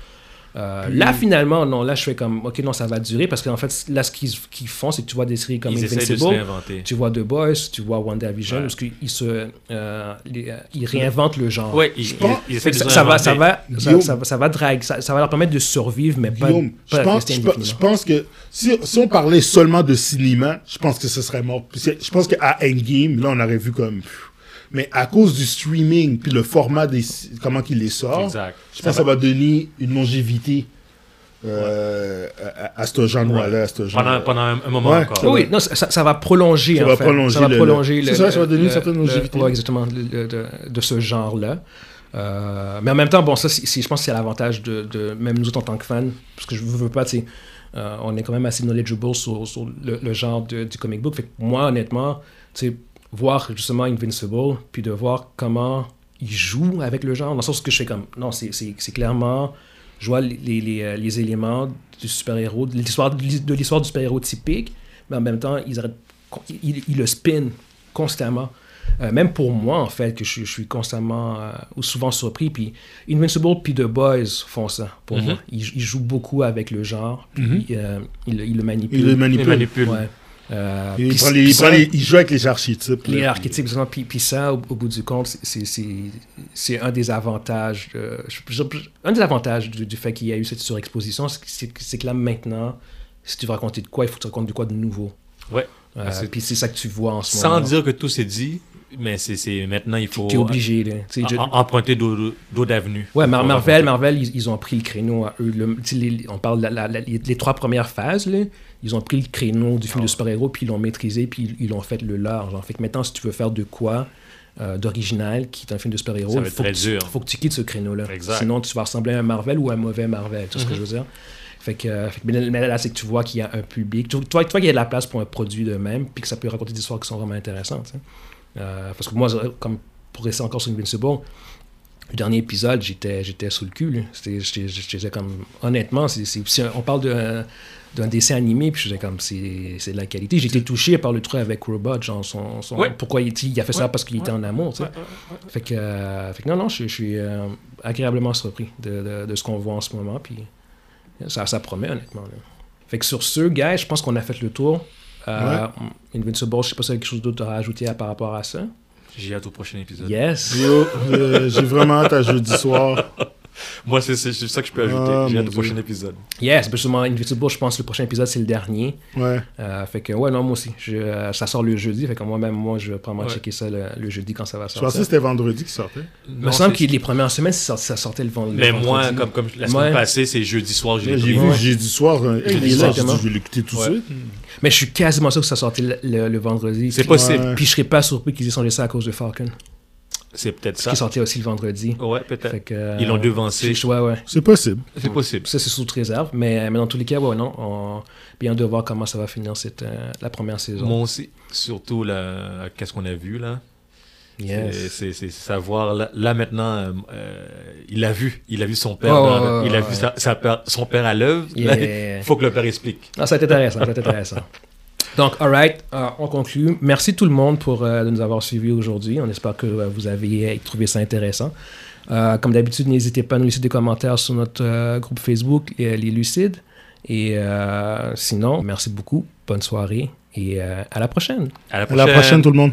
Speaker 1: Euh, là, finalement, non, là, je fais comme, OK, non, ça va durer. Parce qu'en fait, là, ce qu'ils qu'ils font, c'est que tu vois des séries comme
Speaker 3: Ils essaient de se
Speaker 1: Invincible.
Speaker 3: réinventer.
Speaker 1: Tu vois The Boys, tu vois WandaVision,
Speaker 3: Ouais.
Speaker 1: parce qu'ils se, euh, les- euh, ils réinventent le genre.
Speaker 3: Ouais, ils, ils, ils
Speaker 1: Fait
Speaker 3: essaient
Speaker 1: que
Speaker 3: de
Speaker 1: ça,
Speaker 3: se
Speaker 1: ça va,
Speaker 3: réinventer.
Speaker 1: ça va, ça,
Speaker 2: Guillaume.
Speaker 1: ça, va- ça va drague, ça, ça va leur permettre de survivre, mais pas,
Speaker 2: Guillaume,
Speaker 1: pas
Speaker 2: je, pense,
Speaker 1: rester
Speaker 2: je, pense- je
Speaker 1: indéfiniment.
Speaker 2: pense que si, si on parlait seulement de cinéma, je pense que ce serait mort. Puis c'est- Je pense qu'à Endgame, là, on aurait vu comme. pff. Mais à cause du streaming, puis le format, des, comment qu'il les sort,
Speaker 3: Exact.
Speaker 2: je pense que ça va donner une longévité euh, à, à ce genre-là. à ce genre
Speaker 3: Pendant, pendant un, un moment
Speaker 2: Ouais.
Speaker 3: encore.
Speaker 2: Ça
Speaker 1: oui,
Speaker 2: va-
Speaker 1: non, ça, ça- ça va prolonger.
Speaker 2: Ça
Speaker 1: en
Speaker 2: va
Speaker 1: fait.
Speaker 2: prolonger
Speaker 1: Ça va
Speaker 2: le-
Speaker 1: prolonger.
Speaker 2: le-
Speaker 1: le-
Speaker 2: c'est ça, ça va donner une
Speaker 1: le-
Speaker 2: certaine
Speaker 1: le-
Speaker 2: longévité.
Speaker 1: ouais, exactement, le- le- de, de ce genre-là. Euh, mais en même temps, bon, ça, c'est- c'est- je pense que c'est l'avantage de, de- même nous autres en tant que fans, parce que je veux veux pas, tu sais, euh, on est quand même assez knowledgeable sur, sur le, le genre de- du comic book. Fait que moi, honnêtement, tu sais, voir justement Invincible, puis de voir comment il joue avec le genre, dans le sens que je fais comme, non, c'est- c'est c'est clairement, je vois les, les- les, euh, les éléments du super-héros, de l'histoire de l'histoire du super-héros typique, mais en même temps, ils, arrêtent- ils- ils le spin constamment. Euh, même pour moi, en fait, que je, je suis constamment euh, ou souvent surpris. Puis Invincible puis The Boys font ça pour
Speaker 3: Mhm.
Speaker 1: moi. Ils, ils jouent beaucoup avec le genre, puis euh, ils, le- ils le
Speaker 2: Il
Speaker 1: manipulent.
Speaker 2: le
Speaker 3: Ils
Speaker 2: manipule.
Speaker 3: manipulent.
Speaker 1: Ouais. Euh,
Speaker 2: Il,
Speaker 1: puis-
Speaker 2: prend les-
Speaker 1: puis
Speaker 2: il prend
Speaker 1: ça-
Speaker 2: les- il joue avec les archétypes. là,
Speaker 1: les
Speaker 2: puis-
Speaker 1: archétypes, exactement. puis, puis ça, au, au bout du compte, c'est- c'est- c'est c'est un des avantages, euh, je- je- je- un des avantages du, du fait qu'il y a eu cette surexposition, c'est que- c'est que- c'est que là maintenant, si tu veux raconter de quoi, il faut que tu racontes de quoi de nouveau.
Speaker 3: Ouais.
Speaker 1: Euh,
Speaker 3: Ah, c'est-
Speaker 1: puis c'est ça que tu vois en ce
Speaker 3: Sans
Speaker 1: moment.
Speaker 3: dire que tout s'est dit, mais c'est- c'est maintenant, il faut Ah,
Speaker 1: T'es obligé. là. Tu sais, je-
Speaker 3: en- en- emprunter d'autres d'autres avenues.
Speaker 1: Ouais, Mar-
Speaker 3: Pour
Speaker 1: Marvel,
Speaker 3: raconter.
Speaker 1: Marvel, ils, ils ont pris le créneau à eux. Le- tu sais, les- on parle de la- la- la- les, les trois premières phases, là, ils ont pris le créneau du
Speaker 3: Ah.
Speaker 1: film de super-héros, puis ils l'ont maîtrisé, puis ils- ils l'ont fait le large. En fait que maintenant, si tu veux faire de quoi euh, d'original, qui est un film de super-héros,
Speaker 3: Ça
Speaker 1: il
Speaker 3: va être
Speaker 1: faut, que
Speaker 3: très
Speaker 1: tu-
Speaker 3: dur.
Speaker 1: faut que tu quittes ce créneau-là.
Speaker 3: Exact.
Speaker 1: Sinon, tu vas ressembler à un Marvel ou à un mauvais Marvel, tu vois ce que je veux dire. Fait que, euh, fait que- mais là- mais là, c'est que tu vois qu'il y a un public, tu, tu vois, tu vois qu'il y a de la place pour un produit de même, puis que ça peut raconter des histoires qui sont vraiment intéressantes. hein. Euh, parce que moi, comme pour rester encore sur Invincible, le dernier épisode, j'étais, j'étais sous le cul. là. C'était, j'étais, j'étais comme, honnêtement, c'est, c'est- si on parle d'un, d'un dessin animé, puis j'étais comme, c'est, c'est de la qualité. J'étais touché par le truc avec Robot, genre, son, son-
Speaker 3: Ouais.
Speaker 1: pourquoi il, il a fait ça parce qu'il était en amour. tu sais.
Speaker 3: Ouais, ouais, ouais.
Speaker 1: Fait, que, euh, fait que non, non, je, je suis euh, agréablement surpris de, de- de ce qu'on voit en ce moment, puis ça, ça promet, honnêtement. là. Fait que sur ce, gars, je pense qu'on a fait le tour. Euh, Invincible, je sais pas si tu as quelque chose d'autre à rajouter à- par rapport à ça.
Speaker 3: J'ai hâte au prochain épisode.
Speaker 1: Yes!
Speaker 2: Yo, euh, J'ai vraiment hâte à jeudi soir.
Speaker 3: Moi, c'est c'est- c'est ça que je peux ajouter.
Speaker 2: Ah,
Speaker 3: J'ai hâte
Speaker 2: mon
Speaker 3: au
Speaker 2: Dieu.
Speaker 3: prochain épisode.
Speaker 1: Yes, parce que moi, Invincible, je pense que le prochain épisode, c'est le dernier.
Speaker 2: Ouais.
Speaker 1: Euh, fait que, ouais, non, moi aussi. Je, euh, ça sort le jeudi. Fait que moi-même, moi, je vais probablement
Speaker 3: Ouais.
Speaker 1: checker ça le, le jeudi quand ça va
Speaker 2: Je
Speaker 1: sortir.
Speaker 2: pensais que c'était vendredi qu'il sortait.
Speaker 1: Il me semble que les premières semaines, ça sort- ça sortait le vendredi.
Speaker 3: Mais moi, comme, comme la semaine
Speaker 1: Ouais.
Speaker 3: passée, c'est jeudi soir, j'ai
Speaker 2: Là, J'ai
Speaker 3: pris.
Speaker 2: vu
Speaker 1: Ouais.
Speaker 2: jeudi soir. euh,
Speaker 1: Exactement.
Speaker 2: jeudi soir, j'ai dit, Je vais l'écouter tout de
Speaker 3: Ouais.
Speaker 2: suite.
Speaker 1: Mais je suis quasiment sûr que ça sortait le, le- le vendredi.
Speaker 3: C'est
Speaker 1: Puis-
Speaker 3: possible.
Speaker 2: Ouais.
Speaker 1: Puis je serais pas surpris qu'ils aient changé ça à cause de Falcon.
Speaker 3: C'est peut-être
Speaker 1: Parce
Speaker 3: ça.
Speaker 1: qu'ils sortaient aussi le vendredi.
Speaker 3: Ouais,
Speaker 1: Fait
Speaker 3: peut-être.
Speaker 1: que, euh,
Speaker 3: Ils l'ont devancé.
Speaker 1: je- Ouais, ouais.
Speaker 2: C'est possible.
Speaker 3: C'est possible.
Speaker 1: Ça, c'est sous toute réserve. Mais, mais dans tous les cas, ouais, non. On... Bien de voir comment ça va finir cette, euh, la première saison.
Speaker 3: Moi aussi, surtout, là, qu'est-ce qu'on a vu, là C'est-
Speaker 1: Yes.
Speaker 3: C'est c'est savoir, là, là, maintenant, euh, euh, il a vu, il a vu son père,
Speaker 1: Ouais,
Speaker 3: dans-
Speaker 1: ouais, ouais,
Speaker 3: il a
Speaker 1: ouais.
Speaker 3: vu sa- sa père- son père à l'œuvre.
Speaker 1: Yeah.
Speaker 3: Il [laughs] faut que le père explique.
Speaker 1: Non, Ah, ça a été intéressant, ça a été intéressant. Donc, all right, euh, on conclut. Merci tout le monde pour euh, de nous avoir suivis aujourd'hui. On espère que euh, vous avez euh, trouvé ça intéressant. Euh, comme d'habitude, n'hésitez pas à nous laisser des commentaires sur notre euh, groupe Facebook, euh, Les Lucides. Et euh, sinon, merci beaucoup, bonne soirée et euh, à la prochaine.
Speaker 2: À
Speaker 3: À la
Speaker 2: la
Speaker 3: prochaine.
Speaker 2: prochaine, tout le monde.